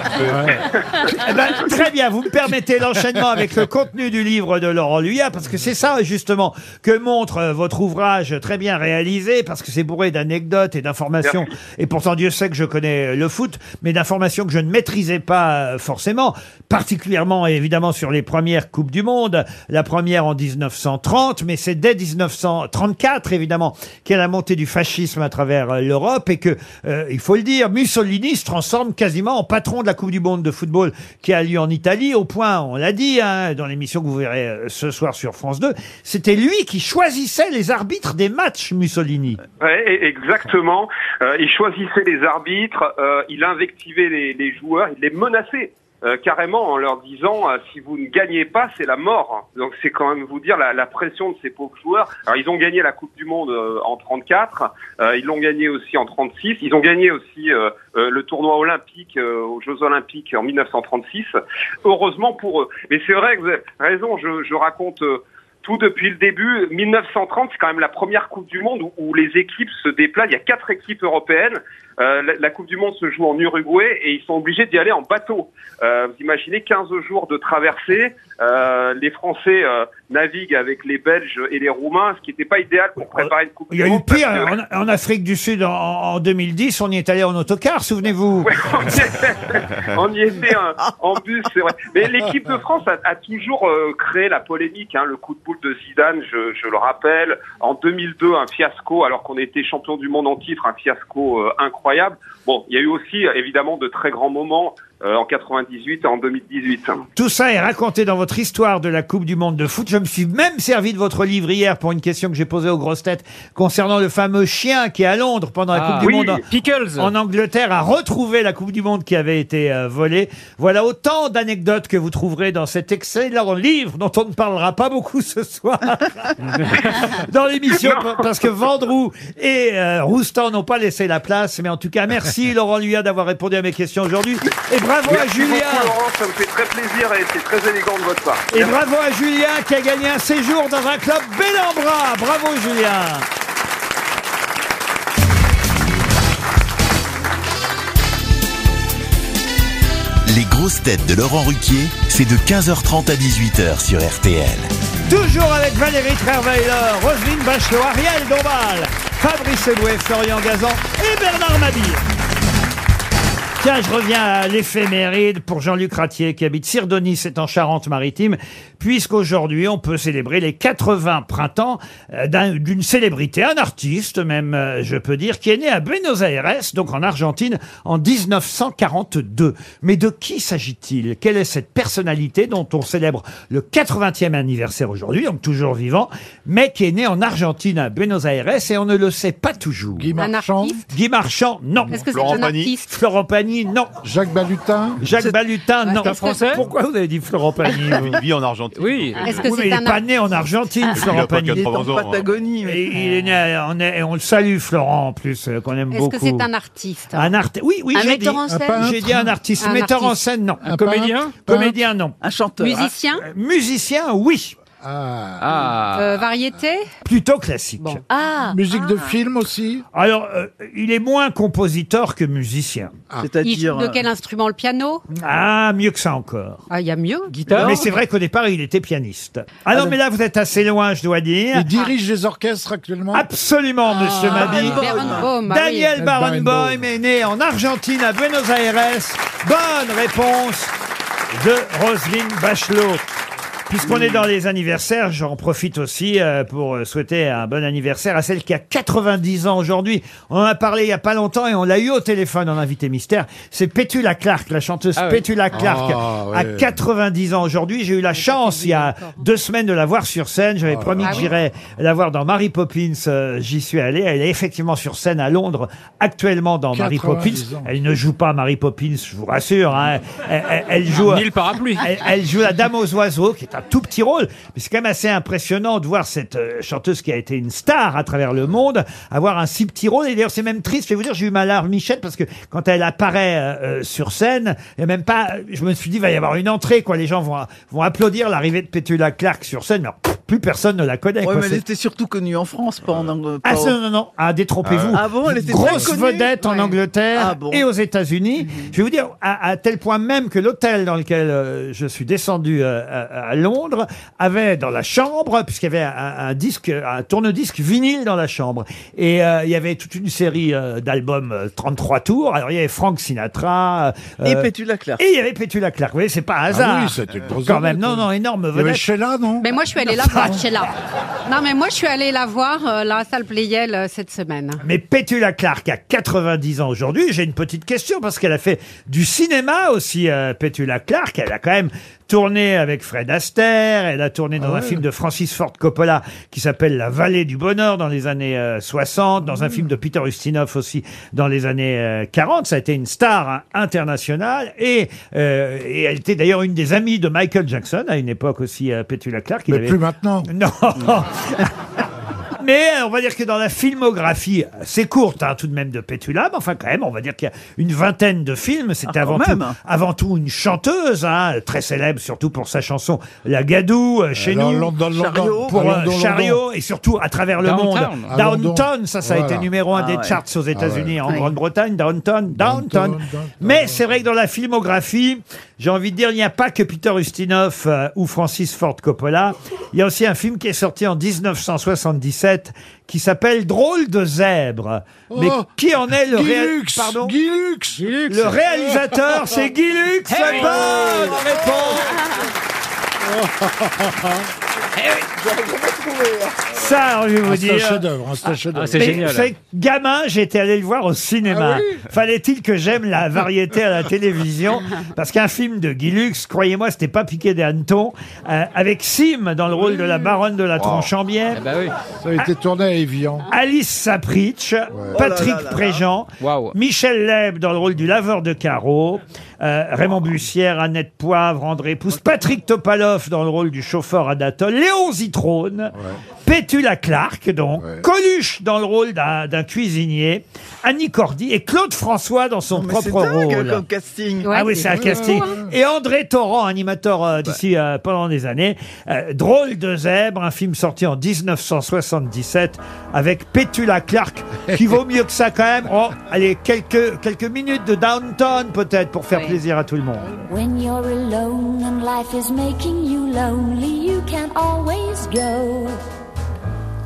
[SPEAKER 5] tu sais.
[SPEAKER 2] Eh ben, très bien, vous me permettez l'enchaînement avec le contenu du livre de Laurent Luyat, parce que c'est ça justement que montre euh, votre ouvrage très bien réalisé, parce que c'est bourré d'anecdotes et d'informations, et pourtant Dieu sait que je connais euh, le foot, mais d'informations que je ne maîtrisais pas euh, forcément, particulièrement évidemment sur les premières Coupes du Monde, la première en 1930, mais c'est dès 1934 évidemment qu'il y a la montée du fascisme à travers euh, l'Europe, et que, euh, il faut le dire, Mussolini se transforme quasiment en patron de la Coupe du Monde de football qui a lieu en Italie, au point, on l'a dit, hein, dans l'émission que vous verrez euh, ce soir sur France 2, c'était lui qui choisissait les arbitres des matchs, Mussolini.
[SPEAKER 21] Ouais, e- exactement. Euh, il choisissait les arbitres, euh, il invectivait les, les joueurs, il les menaçait euh, carrément en leur disant euh, si vous ne gagnez pas, c'est la mort. Donc c'est quand même vous dire la, la pression de ces pauvres joueurs. Alors ils ont gagné la Coupe du Monde euh, en 34, euh, ils l'ont gagné aussi en 36, ils ont gagné aussi euh, euh, le tournoi olympique euh, aux Jeux Olympiques en 1936. Heureusement pour eux. Mais c'est vrai que vous avez raison, je, je raconte. euh, tout depuis le début. 1930, c'est quand même la première Coupe du Monde où, où les équipes se déplacent. Il y a quatre équipes européennes. Euh, la, la Coupe du Monde se joue en Uruguay et ils sont obligés d'y aller en bateau. Euh, vous imaginez 15 jours de traversée. Euh, les Français euh, naviguent avec les Belges et les Roumains, ce qui n'était pas idéal pour préparer une Coupe
[SPEAKER 2] Euh, Il y a hein,
[SPEAKER 21] du
[SPEAKER 2] eu
[SPEAKER 21] Monde. parce
[SPEAKER 2] pire,
[SPEAKER 21] que-
[SPEAKER 2] en, en Afrique du Sud, en, en 2010, on y est allé en autocar, souvenez-vous.
[SPEAKER 21] On y était hein, en bus, c'est vrai. Mais l'équipe de France a, a toujours euh, créé la polémique. hein. le coup de boule de Zidane, je, je le rappelle, en 2002, un fiasco, alors qu'on était champion du monde en titre, un fiasco euh, incroyable. Bon, il y a eu aussi euh, évidemment de très grands moments euh, en 98 et en 2018. hein.
[SPEAKER 2] Tout ça est raconté dans votre histoire de la Coupe du Monde de foot. Je me suis même servi de votre livre hier pour une question que j'ai posée aux grosses têtes concernant le fameux chien qui, à Londres, pendant la
[SPEAKER 7] Ah,
[SPEAKER 2] Coupe du
[SPEAKER 7] oui,
[SPEAKER 2] Monde en-
[SPEAKER 7] Pickles.
[SPEAKER 2] en Angleterre, a retrouvé la Coupe du Monde qui avait été euh, volée. Voilà autant d'anecdotes que vous trouverez dans cet excellent livre dont on ne parlera pas beaucoup ce soir dans l'émission
[SPEAKER 10] Non.
[SPEAKER 2] parce que Vendroux et euh, Roustan n'ont pas laissé la place. Mais en tout cas, merci Laurent Luya d'avoir répondu à mes questions aujourd'hui. Et bravo à
[SPEAKER 21] Merci
[SPEAKER 2] Julien.
[SPEAKER 21] beaucoup, Laurent, ça me fait très plaisir et c'est très élégant de votre part.
[SPEAKER 2] Et bravo à Julien qui a gagné un séjour dans un club bel en bras. Bravo Julien.
[SPEAKER 1] Les grosses têtes de Laurent Ruquier, c'est de 15h30 à 18h sur RTL.
[SPEAKER 2] Toujours avec Valérie Trierweiler, Roselyne Bachelot, Ariel Dombal, Fabrice Eboué, Florian Gazan et Bernard Mabille. Tiens, je reviens à l'éphéméride pour Jean-Luc Ratier qui habite Sirdonis, c'est en Charente-Maritime, puisqu'aujourd'hui on peut célébrer les 80 printemps euh, d'un- d'une célébrité, un artiste même, euh, je peux dire, qui est né à Buenos Aires, donc en Argentine, en 1942. Mais de qui s'agit-il Quelle est cette personnalité dont on célèbre le 80e anniversaire aujourd'hui, donc toujours vivant, mais qui est né en Argentine, à Buenos Aires, et on ne le sait pas toujours Guy Marchand Guy Marchand, non.
[SPEAKER 4] Est-ce que c'est Florent un Pagny artiste
[SPEAKER 2] Florent Pagny, non. Jacques Balutin Jacques Balutin, non.
[SPEAKER 4] C'est un Français
[SPEAKER 2] Pourquoi vous avez dit Florent Pagny
[SPEAKER 5] Il vit en Argentine.
[SPEAKER 7] Oui.
[SPEAKER 4] Est-ce que
[SPEAKER 2] Oui, mais
[SPEAKER 4] c'est
[SPEAKER 2] il
[SPEAKER 4] un
[SPEAKER 2] n'est pas
[SPEAKER 4] ar-
[SPEAKER 2] né en Argentine,
[SPEAKER 4] Ah.
[SPEAKER 5] Il
[SPEAKER 2] Florent
[SPEAKER 5] a pas
[SPEAKER 2] Pagny.
[SPEAKER 5] 80 ans, hein.
[SPEAKER 2] Et il est né, à- on, est- et on le salue, Florent, en plus, euh, qu'on aime
[SPEAKER 4] Est-ce
[SPEAKER 2] beaucoup.
[SPEAKER 4] que c'est un artiste
[SPEAKER 2] Un art- Oui, oui,
[SPEAKER 4] Un
[SPEAKER 2] j'ai dit.
[SPEAKER 4] metteur en scène
[SPEAKER 2] J'ai dit un artiste.
[SPEAKER 4] Un
[SPEAKER 2] metteur en
[SPEAKER 4] artiste.
[SPEAKER 2] scène, non.
[SPEAKER 4] Un comédien
[SPEAKER 2] Comédien, non.
[SPEAKER 6] Un chanteur.
[SPEAKER 4] Musicien
[SPEAKER 2] Ah, euh, Musicien, oui.
[SPEAKER 4] Euh, Variété
[SPEAKER 2] Ah. Plutôt classique.
[SPEAKER 4] Ah
[SPEAKER 3] Musique de film aussi
[SPEAKER 2] Alors, euh, il est moins compositeur que musicien.
[SPEAKER 5] Ah.
[SPEAKER 4] Il joue
[SPEAKER 5] euh,
[SPEAKER 4] de quel instrument Le piano
[SPEAKER 2] Ah, mieux que ça encore.
[SPEAKER 4] Ah, il y a mieux
[SPEAKER 2] Mais c'est vrai qu'au départ, il était pianiste. Ah non, mais là, vous êtes assez loin, je dois dire.
[SPEAKER 3] Il dirige des orchestres actuellement
[SPEAKER 2] Absolument, monsieur
[SPEAKER 3] Ah,
[SPEAKER 2] Mabille.
[SPEAKER 3] Barenboim, ah oui.
[SPEAKER 2] Daniel Barenboim est né en Argentine, à Buenos Aires. Bonne réponse de Roselyne Bachelot. Puisqu'on est dans les anniversaires, j'en profite aussi euh, pour euh, souhaiter un bon anniversaire à celle qui a 90 ans aujourd'hui. On en a parlé il y a pas longtemps et on l'a eu au téléphone en invité mystère. C'est Pétula Clark, la chanteuse
[SPEAKER 10] Ah oui.
[SPEAKER 2] Pétula Clark,
[SPEAKER 10] Ah
[SPEAKER 2] à
[SPEAKER 10] ouais.
[SPEAKER 2] 90 ans aujourd'hui. J'ai eu la chance il y a deux semaines de la voir sur scène. J'avais promis
[SPEAKER 10] Ah
[SPEAKER 2] que
[SPEAKER 10] oui.
[SPEAKER 2] j'irais la voir dans Mary Poppins. Euh, J'y suis allé. Elle est effectivement sur scène à Londres actuellement dans Mary
[SPEAKER 10] 90
[SPEAKER 2] Poppins.
[SPEAKER 10] ans.
[SPEAKER 2] Elle ne joue pas Mary Poppins, je vous rassure. hein. Elle, elle- elle joue.
[SPEAKER 7] Ni le parapluie.
[SPEAKER 2] Elle, elle joue la Dame aux oiseaux, qui est un tout petit rôle, mais c'est quand même assez impressionnant de voir cette euh, chanteuse qui a été une star à travers le monde avoir un si petit rôle. Et d'ailleurs, c'est même triste. Je vais vous dire, j'ai eu ma larme Michette parce que quand elle apparaît euh, euh, sur scène, et même pas, je me suis dit, il va y avoir une entrée, quoi. Les gens vont vont applaudir l'arrivée de Petula Clark sur scène, mais alors, pff, plus personne ne la connaît.
[SPEAKER 6] Ouais,
[SPEAKER 2] quoi.
[SPEAKER 6] mais elle
[SPEAKER 2] C'est-
[SPEAKER 6] était surtout connue en France, pas en Angleterre.
[SPEAKER 2] ah ça, non, non, non, ah, détrompez-vous.
[SPEAKER 6] Ah bon, elle était très
[SPEAKER 2] Grosse
[SPEAKER 6] connue Ah
[SPEAKER 2] vedette en Angleterre et aux États-Unis. Je vais vous dire, à, à tel point même que l'hôtel dans lequel euh, je suis descendu euh, à, à Londres avait dans la chambre, puisqu'il y avait un, un disque, un tourne-disque vinyle dans la chambre. Et euh, il y avait toute une série euh, d'albums euh, 33 tours. Alors il y avait Frank Sinatra. euh,
[SPEAKER 6] Et Petula Clark.
[SPEAKER 2] Et il y avait Petula Clark. Vous voyez, c'est pas un
[SPEAKER 6] Ah
[SPEAKER 2] hasard.
[SPEAKER 6] oui, c'était une grosse
[SPEAKER 2] Quand même,
[SPEAKER 6] vedette,
[SPEAKER 2] non, non, énorme
[SPEAKER 6] y avait
[SPEAKER 2] vedette.
[SPEAKER 3] Sheila, non
[SPEAKER 4] Mais Ben, moi, je suis allée la voir, Sheila. Non, mais moi, je suis allée la voir, euh, là, à la salle Playel, euh, cette semaine.
[SPEAKER 2] Mais Petula Clark a 90 ans aujourd'hui. J'ai une petite question parce qu'elle a fait du cinéma aussi, euh, Petula Clark. Elle a quand même tourné avec Fred Astaire. Elle a tourné dans
[SPEAKER 10] Ah
[SPEAKER 2] un
[SPEAKER 10] ouais.
[SPEAKER 2] film de Francis Ford Coppola qui s'appelle La Vallée du Bonheur dans les années euh, 60, dans un
[SPEAKER 3] Mmh.
[SPEAKER 2] film de Peter Ustinov aussi dans les années euh, 40. Ça a été une star hein, internationale et, euh, et elle était d'ailleurs une des amies de Michael Jackson à une époque aussi, euh, Petula Clark. Il
[SPEAKER 3] Mais
[SPEAKER 2] avait-
[SPEAKER 3] plus maintenant. Mmh.
[SPEAKER 2] Non. Mais euh, on va dire que dans la filmographie, c'est courte hein, tout de même de Pétula, mais enfin quand même, on va dire qu'il y a une vingtaine de films. C'était
[SPEAKER 6] Ah,
[SPEAKER 2] avant,
[SPEAKER 6] quand
[SPEAKER 2] tout,
[SPEAKER 6] même.
[SPEAKER 2] avant tout une chanteuse, hein, très célèbre surtout pour sa chanson La Gadoue, euh, chez
[SPEAKER 3] Alors,
[SPEAKER 2] nous,
[SPEAKER 3] London, London.
[SPEAKER 2] Chariot, pour
[SPEAKER 3] Alors,
[SPEAKER 2] euh,
[SPEAKER 3] London,
[SPEAKER 2] Chariot,
[SPEAKER 3] London.
[SPEAKER 2] et surtout à travers le monde.
[SPEAKER 3] Downtown. À London.
[SPEAKER 2] Downtown, ça, ça a
[SPEAKER 3] Voilà.
[SPEAKER 2] été numéro un
[SPEAKER 3] Ah
[SPEAKER 2] des
[SPEAKER 3] ouais.
[SPEAKER 2] charts aux
[SPEAKER 3] Ah
[SPEAKER 2] États-Unis,
[SPEAKER 3] ouais.
[SPEAKER 2] en Grande-Bretagne, Downtown, Downtown. Mais c'est vrai que dans la filmographie, j'ai envie de dire, il n'y a pas que Peter Ustinov euh, ou Francis Ford Coppola. Il y a aussi un film qui est sorti en 1977 qui s'appelle Drôle de zèbre. Mais
[SPEAKER 10] Oh
[SPEAKER 2] qui en est le
[SPEAKER 10] Guy
[SPEAKER 2] réa-
[SPEAKER 10] Lux
[SPEAKER 2] Pardon
[SPEAKER 10] Guy
[SPEAKER 3] Lux
[SPEAKER 2] Le réalisateur, c'est Guy Lux.
[SPEAKER 10] Eh oui.
[SPEAKER 2] Bonne réponse
[SPEAKER 10] Eh
[SPEAKER 2] Ça, alors, je vais vous
[SPEAKER 3] Ah, C'est un
[SPEAKER 2] dire.
[SPEAKER 3] chef-d'œuvre. hein, C'est un chef-d'œuvre.
[SPEAKER 2] Mais vous savez, gamin, j'étais allé le voir au cinéma.
[SPEAKER 3] Ah oui
[SPEAKER 2] Fallait-il que j'aime la variété à la télévision Parce qu'un film de Guy Lux, croyez-moi, c'était pas piqué des hannetons, euh, avec Sim dans le rôle de la baronne de la Tronchambière.
[SPEAKER 3] Eh ben Ça a été tourné à Evian.
[SPEAKER 2] Alice Sapritch,
[SPEAKER 3] Oh
[SPEAKER 2] Patrick Préjean, Michel Leb dans le rôle du laveur de carreaux, euh, Raymond Bussière, Annette Poivre, André Pousse, Patrick Topalov dans le rôle du chauffeur Anatole, Léon Zitrone, Pétula Clark donc, Coluche dans le rôle d'un d'un cuisinier, Annie Cordy et Claude François dans son
[SPEAKER 6] Mais c'est
[SPEAKER 2] propre
[SPEAKER 6] dingue
[SPEAKER 2] rôle.
[SPEAKER 6] comme casting.
[SPEAKER 2] ah oui, c'est un casting. Et André Torrent, animateur euh, d'ici euh, pendant des années. Euh, Drôle de zèbre, un film sorti en 1977 avec Petula Clark, qui vaut mieux que ça quand même. Oh, allez, quelques, quelques minutes de Downtown peut-être pour faire plaisir à tout le monde.
[SPEAKER 22] When you're alone and life is making you lonely, you can always go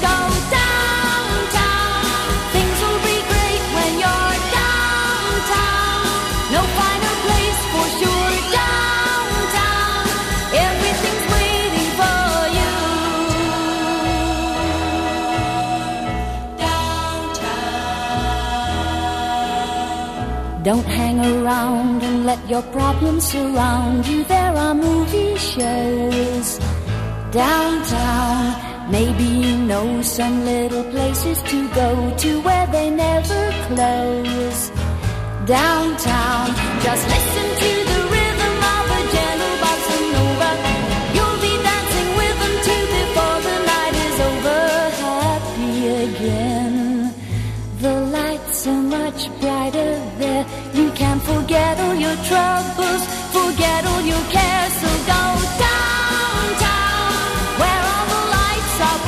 [SPEAKER 22] go downtown. Things will be great when you're downtown. No finer place for sure. Downtown. Everything's waiting for you. Don't hang around and let your problems surround you. There are movie shows downtown. Maybe you know some little places to go to where they never close. Downtown, just listen to the rhythm of a gentle bossa nova. You'll be dancing with them too before the night is over. Happy again. The lights are much brighter there. You can forget all your troubles, forget all your cares. So go downtown, where all the lights are.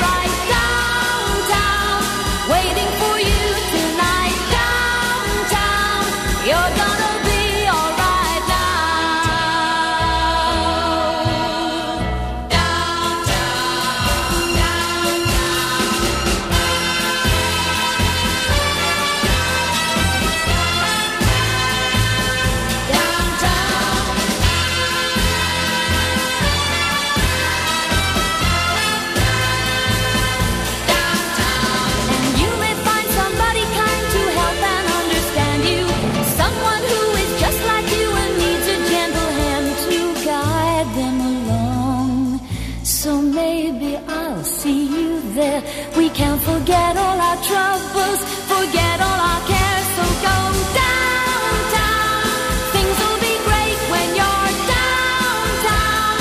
[SPEAKER 22] there. We can forget all our troubles, forget all our cares. So go downtown. Things will be great when you're downtown.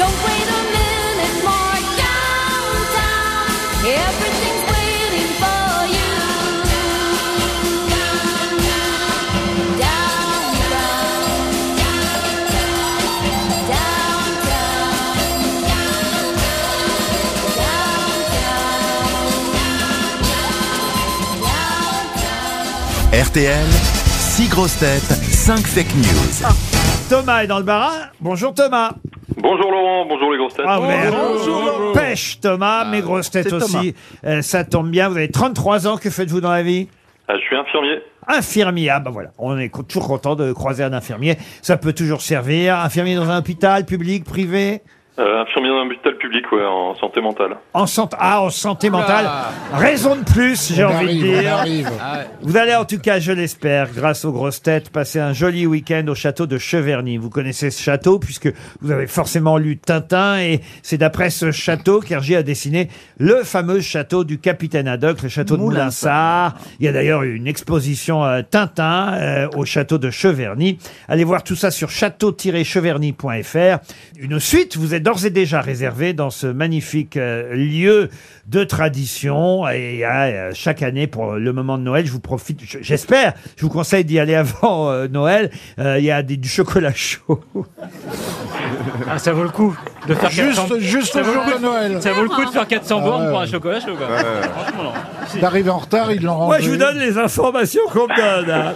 [SPEAKER 22] Don't wait a minute more. Downtown. Everything's waiting for you.
[SPEAKER 1] RTL, 6 grosses têtes, 5 fake news.
[SPEAKER 2] Thomas est dans le barin. Bonjour Thomas.
[SPEAKER 10] Bonjour Laurent, bonjour les grosses têtes.
[SPEAKER 2] Ah merde. Pêche Thomas, mes grosses têtes
[SPEAKER 10] c'est
[SPEAKER 2] aussi. Euh, ça tombe bien, vous avez 33 ans, que faites-vous dans la vie
[SPEAKER 10] Ah, je suis infirmier.
[SPEAKER 2] Infirmier, ah ben voilà, on est co- toujours content de croiser un infirmier, ça peut toujours servir. Infirmier dans un hôpital, public, privé,
[SPEAKER 10] Euh, infirmier dans un hôpital public, ouais, en santé mentale.
[SPEAKER 2] en santé, ah, en santé mentale. Raison de plus, j'ai
[SPEAKER 10] Ah On
[SPEAKER 2] envie
[SPEAKER 10] arrive,
[SPEAKER 2] de
[SPEAKER 10] on
[SPEAKER 2] dire. Ah
[SPEAKER 10] arrive. Ah
[SPEAKER 2] Vous allez en tout cas, je l'espère, grâce aux grosses têtes, passer un joli week-end au château de Cheverny. Vous connaissez ce château puisque vous avez forcément lu Tintin et c'est d'après ce château qu'Hergé a dessiné le fameux château du capitaine Haddock, le château de Moulinsart. Ah, Il y a d'ailleurs une exposition euh, Tintin euh, au château de Cheverny. Allez voir tout ça sur château-cheverny.fr. Une suite vous est d'ores et déjà réservée dans ce magnifique euh, lieu de tradition. Et il y a, euh, chaque année, pour le moment de Noël, je vous profite, je- j'espère, je vous conseille d'y aller avant euh, Noël. Euh, Il y a des- du chocolat chaud.
[SPEAKER 7] Ah, ça vaut le coup de faire
[SPEAKER 3] Juste-
[SPEAKER 7] 400
[SPEAKER 3] juste
[SPEAKER 7] ça
[SPEAKER 3] au
[SPEAKER 7] vaut
[SPEAKER 3] jour
[SPEAKER 7] le coup
[SPEAKER 3] de Noël.
[SPEAKER 7] Ça vaut le coup de faire 400
[SPEAKER 3] Ah
[SPEAKER 7] bornes
[SPEAKER 3] ouais.
[SPEAKER 7] pour un chocolat chaud, quoi.
[SPEAKER 3] Ouais.
[SPEAKER 7] Franchement, non.
[SPEAKER 3] D'arriver en retard, ils l'ont rendu.
[SPEAKER 2] Moi, je vous donne les informations qu'on me donne. hein.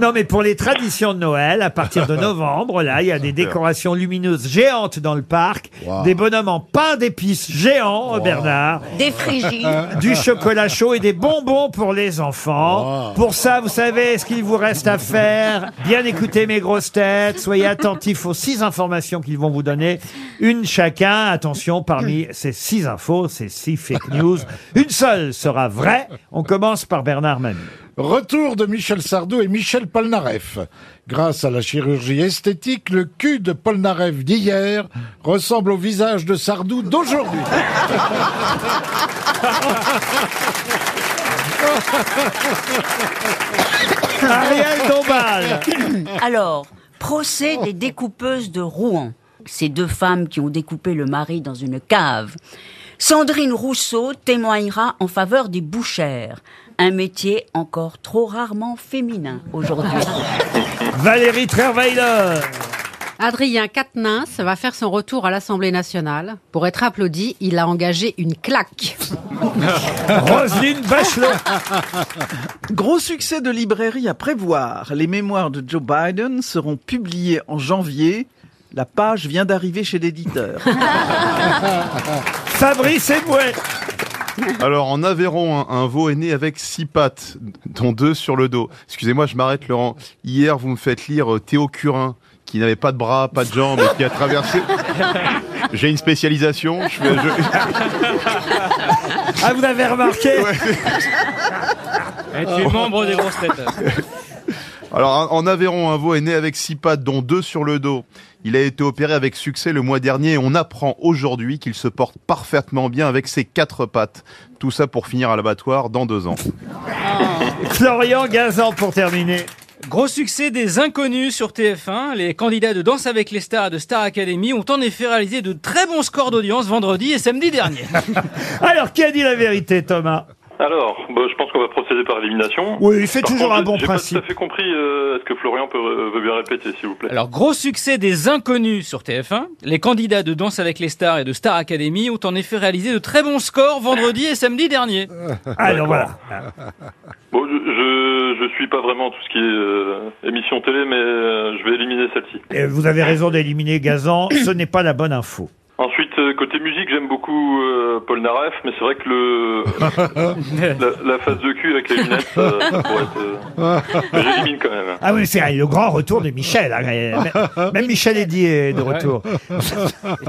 [SPEAKER 2] Non, mais pour les traditions de Noël, à partir de novembre, là, il y a des décorations lumineuses géantes dans le parc, des bonhommes en pain d'épices géants, Bernard.
[SPEAKER 8] Des frigides.
[SPEAKER 2] Du chocolat chaud et des bonbons pour les enfants. Pour ça, vous savez ce qu'il vous reste à faire. Bien écouter mes grosses têtes. Soyez attentifs aux six informations qu'ils vont vous donner. Une chacun. Attention, parmi ces six infos, ces six fake news, une seule sera vraie. On commence par Bernard Manu.
[SPEAKER 3] Retour de Michel Sardou et Michel Polnareff. Grâce à la chirurgie esthétique, le cul de Polnareff d'hier ressemble au visage de Sardou d'aujourd'hui.
[SPEAKER 2] Ariel Dombal.
[SPEAKER 8] Alors, procès des découpeuses de Rouen. Ces deux femmes qui ont découpé le mari dans une cave. Sandrine Rousseau témoignera en faveur des bouchères, un métier encore trop rarement féminin aujourd'hui.
[SPEAKER 2] Valérie Trierweiler.
[SPEAKER 4] Adrien Quatennens va faire son retour à l'Assemblée nationale. Pour être applaudi, il a engagé une claque.
[SPEAKER 2] Roselyne Bachelot.
[SPEAKER 6] Gros succès de librairie à prévoir. Les mémoires de Joe Biden seront publiées en janvier. La page vient d'arriver chez l'éditeur.
[SPEAKER 2] Fabrice Eboué.
[SPEAKER 5] Alors, en Aveyron, un, un veau est né avec six pattes, dont deux sur le dos. Excusez-moi, je m'arrête, Laurent. Hier, vous me faites lire euh, Théo Curin, qui n'avait pas de bras, pas de jambes, et qui a traversé... J'ai une spécialisation. Je fais- je-
[SPEAKER 2] Ah, vous avez remarqué
[SPEAKER 7] Eh, tu es membre des grosses têtes.
[SPEAKER 5] Alors, en Aveyron, un veau est né avec six pattes, dont deux sur le dos. Il a été opéré avec succès le mois dernier et on apprend aujourd'hui qu'il se porte parfaitement bien avec ses quatre pattes. Tout ça pour finir à l'abattoir dans deux ans.
[SPEAKER 2] Florian Gazan pour terminer.
[SPEAKER 7] Gros succès des inconnus sur TF1. Les candidats de Danse avec les stars et de Star Academy ont en effet réalisé de très bons scores d'audience vendredi et samedi dernier.
[SPEAKER 2] Alors, qui a dit la vérité, Thomas
[SPEAKER 10] Alors, bah, je pense qu'on va procéder par élimination.
[SPEAKER 2] Oui, il fait
[SPEAKER 10] Par
[SPEAKER 2] toujours
[SPEAKER 10] contre,
[SPEAKER 2] un bon
[SPEAKER 10] j'ai pas
[SPEAKER 2] principe.
[SPEAKER 10] tout à fait compris. euh, Est-ce que Florian peut, euh, veut bien répéter, s'il vous plaît
[SPEAKER 7] Alors, gros succès des inconnus sur TF1. Les candidats de Danse avec les stars et de Star Academy ont en effet réalisé de très bons scores vendredi et samedi dernier.
[SPEAKER 2] Ah, Alors voilà.
[SPEAKER 10] Bon, je, je, je suis pas vraiment tout ce qui est euh, émission télé, mais euh, je vais éliminer celle-ci.
[SPEAKER 2] Euh, Vous avez raison d'éliminer Gazan, ce n'est pas la bonne info.
[SPEAKER 10] Ensuite, euh, côté musique, j'aime beaucoup euh, Paul Naref, mais c'est vrai que le la, la face de cul avec les lunettes, euh, ça pourrait être. euh, mais J'élimine quand même.
[SPEAKER 2] Ah oui, c'est euh, le grand retour de Michel. hein. Même- Même Michel Eddy est euh, de retour.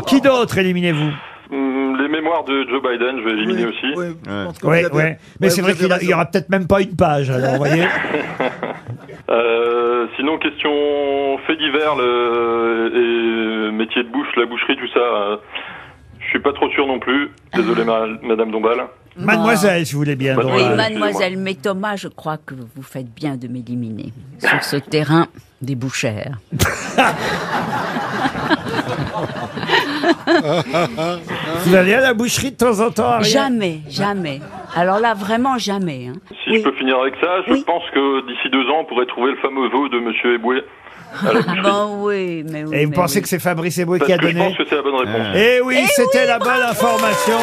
[SPEAKER 2] Qui d'autre éliminez-vous
[SPEAKER 10] Hum, les mémoires de Joe Biden, je vais éliminer aussi.
[SPEAKER 2] Oui, oui. Mais c'est vrai qu'il n'y aura peut-être même pas une page, alors, vous voyez
[SPEAKER 10] Euh, sinon, question fait divers le, et métier de bouche, la boucherie, tout ça. euh, Je suis pas trop sûr non plus. Désolé,
[SPEAKER 2] Ah.
[SPEAKER 10] ma- Madame Dombal.
[SPEAKER 2] Mademoiselle, si vous voulez bien.
[SPEAKER 10] Mademoiselle,
[SPEAKER 8] Oui,
[SPEAKER 2] Doral.
[SPEAKER 8] mademoiselle, mais Thomas, je crois que vous faites bien de m'éliminer sur ce terrain des bouchères.
[SPEAKER 2] Vous allez à la boucherie de temps en temps Ariel
[SPEAKER 8] Jamais, jamais. Alors là, vraiment jamais. hein.
[SPEAKER 10] Si je peux finir avec ça, je pense que d'ici deux ans, on pourrait trouver le fameux veau de Monsieur Eboué. à
[SPEAKER 2] Ah
[SPEAKER 10] la boucherie.
[SPEAKER 8] Ah Bon, oui, mais oui.
[SPEAKER 2] Et vous
[SPEAKER 8] mais
[SPEAKER 2] pensez
[SPEAKER 8] oui.
[SPEAKER 2] que c'est Fabrice Eboué
[SPEAKER 10] Parce
[SPEAKER 2] qui a
[SPEAKER 10] que je
[SPEAKER 2] donné
[SPEAKER 10] pense que c'est la bonne réponse.
[SPEAKER 2] Eh oui, Euh. c'était la bonne information.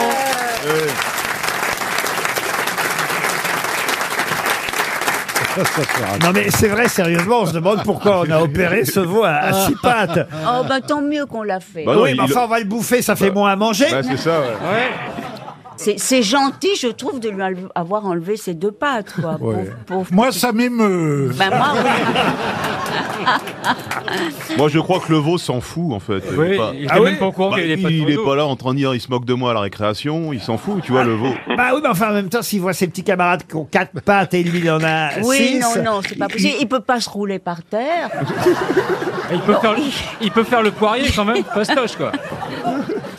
[SPEAKER 2] Non mais c'est vrai, sérieusement, on se demande pourquoi on a opéré ce veau à, à six pattes.
[SPEAKER 8] Oh,
[SPEAKER 5] Bah
[SPEAKER 8] ben tant mieux qu'on l'a fait.
[SPEAKER 2] Ah. oui, mais enfin, on va Bah le bouffer, ça fait moins à manger.
[SPEAKER 5] Bah, c'est ça,
[SPEAKER 8] C'est c'est gentil, je trouve, de lui enle- avoir enlevé ses deux pattes, quoi.
[SPEAKER 3] Ouais.
[SPEAKER 8] Pauvre-
[SPEAKER 3] Moi, ça m'émeut.
[SPEAKER 8] Ben, moi,
[SPEAKER 5] Moi, je crois que le veau s'en fout, en fait.
[SPEAKER 7] Oui,
[SPEAKER 5] est pas-
[SPEAKER 7] il était même pas au courant qu'il y avait
[SPEAKER 5] il-
[SPEAKER 7] des pattes dans
[SPEAKER 5] Il
[SPEAKER 7] le
[SPEAKER 5] est
[SPEAKER 7] dos.
[SPEAKER 5] pas là en train de dire, il se moque de moi à la récréation, il s'en fout, tu vois, le veau.
[SPEAKER 2] Bah oui, mais enfin, en même temps, s'il voit ses petits camarades qui ont quatre pattes et lui, il en a
[SPEAKER 8] oui,
[SPEAKER 2] six.
[SPEAKER 8] non, non, c'est pas possible. Il peut pas se rouler par terre.
[SPEAKER 7] Il peut, faire, il peut faire le poirier quand même, pastoche quoi.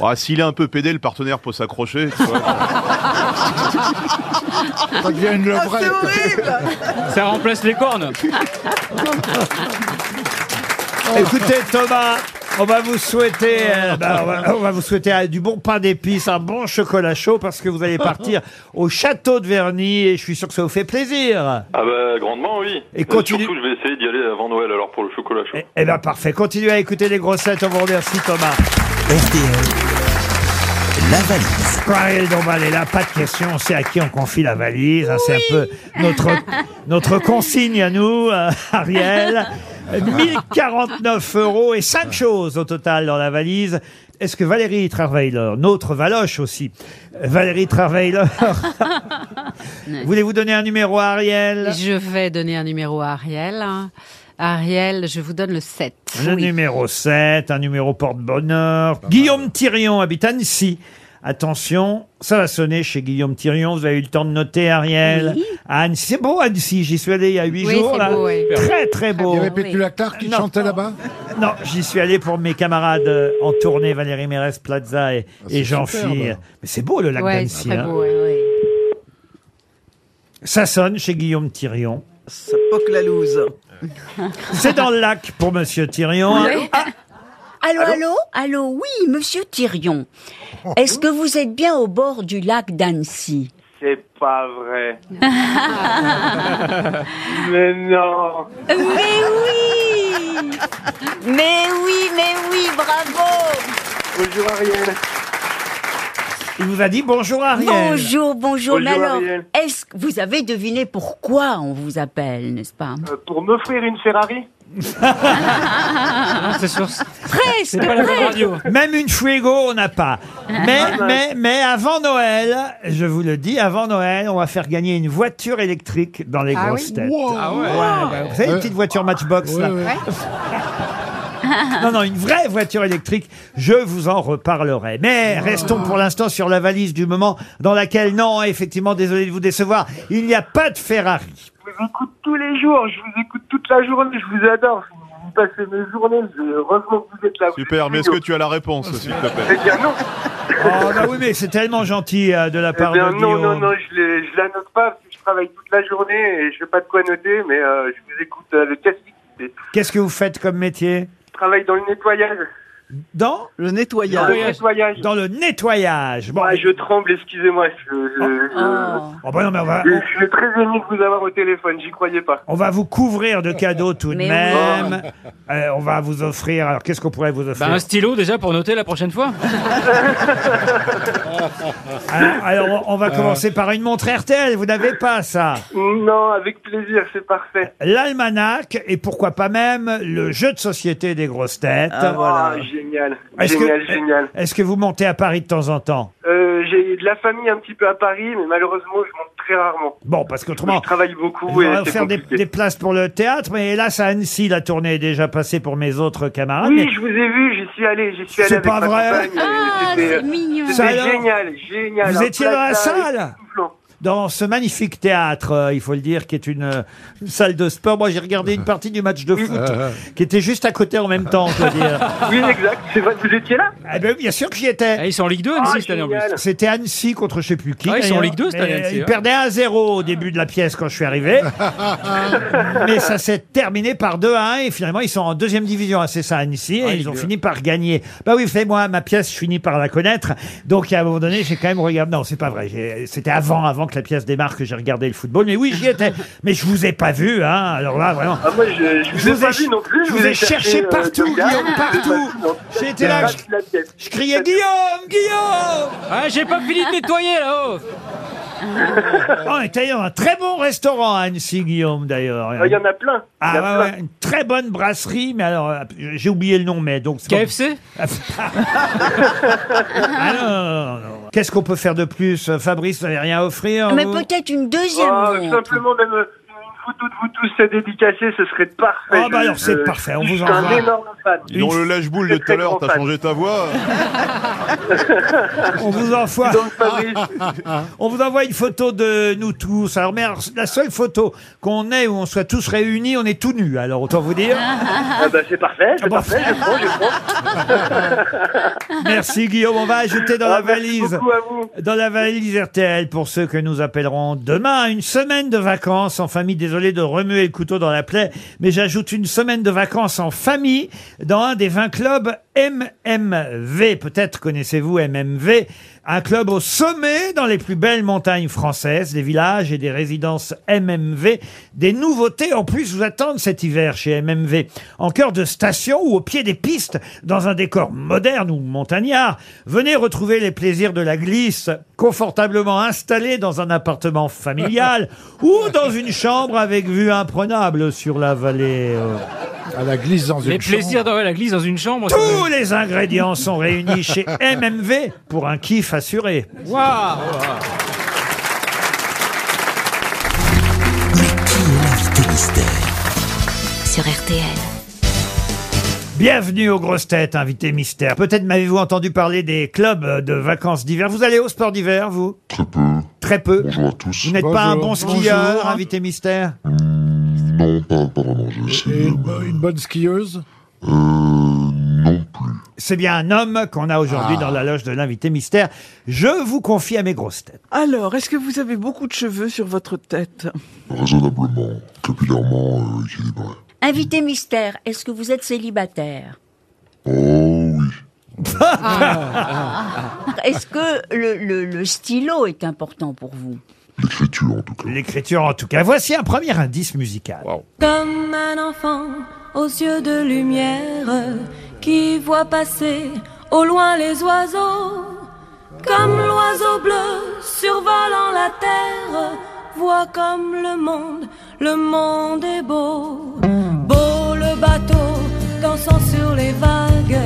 [SPEAKER 5] Ah, S'il est un peu pédé, le partenaire peut s'accrocher. tu vois.
[SPEAKER 3] Ça devient une
[SPEAKER 7] Bah,
[SPEAKER 3] levrette.
[SPEAKER 7] Ça remplace les cornes.
[SPEAKER 2] Écoutez, Thomas, on va vous souhaiter, euh, bah, on, va, on va vous souhaiter euh, du bon pain d'épices, un bon chocolat chaud, parce que vous allez partir au château de Verny, et je suis sûr que ça vous fait plaisir.
[SPEAKER 10] Ah bah grandement oui.
[SPEAKER 2] Et continue-
[SPEAKER 10] Surtout, je vais essayer d'y aller avant Noël alors pour le chocolat chaud.
[SPEAKER 2] Eh bien, parfait. Continuez à écouter les grossettes. On vous remercie, Thomas.
[SPEAKER 1] La valise.
[SPEAKER 2] Ariel Dombal est là. Pas de question. On sait à qui on confie la valise. hein. C'est un peu notre, notre consigne à nous, euh, Ariel. 1049 euros et cinq choses au total dans la valise. Est-ce que Valérie Travailleur, notre Valoche aussi, Valérie Travailleur, voulez-vous donner un numéro à Ariel
[SPEAKER 4] Je vais donner un numéro à Ariel. Ariel, je vous donne le 7.
[SPEAKER 2] Le numéro 7, un numéro porte-bonheur. Guillaume Thirion habite Annecy. Attention, ça va sonner chez Guillaume Thirion. Vous avez eu le temps de noter, Ariel. À Annecy, c'est beau Annecy, j'y suis allé il y a 8
[SPEAKER 4] Oui,
[SPEAKER 2] jours.
[SPEAKER 4] c'est
[SPEAKER 2] Là.
[SPEAKER 4] beau, oui.
[SPEAKER 2] Très très beau.
[SPEAKER 3] Il y avait Pétula Clark qui chantait là-bas
[SPEAKER 2] Non, j'y suis allé pour mes camarades euh, en tournée, Valérie Mérez Plaza et, et
[SPEAKER 3] c'est
[SPEAKER 2] jean
[SPEAKER 3] superbe.
[SPEAKER 2] phi Mais c'est beau le lac
[SPEAKER 4] Ouais, c'est
[SPEAKER 2] d'Annecy.
[SPEAKER 4] très
[SPEAKER 2] hein.
[SPEAKER 4] beau, ouais, ouais.
[SPEAKER 2] Ça sonne chez Guillaume Thirion.
[SPEAKER 6] Ça poque la loose.
[SPEAKER 2] C'est dans le lac pour Monsieur Thirion.
[SPEAKER 8] Oui. Allô, allô, allô, oui, monsieur Thirion. Est-ce que vous êtes bien au bord du lac d'Annecy
[SPEAKER 11] C'est pas vrai. Mais non.
[SPEAKER 19] Euh,
[SPEAKER 8] Mais oui Mais oui, mais oui, bravo
[SPEAKER 11] Bonjour Ariel.
[SPEAKER 2] Il vous a dit bonjour Ariel.
[SPEAKER 8] Bonjour, bonjour. Mais
[SPEAKER 11] Bonjour,
[SPEAKER 8] alors,
[SPEAKER 11] Ariel.
[SPEAKER 8] est-ce que vous avez deviné pourquoi on vous appelle, n'est-ce pas
[SPEAKER 11] Euh, Pour m'offrir une Ferrari
[SPEAKER 2] Ah,
[SPEAKER 7] C'est sûr.
[SPEAKER 8] Presque,
[SPEAKER 7] C'est pas la bonne
[SPEAKER 8] presque.
[SPEAKER 7] radio.
[SPEAKER 2] Même une Fuego, on n'a pas. Mais,
[SPEAKER 11] Ah, mince.
[SPEAKER 2] mais, mais avant Noël, je vous le dis, avant Noël, on va faire gagner une voiture électrique dans les
[SPEAKER 11] Ah
[SPEAKER 2] grosses
[SPEAKER 11] oui
[SPEAKER 2] têtes.
[SPEAKER 11] Wow.
[SPEAKER 7] Ah ouais.
[SPEAKER 2] Ouais, bah, Vous savez, une
[SPEAKER 3] Euh,
[SPEAKER 2] petite voiture Matchbox, là.
[SPEAKER 3] ouais.
[SPEAKER 2] Non, non, une vraie voiture électrique. Je vous en reparlerai. Mais restons pour l'instant sur la valise du moment dans laquelle, non, effectivement, désolé de vous décevoir, il n'y a pas de Ferrari.
[SPEAKER 11] Je vous écoute tous les jours, je vous écoute toute la journée, je vous adore. Vous passez mes journées, je- heureusement que vous êtes là.
[SPEAKER 5] Super, mais est-ce que tu as la réponse, s'il te plaît
[SPEAKER 11] Eh bien non,
[SPEAKER 2] Oh, bah oui, mais c'est tellement gentil euh, de la
[SPEAKER 11] eh
[SPEAKER 2] part
[SPEAKER 11] bien,
[SPEAKER 2] de
[SPEAKER 11] non, non,
[SPEAKER 2] Guillaume.
[SPEAKER 11] non, je, l'ai- je la note pas parce que je travaille toute la journée et je sais pas de quoi noter, mais euh, je vous écoute euh, le casse Je
[SPEAKER 2] Qu'est-ce que vous faites comme métier
[SPEAKER 11] travaille dans le nettoyage.
[SPEAKER 2] Dans
[SPEAKER 6] Le
[SPEAKER 11] Dans le
[SPEAKER 6] nettoyage.
[SPEAKER 11] nettoyage.
[SPEAKER 2] Dans le nettoyage. Bon,
[SPEAKER 11] Ouais, je tremble, excusez-moi. Je, je- je-
[SPEAKER 2] oh, bah non, mais on va,
[SPEAKER 11] je suis très ému de vous avoir au téléphone, j'y croyais pas.
[SPEAKER 2] On va vous couvrir de cadeaux tout de
[SPEAKER 8] Mais oui. Oh.
[SPEAKER 2] même. Euh, on va vous offrir. Alors, qu'est-ce qu'on pourrait vous
[SPEAKER 7] Bah,
[SPEAKER 2] offrir
[SPEAKER 7] un stylo déjà pour noter la prochaine fois.
[SPEAKER 2] alors, alors, on on va commencer par une montre RTL. Vous n'avez pas ça.
[SPEAKER 11] Non, avec plaisir, c'est parfait.
[SPEAKER 2] L'almanach et pourquoi pas même le jeu de société des grosses têtes.
[SPEAKER 6] Ah, voilà.
[SPEAKER 11] Ah, génial,
[SPEAKER 2] Est-ce
[SPEAKER 11] génial,
[SPEAKER 2] que-
[SPEAKER 11] génial.
[SPEAKER 2] Est-ce que vous montez à Paris de temps en temps
[SPEAKER 11] Euh, J'ai de la famille un petit peu à Paris, mais malheureusement, je monte très rarement.
[SPEAKER 2] Bon, parce qu'autrement.
[SPEAKER 11] Je travaille beaucoup
[SPEAKER 2] on
[SPEAKER 11] et
[SPEAKER 2] va
[SPEAKER 11] c'est
[SPEAKER 2] faire des,
[SPEAKER 11] compliqué.
[SPEAKER 2] des places pour le théâtre, mais hélas, à Annecy, la tournée est déjà passée pour mes autres camarades.
[SPEAKER 11] Oui,
[SPEAKER 2] Ah, mais-
[SPEAKER 11] je vous ai vu, j'y suis allé, j'y suis allé
[SPEAKER 2] C'est
[SPEAKER 11] avec
[SPEAKER 2] pas
[SPEAKER 11] ma
[SPEAKER 2] vrai.
[SPEAKER 11] compagne. et
[SPEAKER 8] Ah,
[SPEAKER 11] c'était-
[SPEAKER 8] c'est mignon.
[SPEAKER 2] Ça
[SPEAKER 11] C'était
[SPEAKER 2] alors
[SPEAKER 11] génial, génial.
[SPEAKER 2] Vous
[SPEAKER 11] Un
[SPEAKER 2] étiez dans la
[SPEAKER 11] plaza
[SPEAKER 2] salle
[SPEAKER 11] époustouflant.
[SPEAKER 2] dans ce magnifique théâtre, euh, il faut le dire, qui est une euh, une salle de sport. Moi, j'ai regardé une partie du match de foot qui était juste à côté en même temps, on peut dire.
[SPEAKER 11] Oui, exact. C'est vrai que vous étiez là Ah,
[SPEAKER 2] Ah ben, bien sûr que j'y étais.
[SPEAKER 7] Ah, ils sont en Ligue 2, Annecy, cette année, en plus.
[SPEAKER 2] C'était Annecy contre je sais plus qui.
[SPEAKER 7] Ah, ils sont en
[SPEAKER 2] d'ailleurs.
[SPEAKER 7] Ligue 2, cette année,
[SPEAKER 2] Mais euh,
[SPEAKER 7] Annecy,
[SPEAKER 2] Ils
[SPEAKER 7] hein.
[SPEAKER 2] perdaient 1-0 au début de la pièce quand je suis arrivé. Mais ça s'est terminé par 2-1 et finalement, ils sont en deuxième division. Ah, C'est ça, Annecy.
[SPEAKER 7] Ah,
[SPEAKER 2] Et
[SPEAKER 7] Ligue
[SPEAKER 2] ils ont
[SPEAKER 7] 2.
[SPEAKER 2] fini par gagner. Bah oui, vous savez, moi, ma pièce, je finis par la connaître. Donc, à un moment donné, j'ai quand même regardé. Non, c'est pas vrai. J'ai- C'était avant, avant que la pièce démarre que j'ai regardé le football. Mais oui, j'y étais. Mais je vous ai pas vu, hein. Alors là, vraiment.
[SPEAKER 11] Ah, moi, je, je vous ai pas vu non plus.
[SPEAKER 2] je vous ai cherché
[SPEAKER 11] euh,
[SPEAKER 2] partout,
[SPEAKER 11] dans le
[SPEAKER 2] Guillaume,
[SPEAKER 11] garage,
[SPEAKER 8] Ah.
[SPEAKER 2] partout.
[SPEAKER 11] je vous ai pas vu non plus.
[SPEAKER 2] J'ai été là,
[SPEAKER 11] Je la pièce.
[SPEAKER 2] Je criais Guillaume, Guillaume
[SPEAKER 7] Ah, j'ai pas fini de nettoyer là-haut
[SPEAKER 2] On était dans Oh, un très bon restaurant à Annecy, Guillaume, d'ailleurs.
[SPEAKER 11] Ah, Il y en a plein.
[SPEAKER 2] Ah,
[SPEAKER 11] Il y en a
[SPEAKER 2] ouais,
[SPEAKER 11] plein.
[SPEAKER 2] ouais, une très bonne brasserie, mais alors, euh, j'ai oublié le nom, mais donc. c'est pas-
[SPEAKER 7] KFC
[SPEAKER 2] Ah non, non, non, non. Qu'est-ce qu'on peut faire de plus euh, Fabrice, vous n'avez rien à offrir
[SPEAKER 8] Mais
[SPEAKER 2] vous
[SPEAKER 8] peut-être une deuxième
[SPEAKER 11] Ah,
[SPEAKER 8] montre.
[SPEAKER 11] simplement, même euh, une photo de vous tous euh, dédicacée, ce serait parfait.
[SPEAKER 2] Ah, bah
[SPEAKER 11] Je-
[SPEAKER 2] alors, c'est
[SPEAKER 11] je-
[SPEAKER 2] parfait, on
[SPEAKER 11] Euh, je
[SPEAKER 2] vous
[SPEAKER 11] suis
[SPEAKER 2] envoie.
[SPEAKER 11] un énorme fan.
[SPEAKER 5] Dis donc, le lèche-boule de tout à l'heure,
[SPEAKER 11] grand
[SPEAKER 5] t'as
[SPEAKER 11] fan.
[SPEAKER 5] changé ta voix.
[SPEAKER 2] On vous envoie.
[SPEAKER 11] Donc, Fabrice,
[SPEAKER 2] On vous envoie une photo de nous tous. Alors, mais alors, la seule photo qu'on ait où on soit tous réunis, on est tout nus. Alors, autant vous dire.
[SPEAKER 11] ah, bah, c'est parfait, c'est parfait, je prends, je prends.
[SPEAKER 2] Merci Guillaume, on va ajouter dans
[SPEAKER 11] Ah,
[SPEAKER 2] la
[SPEAKER 11] merci
[SPEAKER 2] valise.
[SPEAKER 11] beaucoup à vous.
[SPEAKER 2] Dans la valise RTL pour ceux que nous appellerons demain une semaine de vacances en famille. Désolé de remuer le couteau dans la plaie, mais j'ajoute une semaine de vacances en famille dans un des 20 clubs MMV. Peut-être connaissez-vous MMV, un club au sommet dans les plus belles montagnes françaises, des villages et des résidences MMV. Des nouveautés en plus vous attendent cet hiver chez MMV. En cœur de station ou au pied des pistes, dans un décor moderne ou montagnard, venez retrouver les plaisirs de la glisse, confortablement installé dans un appartement familial ou dans une chambre avec vue imprenable sur la vallée. euh.
[SPEAKER 3] À la glisse dans
[SPEAKER 7] Les
[SPEAKER 3] une
[SPEAKER 7] plaisirs
[SPEAKER 3] chambre.
[SPEAKER 7] dans la glisse dans une chambre. ça
[SPEAKER 2] Tous les ingrédients sont réunis chez MMV pour un kiff assuré.
[SPEAKER 7] me- Waouh
[SPEAKER 9] sur RTL.
[SPEAKER 2] Bienvenue aux grosses têtes, invité mystère. Peut-être m'avez-vous entendu parler des clubs de vacances d'hiver. Vous allez au sport d'hiver, vous
[SPEAKER 12] Très peu.
[SPEAKER 2] Très peu.
[SPEAKER 12] Bonjour à tous.
[SPEAKER 2] Vous n'êtes pas un bon
[SPEAKER 3] Bonjour.
[SPEAKER 2] skieur,
[SPEAKER 3] Bonjour.
[SPEAKER 2] invité mystère
[SPEAKER 12] Non, pas, pas vraiment. J'ai essayé, mais
[SPEAKER 3] Une bonne skieuse
[SPEAKER 12] euh, non.
[SPEAKER 2] C'est bien un homme qu'on a aujourd'hui
[SPEAKER 3] Ah.
[SPEAKER 2] dans la loge de l'invité mystère. Je vous confie à mes grosses têtes.
[SPEAKER 6] Alors, est-ce que vous avez beaucoup de cheveux sur votre tête
[SPEAKER 12] Raisonnablement, capillairement euh, équilibré.
[SPEAKER 8] Invité mystère, est-ce que vous êtes célibataire
[SPEAKER 12] Oh oui.
[SPEAKER 8] Est-ce que le, le- le stylo est important pour vous
[SPEAKER 2] L'écriture en tout cas. Voici un premier indice musical.
[SPEAKER 14] Comme un enfant aux yeux de lumière qui voit passer au loin les oiseaux. Comme l'oiseau bleu survolant la terre, voit comme le monde, le monde est beau. Beau le bateau dansant sur les vagues,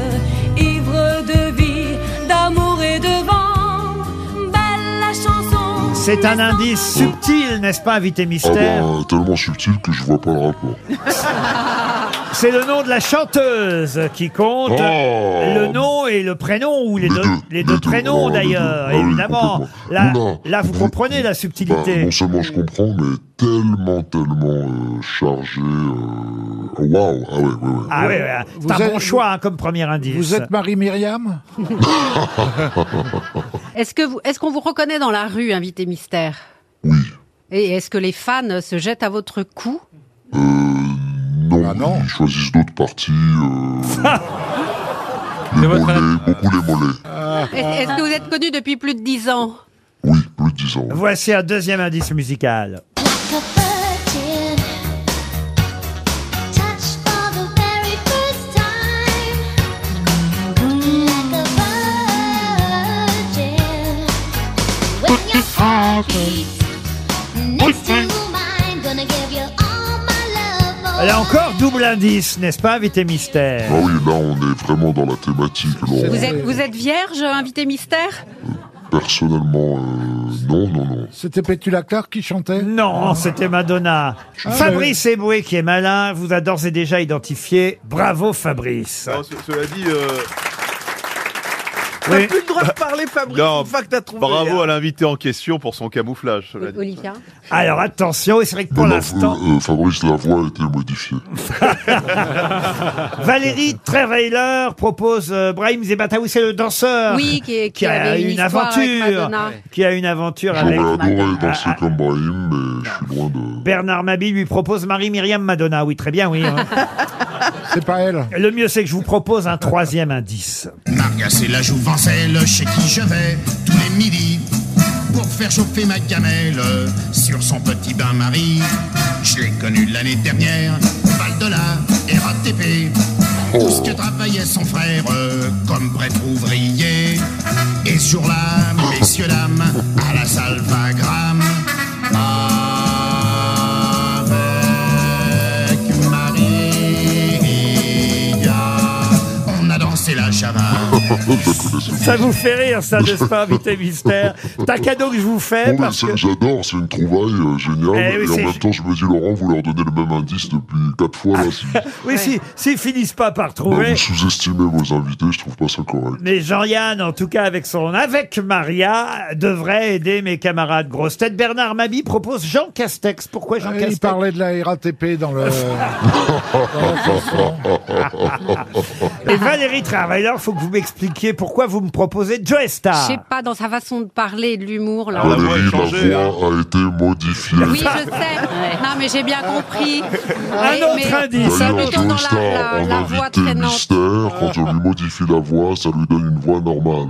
[SPEAKER 14] ivre de vie, d'amour et de vent. Belle la chanson.
[SPEAKER 2] C'est un indice subtil, n'est-ce pas, invité
[SPEAKER 12] Ah
[SPEAKER 2] mystère
[SPEAKER 12] bah, tellement subtil que je vois pas le rapport.
[SPEAKER 2] C'est le nom de la chanteuse qui compte.
[SPEAKER 12] Oh.
[SPEAKER 2] Le nom et le prénom, ou les, deux, les deux prénoms d'ailleurs,
[SPEAKER 12] Ah oui,
[SPEAKER 2] évidemment.
[SPEAKER 12] complètement.
[SPEAKER 2] Là,
[SPEAKER 12] Oula.
[SPEAKER 2] là, vous comprenez la
[SPEAKER 12] Bah,
[SPEAKER 2] subtilité.
[SPEAKER 12] non seulement je comprends, mais tellement, tellement euh, chargé. euh, Waouh Ah ouais, ouais, ouais.
[SPEAKER 2] Ah oui, oui,
[SPEAKER 3] Vous
[SPEAKER 2] c'est un
[SPEAKER 3] êtes-
[SPEAKER 2] bon choix hein, comme premier indice.
[SPEAKER 3] Vous êtes Marie-Myriam
[SPEAKER 4] Est-ce que vous, est-ce qu'on vous reconnaît dans la rue, invité mystère Oui. Et est-ce que les fans se jettent à votre cou
[SPEAKER 12] Non, ils choisissent d'autres parties. euh, les mollets, beaucoup les mollets.
[SPEAKER 2] Ah.
[SPEAKER 4] Est- Est-ce que vous êtes connu depuis plus de dix ans
[SPEAKER 2] Voici un deuxième indice musical. Là encore, double indice, n'est-ce pas, invité mystère
[SPEAKER 12] Ah oui, là, on est vraiment dans la thématique. Laurent.
[SPEAKER 4] Vous êtes, vous êtes vierge, invité mystère
[SPEAKER 12] Personnellement, euh, non, non, non.
[SPEAKER 3] C'était Pétula Clark qui chantait
[SPEAKER 2] Non, c'était Madonna. Fabrice Eboué, qui est malin, vous a d'ores et déjà identifié. Bravo, Fabrice.
[SPEAKER 5] Non, ce- cela dit, euh,
[SPEAKER 2] Oui.
[SPEAKER 6] Plus le droit pourras reparler, Fabrice,
[SPEAKER 5] Non,
[SPEAKER 6] une fois que t'as trouvé.
[SPEAKER 5] Bravo
[SPEAKER 6] hein.
[SPEAKER 5] à l'invité en question pour son camouflage. cela dit.
[SPEAKER 6] Olivia
[SPEAKER 2] Alors attention, et c'est vrai que pour
[SPEAKER 12] la-
[SPEAKER 2] l'instant...
[SPEAKER 12] euh, euh, Fabrice, la voix a été modifiée.
[SPEAKER 2] Valérie Trevailer propose euh, Brahim Zebataoui, c'est le danseur
[SPEAKER 4] Oui, qui est- qui
[SPEAKER 2] a
[SPEAKER 4] avait
[SPEAKER 2] une,
[SPEAKER 4] une histoire avec
[SPEAKER 2] aventure,
[SPEAKER 4] Madonna.
[SPEAKER 2] qui a une aventure
[SPEAKER 12] J'aurais
[SPEAKER 2] avec euh,
[SPEAKER 12] adoré
[SPEAKER 2] Ah,
[SPEAKER 12] danser comme Brahim, mais je suis loin de...
[SPEAKER 2] Bernard Mabi lui propose Marie-Myriam Madonna. Oui, très bien, oui. c'est pas elle. Le mieux, c'est que je vous propose un troisième indice.
[SPEAKER 18] Maria, c'est la jouvencelle chez qui je vais tous les midis pour faire chauffer ma gamelle sur son petit bain-marie. Je l'ai connue l'année dernière, Val de la RATP. Tout ce que travaillait son frère euh, comme prêtre ouvrier. Et sur là messieurs, dames, à la salvagramme. Avec Maria, on a dansé la java.
[SPEAKER 2] Ça vous fait rire, ça, n'est-ce pas, invité mystère T'as cadeau que je vous fais
[SPEAKER 12] Bon, mais
[SPEAKER 2] parce
[SPEAKER 12] ça,
[SPEAKER 2] que...
[SPEAKER 12] J'adore, c'est une trouvaille euh, géniale.
[SPEAKER 2] Eh oui,
[SPEAKER 12] et en
[SPEAKER 2] c'est-
[SPEAKER 12] même temps, je me dis, Laurent, vous leur donnez le même indice depuis quatre fois. Là, si
[SPEAKER 2] Oui, si, s'ils finissent pas par
[SPEAKER 12] vous
[SPEAKER 2] Ah, trouver...
[SPEAKER 12] sous-estimez vos invités, je trouve pas ça correct.
[SPEAKER 2] Mais Jean-Yann, en tout cas avec son Avec Maria, devrait aider mes camarades grosses têtes. Bernard Mabi propose Jean Castex. Pourquoi Jean
[SPEAKER 3] Il
[SPEAKER 2] Castex
[SPEAKER 3] parlait de la RATP dans le.
[SPEAKER 2] Ah, Et Valérie Travailleur, faut que vous m'expliquiez pourquoi vous me proposez Joe
[SPEAKER 4] Je
[SPEAKER 2] Star.
[SPEAKER 4] sais pas, dans sa façon de parler, de l'humour, là.
[SPEAKER 12] Valérie, la
[SPEAKER 2] hein.
[SPEAKER 12] voix a été modifiée.
[SPEAKER 4] Oui, je sais. Non, mais j'ai bien compris.
[SPEAKER 2] Un
[SPEAKER 4] Mais-
[SPEAKER 2] autre
[SPEAKER 4] mais-
[SPEAKER 2] indice.
[SPEAKER 4] c'est
[SPEAKER 12] D'ailleurs,
[SPEAKER 4] plutôt dans la-
[SPEAKER 12] Joe Star,
[SPEAKER 4] la-
[SPEAKER 12] en
[SPEAKER 4] la voix
[SPEAKER 12] invité
[SPEAKER 4] traînante.
[SPEAKER 12] mystère, quand on lui modifie la voix, ça lui donne une voix normale.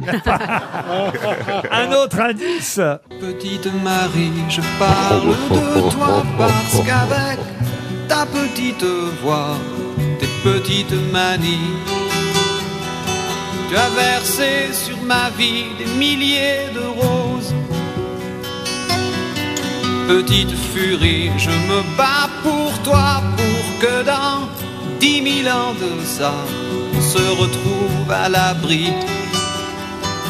[SPEAKER 2] Un autre indice.
[SPEAKER 15] Petite Marie, je parle de toi parce qu'avec ta petite voix, tes petites manies, tu as versé sur ma vie des milliers de roses. Petite furie, je me bats pour toi pour que dans dix mille ans de ça, on se retrouve à l'abri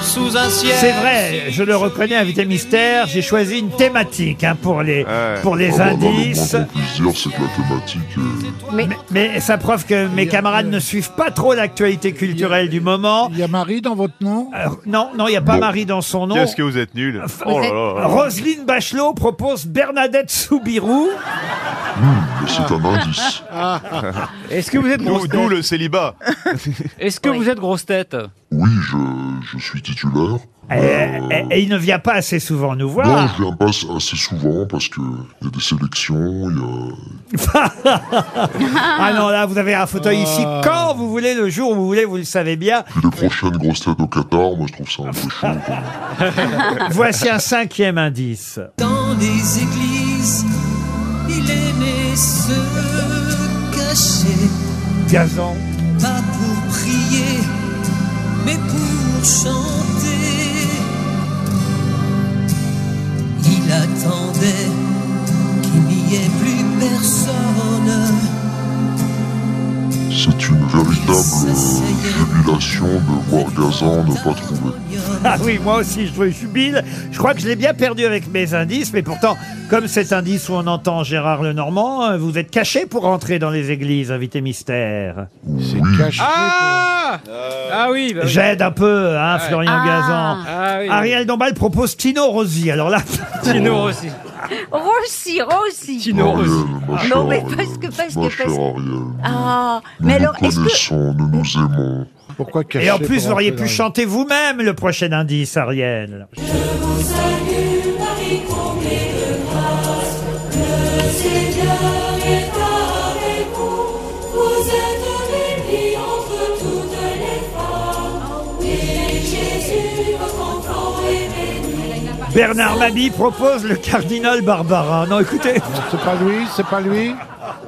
[SPEAKER 15] sous un ciel.
[SPEAKER 2] C'est vrai, je le reconnais, invité mystère. J'ai choisi une thématique hein, pour les, pour les
[SPEAKER 5] Oh,
[SPEAKER 12] Ah bah, non, mais
[SPEAKER 2] indices.
[SPEAKER 12] moi, ce qu'on peut dire, c'est que la thématique est...
[SPEAKER 2] Mais, mais ça prouve que mes camarades ne suivent pas trop l'actualité culturelle du moment. Il y a Marie dans votre nom Non, non, il n'y a pas Marie dans son nom.
[SPEAKER 5] Qu'est-ce que vous êtes nul Oh là là.
[SPEAKER 2] Roselyne Bachelot propose Bernadette Soubirou.
[SPEAKER 12] C'est un indice.
[SPEAKER 7] Est-ce que vous êtes
[SPEAKER 5] D'où-
[SPEAKER 7] grosse
[SPEAKER 5] D'où
[SPEAKER 7] tête
[SPEAKER 5] le célibat.
[SPEAKER 7] Est-ce que vous êtes grosse tête
[SPEAKER 12] Oui, je, je suis titulaire. Euh,
[SPEAKER 2] Et, et- et Eh, il ne vient pas assez souvent nous
[SPEAKER 12] Non,
[SPEAKER 2] voir.
[SPEAKER 12] je viens pas assez souvent parce que il y a des sélections, il y a...
[SPEAKER 2] ah non, là, vous avez un fauteuil ici
[SPEAKER 5] Ah.
[SPEAKER 2] quand vous voulez, le jour où vous voulez, vous le savez bien.
[SPEAKER 12] Puis les prochaines grosses têtes au Qatar, moi je trouve ça un peu chaud. quand même.
[SPEAKER 2] Voici un cinquième indice.
[SPEAKER 15] Dans les églises, il aimait se cacher,
[SPEAKER 2] Gazan.
[SPEAKER 15] pas pour prier, mais pour chanter. Il attendait qu'il n'y ait plus personne.
[SPEAKER 12] C'est une véritable euh, jubilation de voir Gazan ne pas trouver.
[SPEAKER 2] Ah oui, moi aussi, je je jubile. Je crois que je l'ai bien perdu avec mes indices, mais pourtant, comme cet indice où on entend Gérard Lenormand, euh, vous êtes caché pour entrer dans les églises, invité mystère.
[SPEAKER 7] Ah Ah oui bah oui.
[SPEAKER 2] J'aide un peu, hein,
[SPEAKER 7] Ouais.
[SPEAKER 2] Florian
[SPEAKER 7] Ah.
[SPEAKER 2] Gazan.
[SPEAKER 7] Ah oui.
[SPEAKER 2] Ariel Dombal propose Tino Rossi. Alors là,
[SPEAKER 7] Tino Rossi.
[SPEAKER 8] Rossi, Rossi.
[SPEAKER 7] Tino Rossi.
[SPEAKER 12] Ariel,
[SPEAKER 8] Non,
[SPEAKER 12] ma
[SPEAKER 8] mais
[SPEAKER 12] chère
[SPEAKER 8] parce que, parce
[SPEAKER 12] Ma
[SPEAKER 8] que,
[SPEAKER 12] chère
[SPEAKER 8] parce que.
[SPEAKER 12] Ariel,
[SPEAKER 8] Ah,
[SPEAKER 12] nous
[SPEAKER 8] mais
[SPEAKER 12] nous
[SPEAKER 8] alors, est-ce que.
[SPEAKER 12] connaissons, nous nous aimons. Pourquoi
[SPEAKER 2] Et en plus, vous auriez pu chanter vous-même le prochain indice, Ariel.
[SPEAKER 22] vous salue, Marie, comblée de grâce. Le Seigneur est avec vous. Vous êtes bénie entre toutes les femmes. Et Jésus, votre enfant, est béni.
[SPEAKER 2] Bernard Mabi propose le cardinal Barbarin. Non, écoutez.
[SPEAKER 3] C'est pas lui, c'est pas lui.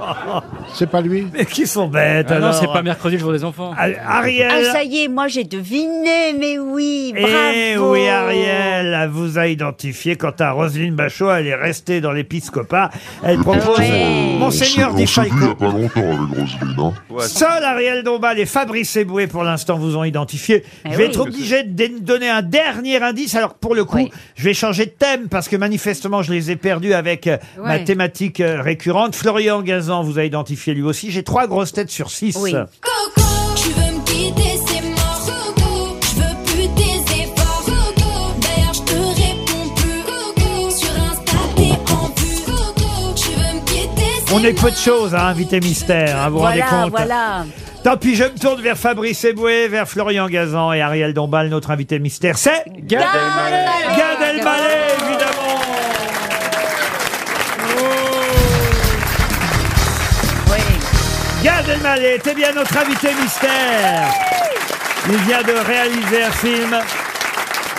[SPEAKER 2] Ah
[SPEAKER 3] C'est pas lui.
[SPEAKER 2] Mais qui sont bêtes
[SPEAKER 7] Ah non,
[SPEAKER 2] alors
[SPEAKER 7] c'est pas mercredi le jour des enfants.
[SPEAKER 2] Ariel.
[SPEAKER 8] Ah, ça y est, moi j'ai deviné, mais oui, bravo.
[SPEAKER 2] Eh oui, Ariel elle vous a identifié. Quant à Roselyne Bachot, elle est restée dans l'épiscopat. Elle
[SPEAKER 3] Ah
[SPEAKER 2] propose Monseigneur Di
[SPEAKER 12] euh, On s'est vu il y a
[SPEAKER 2] Falco.
[SPEAKER 12] pas longtemps avec Roselyne, hein.
[SPEAKER 2] Seul Ariel Dombal et Fabrice Eboué pour l'instant vous ont identifié.
[SPEAKER 8] Eh
[SPEAKER 2] je vais
[SPEAKER 8] oui.
[SPEAKER 2] être obligé de dé- donner un dernier indice. Alors pour le coup, je vais changer de thème parce que manifestement je les ai perdus avec euh, ma
[SPEAKER 8] Ouais.
[SPEAKER 2] thématique euh, récurrente. Florian Gazan vous a identifié lui aussi. J'ai trois grosses têtes sur six.
[SPEAKER 22] Coco, tu veux me quitter, c'est mort. Coco, je veux plus tes efforts.
[SPEAKER 2] On est peu de choses à inviter mystère, hein, vous vous
[SPEAKER 8] Voilà,
[SPEAKER 2] rendez compte
[SPEAKER 8] voilà.
[SPEAKER 2] Tant pis, je me tourne vers Fabrice Eboué, vers Florian Gazan et Ariel Dombal, notre invité mystère. C'est Gad Elmaleh Gad Elmaleh, évidemment Oh. Gad Elmaleh était bien notre invité mystère. Il vient de réaliser un film.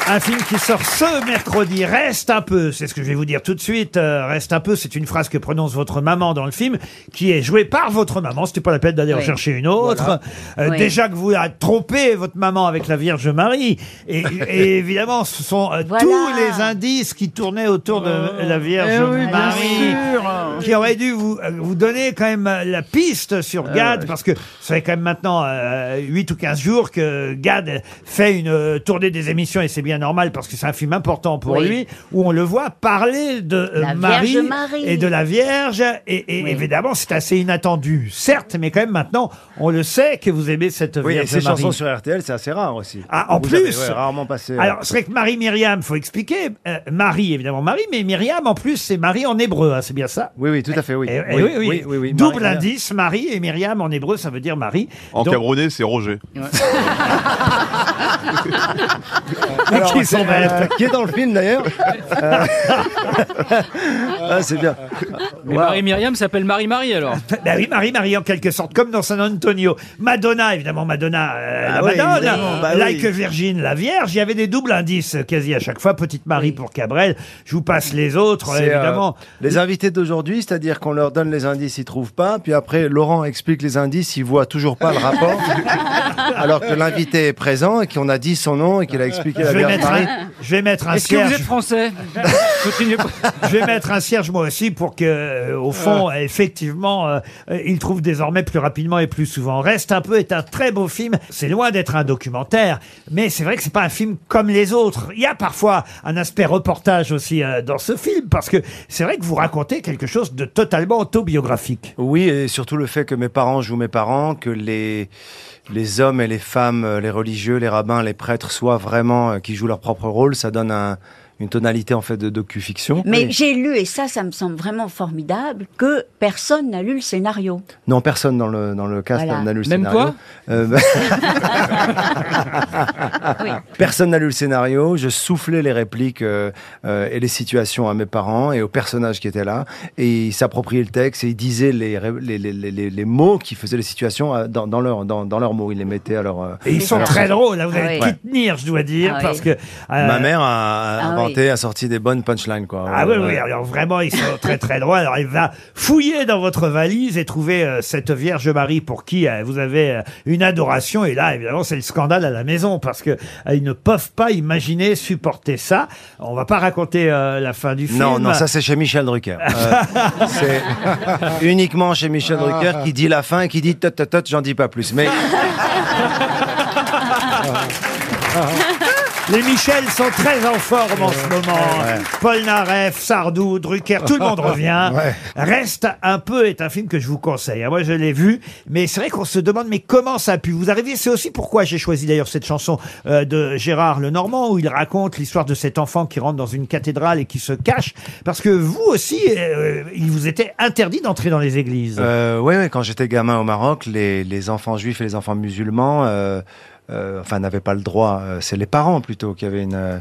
[SPEAKER 2] Un film qui sort ce mercredi. Reste un peu, c'est ce que je vais vous dire tout de suite. Euh, reste un peu, c'est une phrase que prononce votre maman dans le film, qui est jouée par votre maman. C'était pas la peine d'aller en
[SPEAKER 16] Oui.
[SPEAKER 2] chercher une autre.
[SPEAKER 16] Voilà.
[SPEAKER 2] Euh,
[SPEAKER 16] Oui.
[SPEAKER 2] Déjà que vous a trompé votre maman avec la Vierge Marie. Et, et évidemment, ce sont euh, tous les indices qui tournaient autour de
[SPEAKER 16] Oh.
[SPEAKER 2] la Vierge
[SPEAKER 6] Eh oui, bien
[SPEAKER 2] Marie
[SPEAKER 6] sûr.
[SPEAKER 2] bah qui aurait dû vous, euh, vous donner quand même euh, la piste sur Gad, parce que ça fait quand même maintenant euh, 8 ou 15 jours que Gad fait une euh, tournée des émissions, et c'est bien normal parce que c'est un film important pour
[SPEAKER 8] Oui.
[SPEAKER 2] lui, où on le voit parler de euh,
[SPEAKER 8] La
[SPEAKER 2] Marie,
[SPEAKER 8] Vierge Marie.
[SPEAKER 2] et de la Vierge, et, et évidemment c'est assez inattendu, certes, mais quand même maintenant on le sait que vous aimez cette
[SPEAKER 17] Oui, et
[SPEAKER 2] Vierge
[SPEAKER 17] ces
[SPEAKER 2] Marie.
[SPEAKER 17] chansons sur RTL, c'est assez rare aussi.
[SPEAKER 2] Ah, en
[SPEAKER 17] Vous
[SPEAKER 2] plus
[SPEAKER 17] avez, ouais, Rarement passé. euh.
[SPEAKER 2] Alors, c'est vrai que Marie Myriam, faut expliquer. euh, Marie, évidemment, Marie, mais Myriam, en plus, c'est Marie en hébreu, hein, c'est bien ça
[SPEAKER 17] Oui, oui, tout à fait, oui.
[SPEAKER 2] Eh, eh
[SPEAKER 17] Oui,
[SPEAKER 2] oui, oui.
[SPEAKER 17] oui, oui, oui,
[SPEAKER 2] Double
[SPEAKER 17] Marie-
[SPEAKER 2] indice, Marie et Myriam, en hébreu, ça veut dire Marie.
[SPEAKER 5] En
[SPEAKER 2] Donc-
[SPEAKER 5] cabronné, c'est Roger.
[SPEAKER 2] qui
[SPEAKER 17] c'est,
[SPEAKER 2] s'embête.
[SPEAKER 17] euh, Qui est dans le film d'ailleurs. Euh, ah, c'est bien.
[SPEAKER 7] Mais Marie-Myriam s'appelle Marie-Marie alors.
[SPEAKER 2] Bah oui, Marie, Marie, en quelque sorte, comme dans San Antonio. Madonna, évidemment, Madonna, euh,
[SPEAKER 6] Ah
[SPEAKER 2] la
[SPEAKER 6] oui,
[SPEAKER 2] Madone,
[SPEAKER 6] évidemment, bah
[SPEAKER 2] like
[SPEAKER 6] oui.
[SPEAKER 2] Virgin, la Vierge, il y avait des doubles indices euh, quasi à chaque fois. Petite Marie pour Cabrel, je vous passe les autres, euh,
[SPEAKER 17] C'est, euh,
[SPEAKER 2] évidemment.
[SPEAKER 17] les invités d'aujourd'hui, c'est-à-dire qu'on leur donne les indices, ils trouvent pas. Puis après, Laurent explique les indices, ils voient toujours pas le rapport. alors que l'invité est présent et qu'on a dit son nom et qu'il a expliqué la
[SPEAKER 2] je, vais
[SPEAKER 17] Vierge
[SPEAKER 2] mettre
[SPEAKER 17] Marie.
[SPEAKER 2] un, je vais mettre un
[SPEAKER 17] Est-ce que vous
[SPEAKER 2] cierge.
[SPEAKER 17] êtes
[SPEAKER 7] français
[SPEAKER 2] Je vais mettre un cierge moi aussi pour que, euh, au fond,
[SPEAKER 17] Ah.
[SPEAKER 2] effectivement, euh, euh, il trouve désormais plus rapidement et plus souvent. Reste un peu est un très beau film. C'est loin d'être un documentaire, mais c'est vrai que c'est pas un film comme les autres. Il y a parfois un aspect reportage aussi euh, dans ce film parce que c'est vrai que vous racontez quelque chose de totalement autobiographique.
[SPEAKER 17] Oui, et surtout le fait que mes parents jouent mes parents, que les, les hommes et les femmes, euh, les religieux, les rabbins, les prêtres soient vraiment, euh, qui jouent leur propre rôle, ça donne un- une tonalité en fait de docu-fiction.
[SPEAKER 8] Mais j'ai lu, et ça, ça me semble vraiment formidable, que personne n'a lu le scénario.
[SPEAKER 17] Non, personne dans le, dans le cast
[SPEAKER 8] Voilà.
[SPEAKER 17] n'a lu le
[SPEAKER 8] Même
[SPEAKER 17] scénario.
[SPEAKER 8] toi
[SPEAKER 17] Euh, bah- Personne n'a lu le scénario. Je soufflais les répliques euh, euh, et les situations à mes parents et aux personnages qui étaient là. Et ils s'appropriaient le texte et ils disaient les, ré- les, les, les- les- les mots qui faisaient les situations euh, dans, dans, leur, dans, dans leurs mots. Ils les mettaient à leur. euh,
[SPEAKER 2] Et ils
[SPEAKER 17] à
[SPEAKER 2] sont
[SPEAKER 17] leur-
[SPEAKER 2] très drôles. Là, vous allez
[SPEAKER 17] Ouais.
[SPEAKER 2] tout tenir, je dois dire,
[SPEAKER 17] Ah oui.
[SPEAKER 2] parce que euh,
[SPEAKER 17] Ma mère a
[SPEAKER 2] Ah
[SPEAKER 17] inventé,
[SPEAKER 2] oui.
[SPEAKER 17] a sorti des bonnes punchlines, quoi. Euh,
[SPEAKER 2] Ah oui,
[SPEAKER 17] Ouais,
[SPEAKER 2] oui,
[SPEAKER 17] ouais.
[SPEAKER 2] alors vraiment, ils sont très très loin. Alors il va fouiller dans votre valise et trouver euh, cette Vierge Marie pour qui euh, vous avez euh, une adoration. Et là, évidemment, c'est le scandale à la maison parce que euh, ils ne peuvent pas imaginer supporter ça. On va pas raconter euh, la fin du film.
[SPEAKER 17] Non, non, ça c'est chez Michel Drucker. Euh, c'est uniquement chez Michel Drucker qui dit la fin et qui dit tot tot tot, j'en dis pas plus. Mais
[SPEAKER 2] Les Michel sont très en forme en ce moment. Paul Naref, Sardou, Drucker, tout le monde revient.
[SPEAKER 17] Ouais.
[SPEAKER 2] Reste un peu est un film que je vous conseille. Moi, je l'ai vu, mais c'est vrai qu'on se demande mais comment ça a pu vous arriver. C'est aussi pourquoi j'ai choisi d'ailleurs cette chanson euh, de Gérard Lenormand où il raconte l'histoire de cet enfant qui rentre dans une cathédrale et qui se cache parce que vous aussi, euh, il vous était interdit d'entrer dans les églises.
[SPEAKER 17] euh, ouais, ouais, quand j'étais gamin au Maroc, les, les enfants juifs et les enfants musulmans, euh, euh, enfin, n'avaient pas le droit. euh, C'est les parents plutôt qui avaient une euh,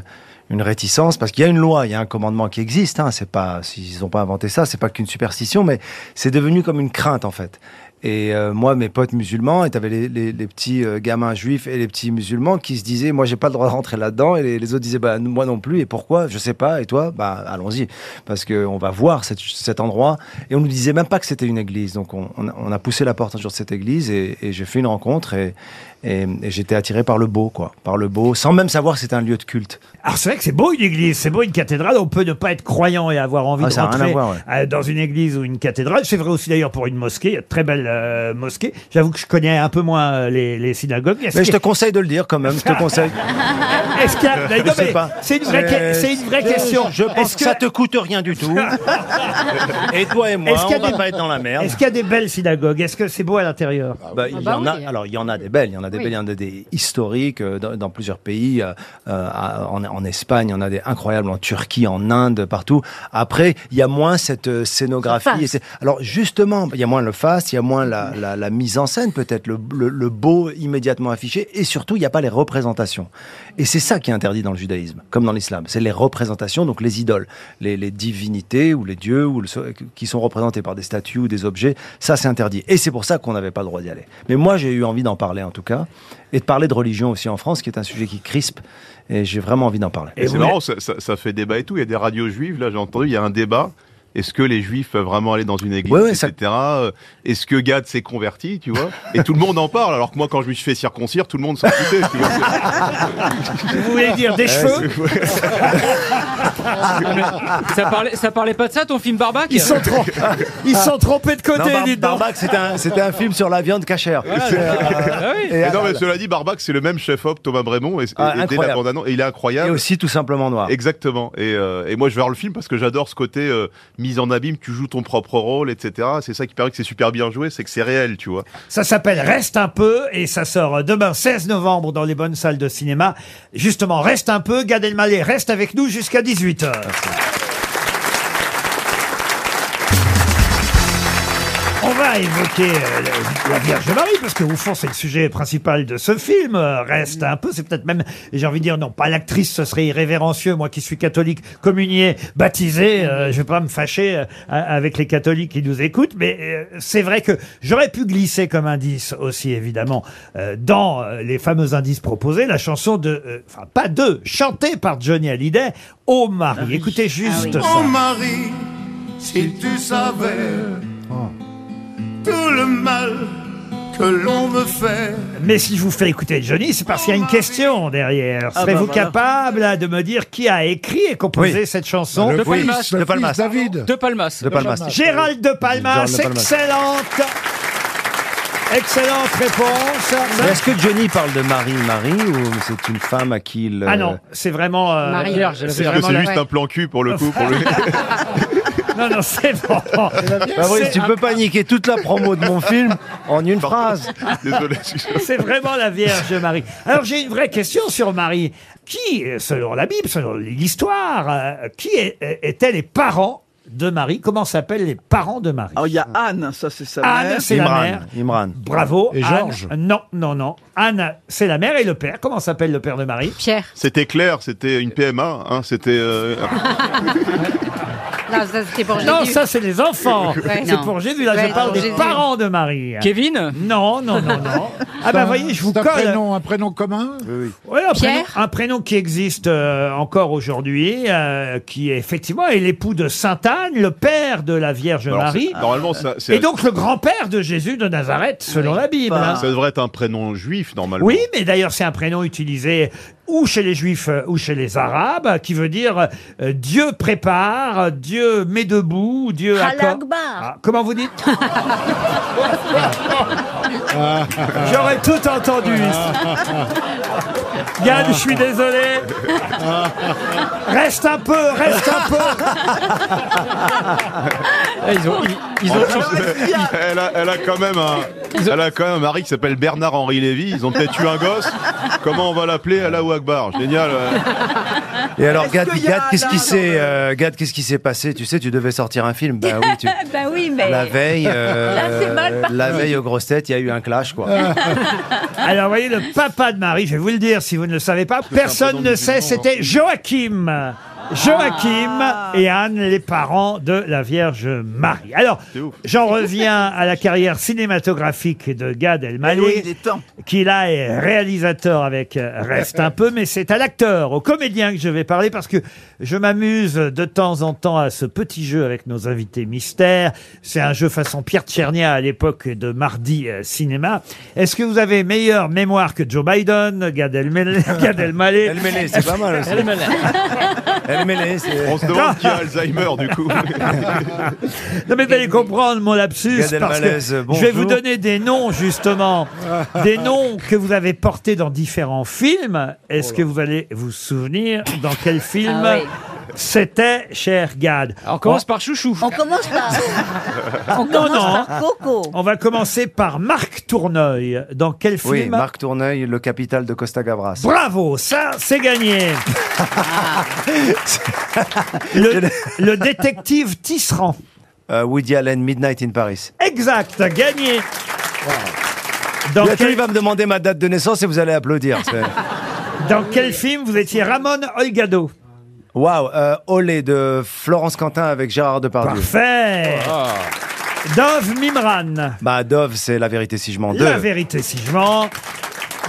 [SPEAKER 17] une réticence parce qu'il y a une loi, il y a un commandement qui existe. Hein, c'est pas s'ils n'ont pas inventé ça, c'est pas qu'une superstition, mais c'est devenu comme une crainte en fait. Et euh, moi, mes potes musulmans, et t'avais les, les, les petits euh, gamins juifs et les petits musulmans qui se disaient, moi, j'ai pas le droit de rentrer là-dedans. Et les, les autres disaient, bah, nous- moi non plus. Et pourquoi Je sais pas. Et toi Bah, allons-y, parce que on va voir cette- cet endroit. Et on nous disait même pas que c'était une église. Donc, on, on a- on a poussé la porte un jour de cette église et, et j'ai fait une rencontre et, et- et j'étais attiré par le beau, quoi, par le beau, sans même savoir que c'était un lieu de culte.
[SPEAKER 2] Alors c'est vrai que c'est beau une église, c'est beau une cathédrale. On peut ne pas être croyant et avoir envie
[SPEAKER 17] Ah,
[SPEAKER 2] de
[SPEAKER 17] ça a rien
[SPEAKER 2] rentrer
[SPEAKER 17] à voir, ouais.
[SPEAKER 2] euh, dans une église ou une cathédrale. C'est vrai aussi d'ailleurs pour une mosquée. Il y a de très belles euh, mosquée. J'avoue que je connais un peu moins euh, les, les synagogues.
[SPEAKER 17] Mais je te conseille de le dire quand même, je te conseille.
[SPEAKER 2] Est-ce qu'il y a-
[SPEAKER 17] Je
[SPEAKER 2] Non,
[SPEAKER 17] sais
[SPEAKER 2] mais
[SPEAKER 17] pas.
[SPEAKER 2] C'est une vraie, que-
[SPEAKER 17] Euh,
[SPEAKER 2] c'est une vraie
[SPEAKER 17] je-
[SPEAKER 2] question.
[SPEAKER 17] Je pense
[SPEAKER 2] Est-ce
[SPEAKER 17] que... ça te coûte rien du tout. et toi et moi,
[SPEAKER 2] Est-ce
[SPEAKER 17] on
[SPEAKER 2] qu'il y a
[SPEAKER 17] va
[SPEAKER 2] des-
[SPEAKER 17] pas être dans la merde.
[SPEAKER 2] Est-ce qu'il y a des belles synagogues Est-ce que c'est beau à l'intérieur
[SPEAKER 17] Bah, il y en a, alors il y en a des belles, il y en a des
[SPEAKER 2] Oui.
[SPEAKER 17] belles, il y en a des historiques euh, dans, dans plusieurs pays, euh, euh, à- en, en Espagne, il y en a des incroyables, en Turquie, en Inde, partout. Après, il y a moins cette euh, scénographie. et c'est- alors justement, il y a moins le face, il y a moins la, la- la mise en scène peut-être, le, le- le beau immédiatement affiché, et surtout, il n'y a pas les représentations. Et c'est ça qui est interdit dans le judaïsme, comme dans l'islam, c'est les représentations, donc les idoles, les, les divinités ou les dieux ou le so- qui sont représentés par des statues ou des objets, ça c'est interdit. Et c'est pour ça qu'on n'avait pas le droit d'y aller. Mais moi j'ai eu envie d'en parler en tout cas, et de parler de religion aussi en France, qui est un sujet qui crispe, et j'ai vraiment envie d'en parler.
[SPEAKER 5] Et c'est marrant, ça, ça- ça fait débat et tout. Il y a des radios juives, là j'ai entendu, il y a un débat. Est-ce que les juifs peuvent vraiment aller dans une église, etc. Euh, Est-ce que Gad s'est converti, tu vois Et tout le monde en parle, alors que moi quand je me suis fait circoncire, tout le monde s'en foutait. tu vois.
[SPEAKER 2] Vous voulez dire des
[SPEAKER 5] Ouais,
[SPEAKER 17] Ah
[SPEAKER 2] cheveux
[SPEAKER 7] ça, parlait, ça parlait pas de ça, ton film Barbac Ah.
[SPEAKER 2] Ils sont trop- ils sont trompés de côté,
[SPEAKER 17] Non, Bar-
[SPEAKER 2] dites donc.
[SPEAKER 17] Barbac, c'était un, c'était un film sur la viande cachère. C'est, euh, et,
[SPEAKER 2] Ah
[SPEAKER 5] Mais non, mais
[SPEAKER 17] euh,
[SPEAKER 5] cela dit, Barbac, c'est le même chef-op, Thomas Brémond, et, et- et
[SPEAKER 17] Ah,
[SPEAKER 5] dès la
[SPEAKER 17] incroyable.
[SPEAKER 5] bande-annonce, et il est incroyable.
[SPEAKER 17] et aussi tout simplement noir.
[SPEAKER 5] Exactement. Et, euh, et moi, je vais voir le film parce que j'adore ce côté euh, mise en abîme, tu joues ton propre rôle, etc. C'est ça qui paraît que c'est super bien joué, c'est que c'est réel, tu vois.
[SPEAKER 2] Ça s'appelle Reste un peu et ça sort euh, demain 16 novembre dans les bonnes salles de cinéma. Justement, Reste un peu, Gad Elmaleh reste avec nous jusqu'à 18h. On va évoquer euh, le- la Vierge Marie, parce que au fond, c'est le sujet principal de ce film. Euh, Reste un peu, c'est peut-être même, j'ai envie de dire, non, pas l'actrice, ce serait irrévérencieux. Moi qui suis catholique, communié, baptisé, euh, je vais pas me fâcher euh, a- avec les catholiques qui nous écoutent, mais euh, c'est vrai que j'aurais pu glisser comme indice aussi, évidemment, euh, dans euh, les fameux indices proposés, la chanson de, euh, enfin, pas de, chantée par Johnny Hallyday, Ô Marie. Écoutez juste
[SPEAKER 18] Oh
[SPEAKER 2] ça.
[SPEAKER 18] Marie, si tu savais tout le mal que l'on me fait.
[SPEAKER 2] Mais si je vous fais écouter Johnny, c'est parce qu'il y a une question derrière.
[SPEAKER 18] Ah
[SPEAKER 2] Serez-vous
[SPEAKER 18] bah voilà.
[SPEAKER 2] capable là, de me dire qui a écrit et composé
[SPEAKER 17] Oui. Bah,
[SPEAKER 2] cette chanson
[SPEAKER 17] Le De fils, Palmas. le De Palmas. fils David.
[SPEAKER 7] De Palmas.
[SPEAKER 17] De Palmas.
[SPEAKER 2] Gérald De Palmas,
[SPEAKER 17] Gérald De Palmas.
[SPEAKER 2] excellente. Excellente réponse.
[SPEAKER 17] Mais Est-ce que Johnny parle de Marie Marie ou c'est une femme à qui il...
[SPEAKER 2] Ah non, c'est vraiment. euh,
[SPEAKER 17] Marie.
[SPEAKER 2] c'est
[SPEAKER 17] Est-ce que
[SPEAKER 2] vraiment
[SPEAKER 17] c'est
[SPEAKER 2] la-
[SPEAKER 17] juste un plan
[SPEAKER 5] cul pour le coup, pour le-
[SPEAKER 2] Non, non, c'est bon.
[SPEAKER 17] Bah oui, tu peux pas niquer toute la promo de mon film en une phrase.
[SPEAKER 5] Désolé.
[SPEAKER 2] C'est vraiment la Vierge Marie. Alors j'ai une vraie question sur Marie. Qui, euh, selon la Bible, selon l'histoire, euh, qui est- étaient les parents de Marie Comment s'appellent les parents de Marie
[SPEAKER 6] Alors Oh, il y a Anne, ça c'est sa
[SPEAKER 2] Anne,
[SPEAKER 6] mère.
[SPEAKER 2] c'est la mère.
[SPEAKER 17] Imran.
[SPEAKER 2] Bravo.
[SPEAKER 6] Et
[SPEAKER 2] Anne.
[SPEAKER 6] Georges
[SPEAKER 2] Non, non, non. Anne, c'est la mère et le père. Comment s'appelle le père de Marie
[SPEAKER 4] Pierre.
[SPEAKER 5] C'était clair, c'était une PMA, hein, c'était. euh,
[SPEAKER 4] Non, ça, c'était pour
[SPEAKER 2] Non,
[SPEAKER 4] Jésus.
[SPEAKER 2] ça c'est les enfants.
[SPEAKER 4] Ouais,
[SPEAKER 2] c'est
[SPEAKER 4] non.
[SPEAKER 2] pour Jésus. Là,
[SPEAKER 4] Ouais,
[SPEAKER 2] je parle
[SPEAKER 4] pour
[SPEAKER 2] des
[SPEAKER 4] Jésus.
[SPEAKER 2] parents de Marie.
[SPEAKER 7] Kevin
[SPEAKER 2] Non, non, non, non. Ah
[SPEAKER 3] C'est
[SPEAKER 2] bah
[SPEAKER 3] un-
[SPEAKER 2] voyez, je vous
[SPEAKER 3] c'est un
[SPEAKER 2] colle.
[SPEAKER 3] prénom, un prénom commun
[SPEAKER 2] Ouais, un, prénom,
[SPEAKER 3] Pierre
[SPEAKER 2] un prénom qui existe euh, encore aujourd'hui, euh, qui est effectivement est l'époux de Sainte Anne, le père de la Vierge
[SPEAKER 5] Alors,
[SPEAKER 2] Marie.
[SPEAKER 5] c'est- normalement, ça- c'est-
[SPEAKER 2] Et donc le grand-père de Jésus de Nazareth, selon la Bible. hein.
[SPEAKER 5] Ça devrait être un prénom juif, normalement.
[SPEAKER 2] Oui, mais d'ailleurs, c'est un prénom utilisé ou chez les Juifs euh, ou chez les Arabes, euh, qui veut dire euh, Dieu prépare, euh, Dieu met debout, Dieu
[SPEAKER 8] Allah
[SPEAKER 2] accorde.
[SPEAKER 8] Akbar.
[SPEAKER 2] Ah, comment vous dites J'aurais tout entendu. ici. Yann, je suis désolé. Reste un peu, reste un peu.
[SPEAKER 7] ils ont,
[SPEAKER 5] En plus, euh, elle, a, elle a quand même un, elle a quand même un mari qui s'appelle Bernard Henri Lévy. Ils ont peut-être eu un gosse. Comment on va l'appeler Allahu Akbar. Génial. euh.
[SPEAKER 17] Et alors,
[SPEAKER 5] Est-ce
[SPEAKER 17] Gad,
[SPEAKER 5] qu'il y a
[SPEAKER 17] Gad, qu'est-ce qui
[SPEAKER 5] Alain
[SPEAKER 17] s'est, euh, Gad, qu'est-ce qui s'est passé Tu sais, tu devais sortir un film. Bah oui, tu-
[SPEAKER 8] bah oui, mais.
[SPEAKER 17] La veille, euh,
[SPEAKER 8] Là, c'est mal parti.
[SPEAKER 17] la veille aux grosses têtes, il y a eu un clash, quoi.
[SPEAKER 2] Alors, voyez, le papa de Marie, je vais vous le dire si vous ne le savez pas, personne ne sait, c'était Joachim. Joachim et Anne, les parents de la Vierge Marie. Alors, j'en reviens à la carrière cinématographique de Gad
[SPEAKER 6] Eh
[SPEAKER 2] Elmaleh,
[SPEAKER 6] Oui, il est temps.
[SPEAKER 2] qui là est réalisateur avec euh, Reste un peu, mais c'est à l'acteur, au comédien que je vais parler parce que je m'amuse de temps en temps à ce petit jeu avec nos invités mystères. C'est un jeu façon Pierre Tchernia à l'époque de Mardi euh, Cinéma. Est-ce que vous avez meilleure mémoire que Joe Biden, Gad Elmaleh Gad Elmaleh
[SPEAKER 17] Elmaleh, c'est pas mal aussi.
[SPEAKER 2] Elmaleh.
[SPEAKER 17] Elle les mêler.
[SPEAKER 5] On se demande qui a Alzheimer du coup.
[SPEAKER 2] Non mais vous allez comprendre mon lapsus
[SPEAKER 17] Gad
[SPEAKER 2] parce que
[SPEAKER 17] Elmaleh,
[SPEAKER 2] je
[SPEAKER 17] bonjour.
[SPEAKER 2] vais vous donner des noms justement, des noms que vous avez portés dans différents films. Est-ce
[SPEAKER 5] Oh
[SPEAKER 2] que vous allez vous souvenir dans quel film
[SPEAKER 8] Ah ouais.
[SPEAKER 2] c'était cher Gad On
[SPEAKER 7] commence par Chouchou.
[SPEAKER 8] On commence par. On
[SPEAKER 2] Non,
[SPEAKER 8] commence
[SPEAKER 2] non.
[SPEAKER 8] par Coco.
[SPEAKER 2] On va commencer par Marc Tourneuil. Dans quel film
[SPEAKER 17] Oui, Marc Tourneuil, le capital de Costa Gavras.
[SPEAKER 2] Bravo, ça c'est gagné.
[SPEAKER 8] Ah.
[SPEAKER 2] le, le détective Tisserand.
[SPEAKER 17] Euh, Woody Allen, Midnight in Paris.
[SPEAKER 2] Exact, gagné. Dans
[SPEAKER 17] Bientôt,
[SPEAKER 2] quel-
[SPEAKER 17] il va me demander ma date de naissance et vous allez applaudir. c'est-
[SPEAKER 2] Dans quel film vous étiez Ramon Olgado
[SPEAKER 17] Waouh, euh, Olé de Florence Quentin avec Gérard Depardieu.
[SPEAKER 2] Parfait. Dove Mimran.
[SPEAKER 17] Bah, Dove, c'est la vérité si je m'en
[SPEAKER 2] La
[SPEAKER 17] deux.
[SPEAKER 2] vérité si je mens.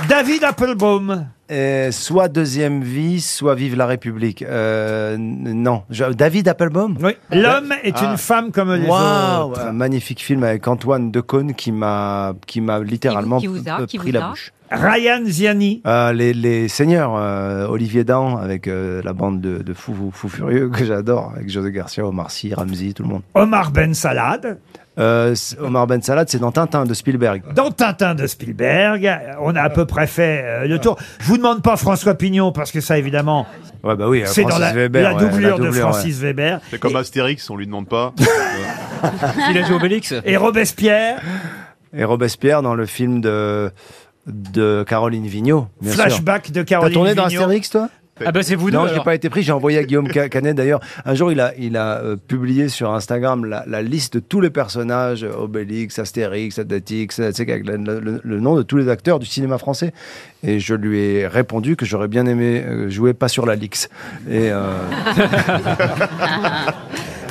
[SPEAKER 2] David Applebaum.
[SPEAKER 17] Euh, soit deuxième vie, soit vive la République. Euh, n- non, Je- David Applebaum. Ah,
[SPEAKER 2] Oui. L'homme est une femme comme les autres.
[SPEAKER 17] Un magnifique film avec Antoine Decaune qui m'a qui m'a littéralement
[SPEAKER 2] Qui vous- qui vous a,
[SPEAKER 17] p-
[SPEAKER 2] qui
[SPEAKER 17] pris
[SPEAKER 2] vous a.
[SPEAKER 17] la bouche.
[SPEAKER 2] Ryan Ziani.
[SPEAKER 17] Euh, les, les seigneurs, euh, Olivier Dan avec euh, la bande de, de fous fous furieux que j'adore, avec José Garcia, Omar Sy, Ramsey, tout le monde.
[SPEAKER 2] Omar Ben Salad.
[SPEAKER 17] Euh, c- Omar Ben Salad, c'est dans Tintin de Spielberg.
[SPEAKER 2] Dans Tintin de Spielberg, on a à peu près fait euh, le tour. Je vous demande pas François Pignon parce que ça évidemment,
[SPEAKER 17] Ouais, bah oui, euh,
[SPEAKER 2] c'est dans
[SPEAKER 17] Francis
[SPEAKER 2] la,
[SPEAKER 17] Weber,
[SPEAKER 2] la
[SPEAKER 17] ouais,
[SPEAKER 2] doublure de
[SPEAKER 17] ouais.
[SPEAKER 2] Francis Weber.
[SPEAKER 5] C'est comme Astérix, on lui demande pas.
[SPEAKER 7] Il a joué Obélix.
[SPEAKER 2] Et Robespierre,
[SPEAKER 17] Et Robespierre dans le film de, de Caroline Vigneault. bien sûr.
[SPEAKER 2] flashback de Caroline.
[SPEAKER 17] T'as tourné dans
[SPEAKER 2] Vigneault.
[SPEAKER 17] Astérix, toi
[SPEAKER 7] Ah bah c'est vous deux.
[SPEAKER 17] non, j'ai
[SPEAKER 7] alors.
[SPEAKER 17] pas été pris. J'ai envoyé à Guillaume Ca- Canet d'ailleurs. Un jour, il a, il a euh, publié sur Instagram la, la liste de tous les personnages euh, Obélix, Astérix, Adatix, euh, tu sais, avec le, le- le nom de tous les acteurs du cinéma français. Et je lui ai répondu que j'aurais bien aimé euh, jouer pas sur la Lix. Et euh,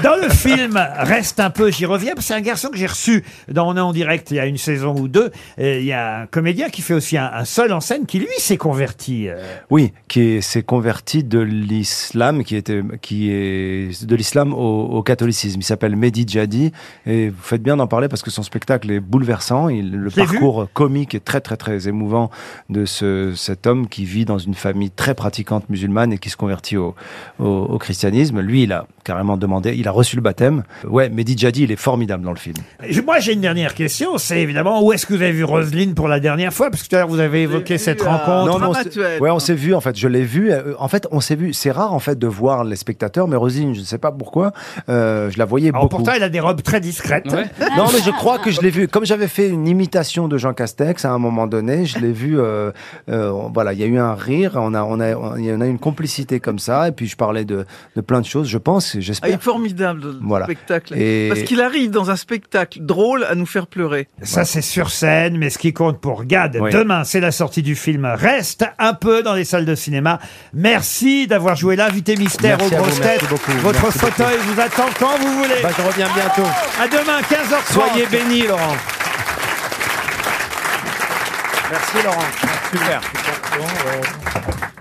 [SPEAKER 2] Dans le film Reste un peu, j'y reviens, parce que c'est un garçon que j'ai reçu dans On est en direct il y a une saison ou deux. Et Il y a un comédien qui fait aussi un, un seul en scène qui lui s'est converti. euh,
[SPEAKER 17] oui, qui est- s'est converti de l'islam, qui était, qui est de l'islam au, au catholicisme. Il s'appelle Mehdi Jadi. Et vous faites bien d'en parler parce que son spectacle est bouleversant. Il, le
[SPEAKER 2] Je l'ai vu.
[SPEAKER 17] parcours parcours comique et très très très émouvant de ce, cet homme qui vit dans une famille très pratiquante musulmane et qui se convertit au, au, au christianisme. Lui, il a carrément demandé, il a reçu le baptême. Ouais, Mehdi Jadi, il est formidable dans le film.
[SPEAKER 2] Je- Moi, j'ai une dernière question. C'est évidemment où est-ce que vous avez vu Roselyne pour la dernière fois Parce que tout à l'heure, vous avez évoqué cette rencontre.
[SPEAKER 17] Ah. Non, mais on s'est- ouais, on s'est vu en fait. Je l'ai vu. Euh, En fait, on s'est vu. C'est rare en fait de voir les spectateurs, mais Rosine, je ne sais pas pourquoi, euh, je la voyais
[SPEAKER 2] Alors,
[SPEAKER 17] beaucoup.
[SPEAKER 2] pourtant, elle a des robes très discrètes.
[SPEAKER 17] Non, mais je crois que je l'ai vu. Comme j'avais fait une imitation de Jean Castex à un moment donné, je l'ai vu. euh, euh, voilà, il y a eu un rire, on a, on a, on- il y en a une complicité comme ça, et puis je parlais de, de plein de choses, je pense,
[SPEAKER 6] Ah, il
[SPEAKER 17] et
[SPEAKER 6] est
[SPEAKER 17] j'espère.
[SPEAKER 6] formidable le
[SPEAKER 17] Voilà.
[SPEAKER 6] spectacle.
[SPEAKER 17] Et-
[SPEAKER 6] Parce qu'il arrive dans un spectacle drôle à nous faire pleurer.
[SPEAKER 2] Ça, c'est sur scène, mais ce qui compte pour Gad,
[SPEAKER 17] Oui.
[SPEAKER 2] demain, c'est la sortie du film Reste un peu dans les salles de cinéma. Merci d'avoir joué l'invité mystère
[SPEAKER 17] Merci
[SPEAKER 2] aux
[SPEAKER 17] à vous,
[SPEAKER 2] grosses
[SPEAKER 17] merci
[SPEAKER 2] têtes.
[SPEAKER 17] beaucoup,
[SPEAKER 2] Votre
[SPEAKER 17] merci
[SPEAKER 2] fauteuil vous attend quand vous voulez.
[SPEAKER 17] Bah, je reviens bientôt.
[SPEAKER 2] À demain, 15h30.
[SPEAKER 17] Soyez bénis, Laurent. Merci, Laurent. Super.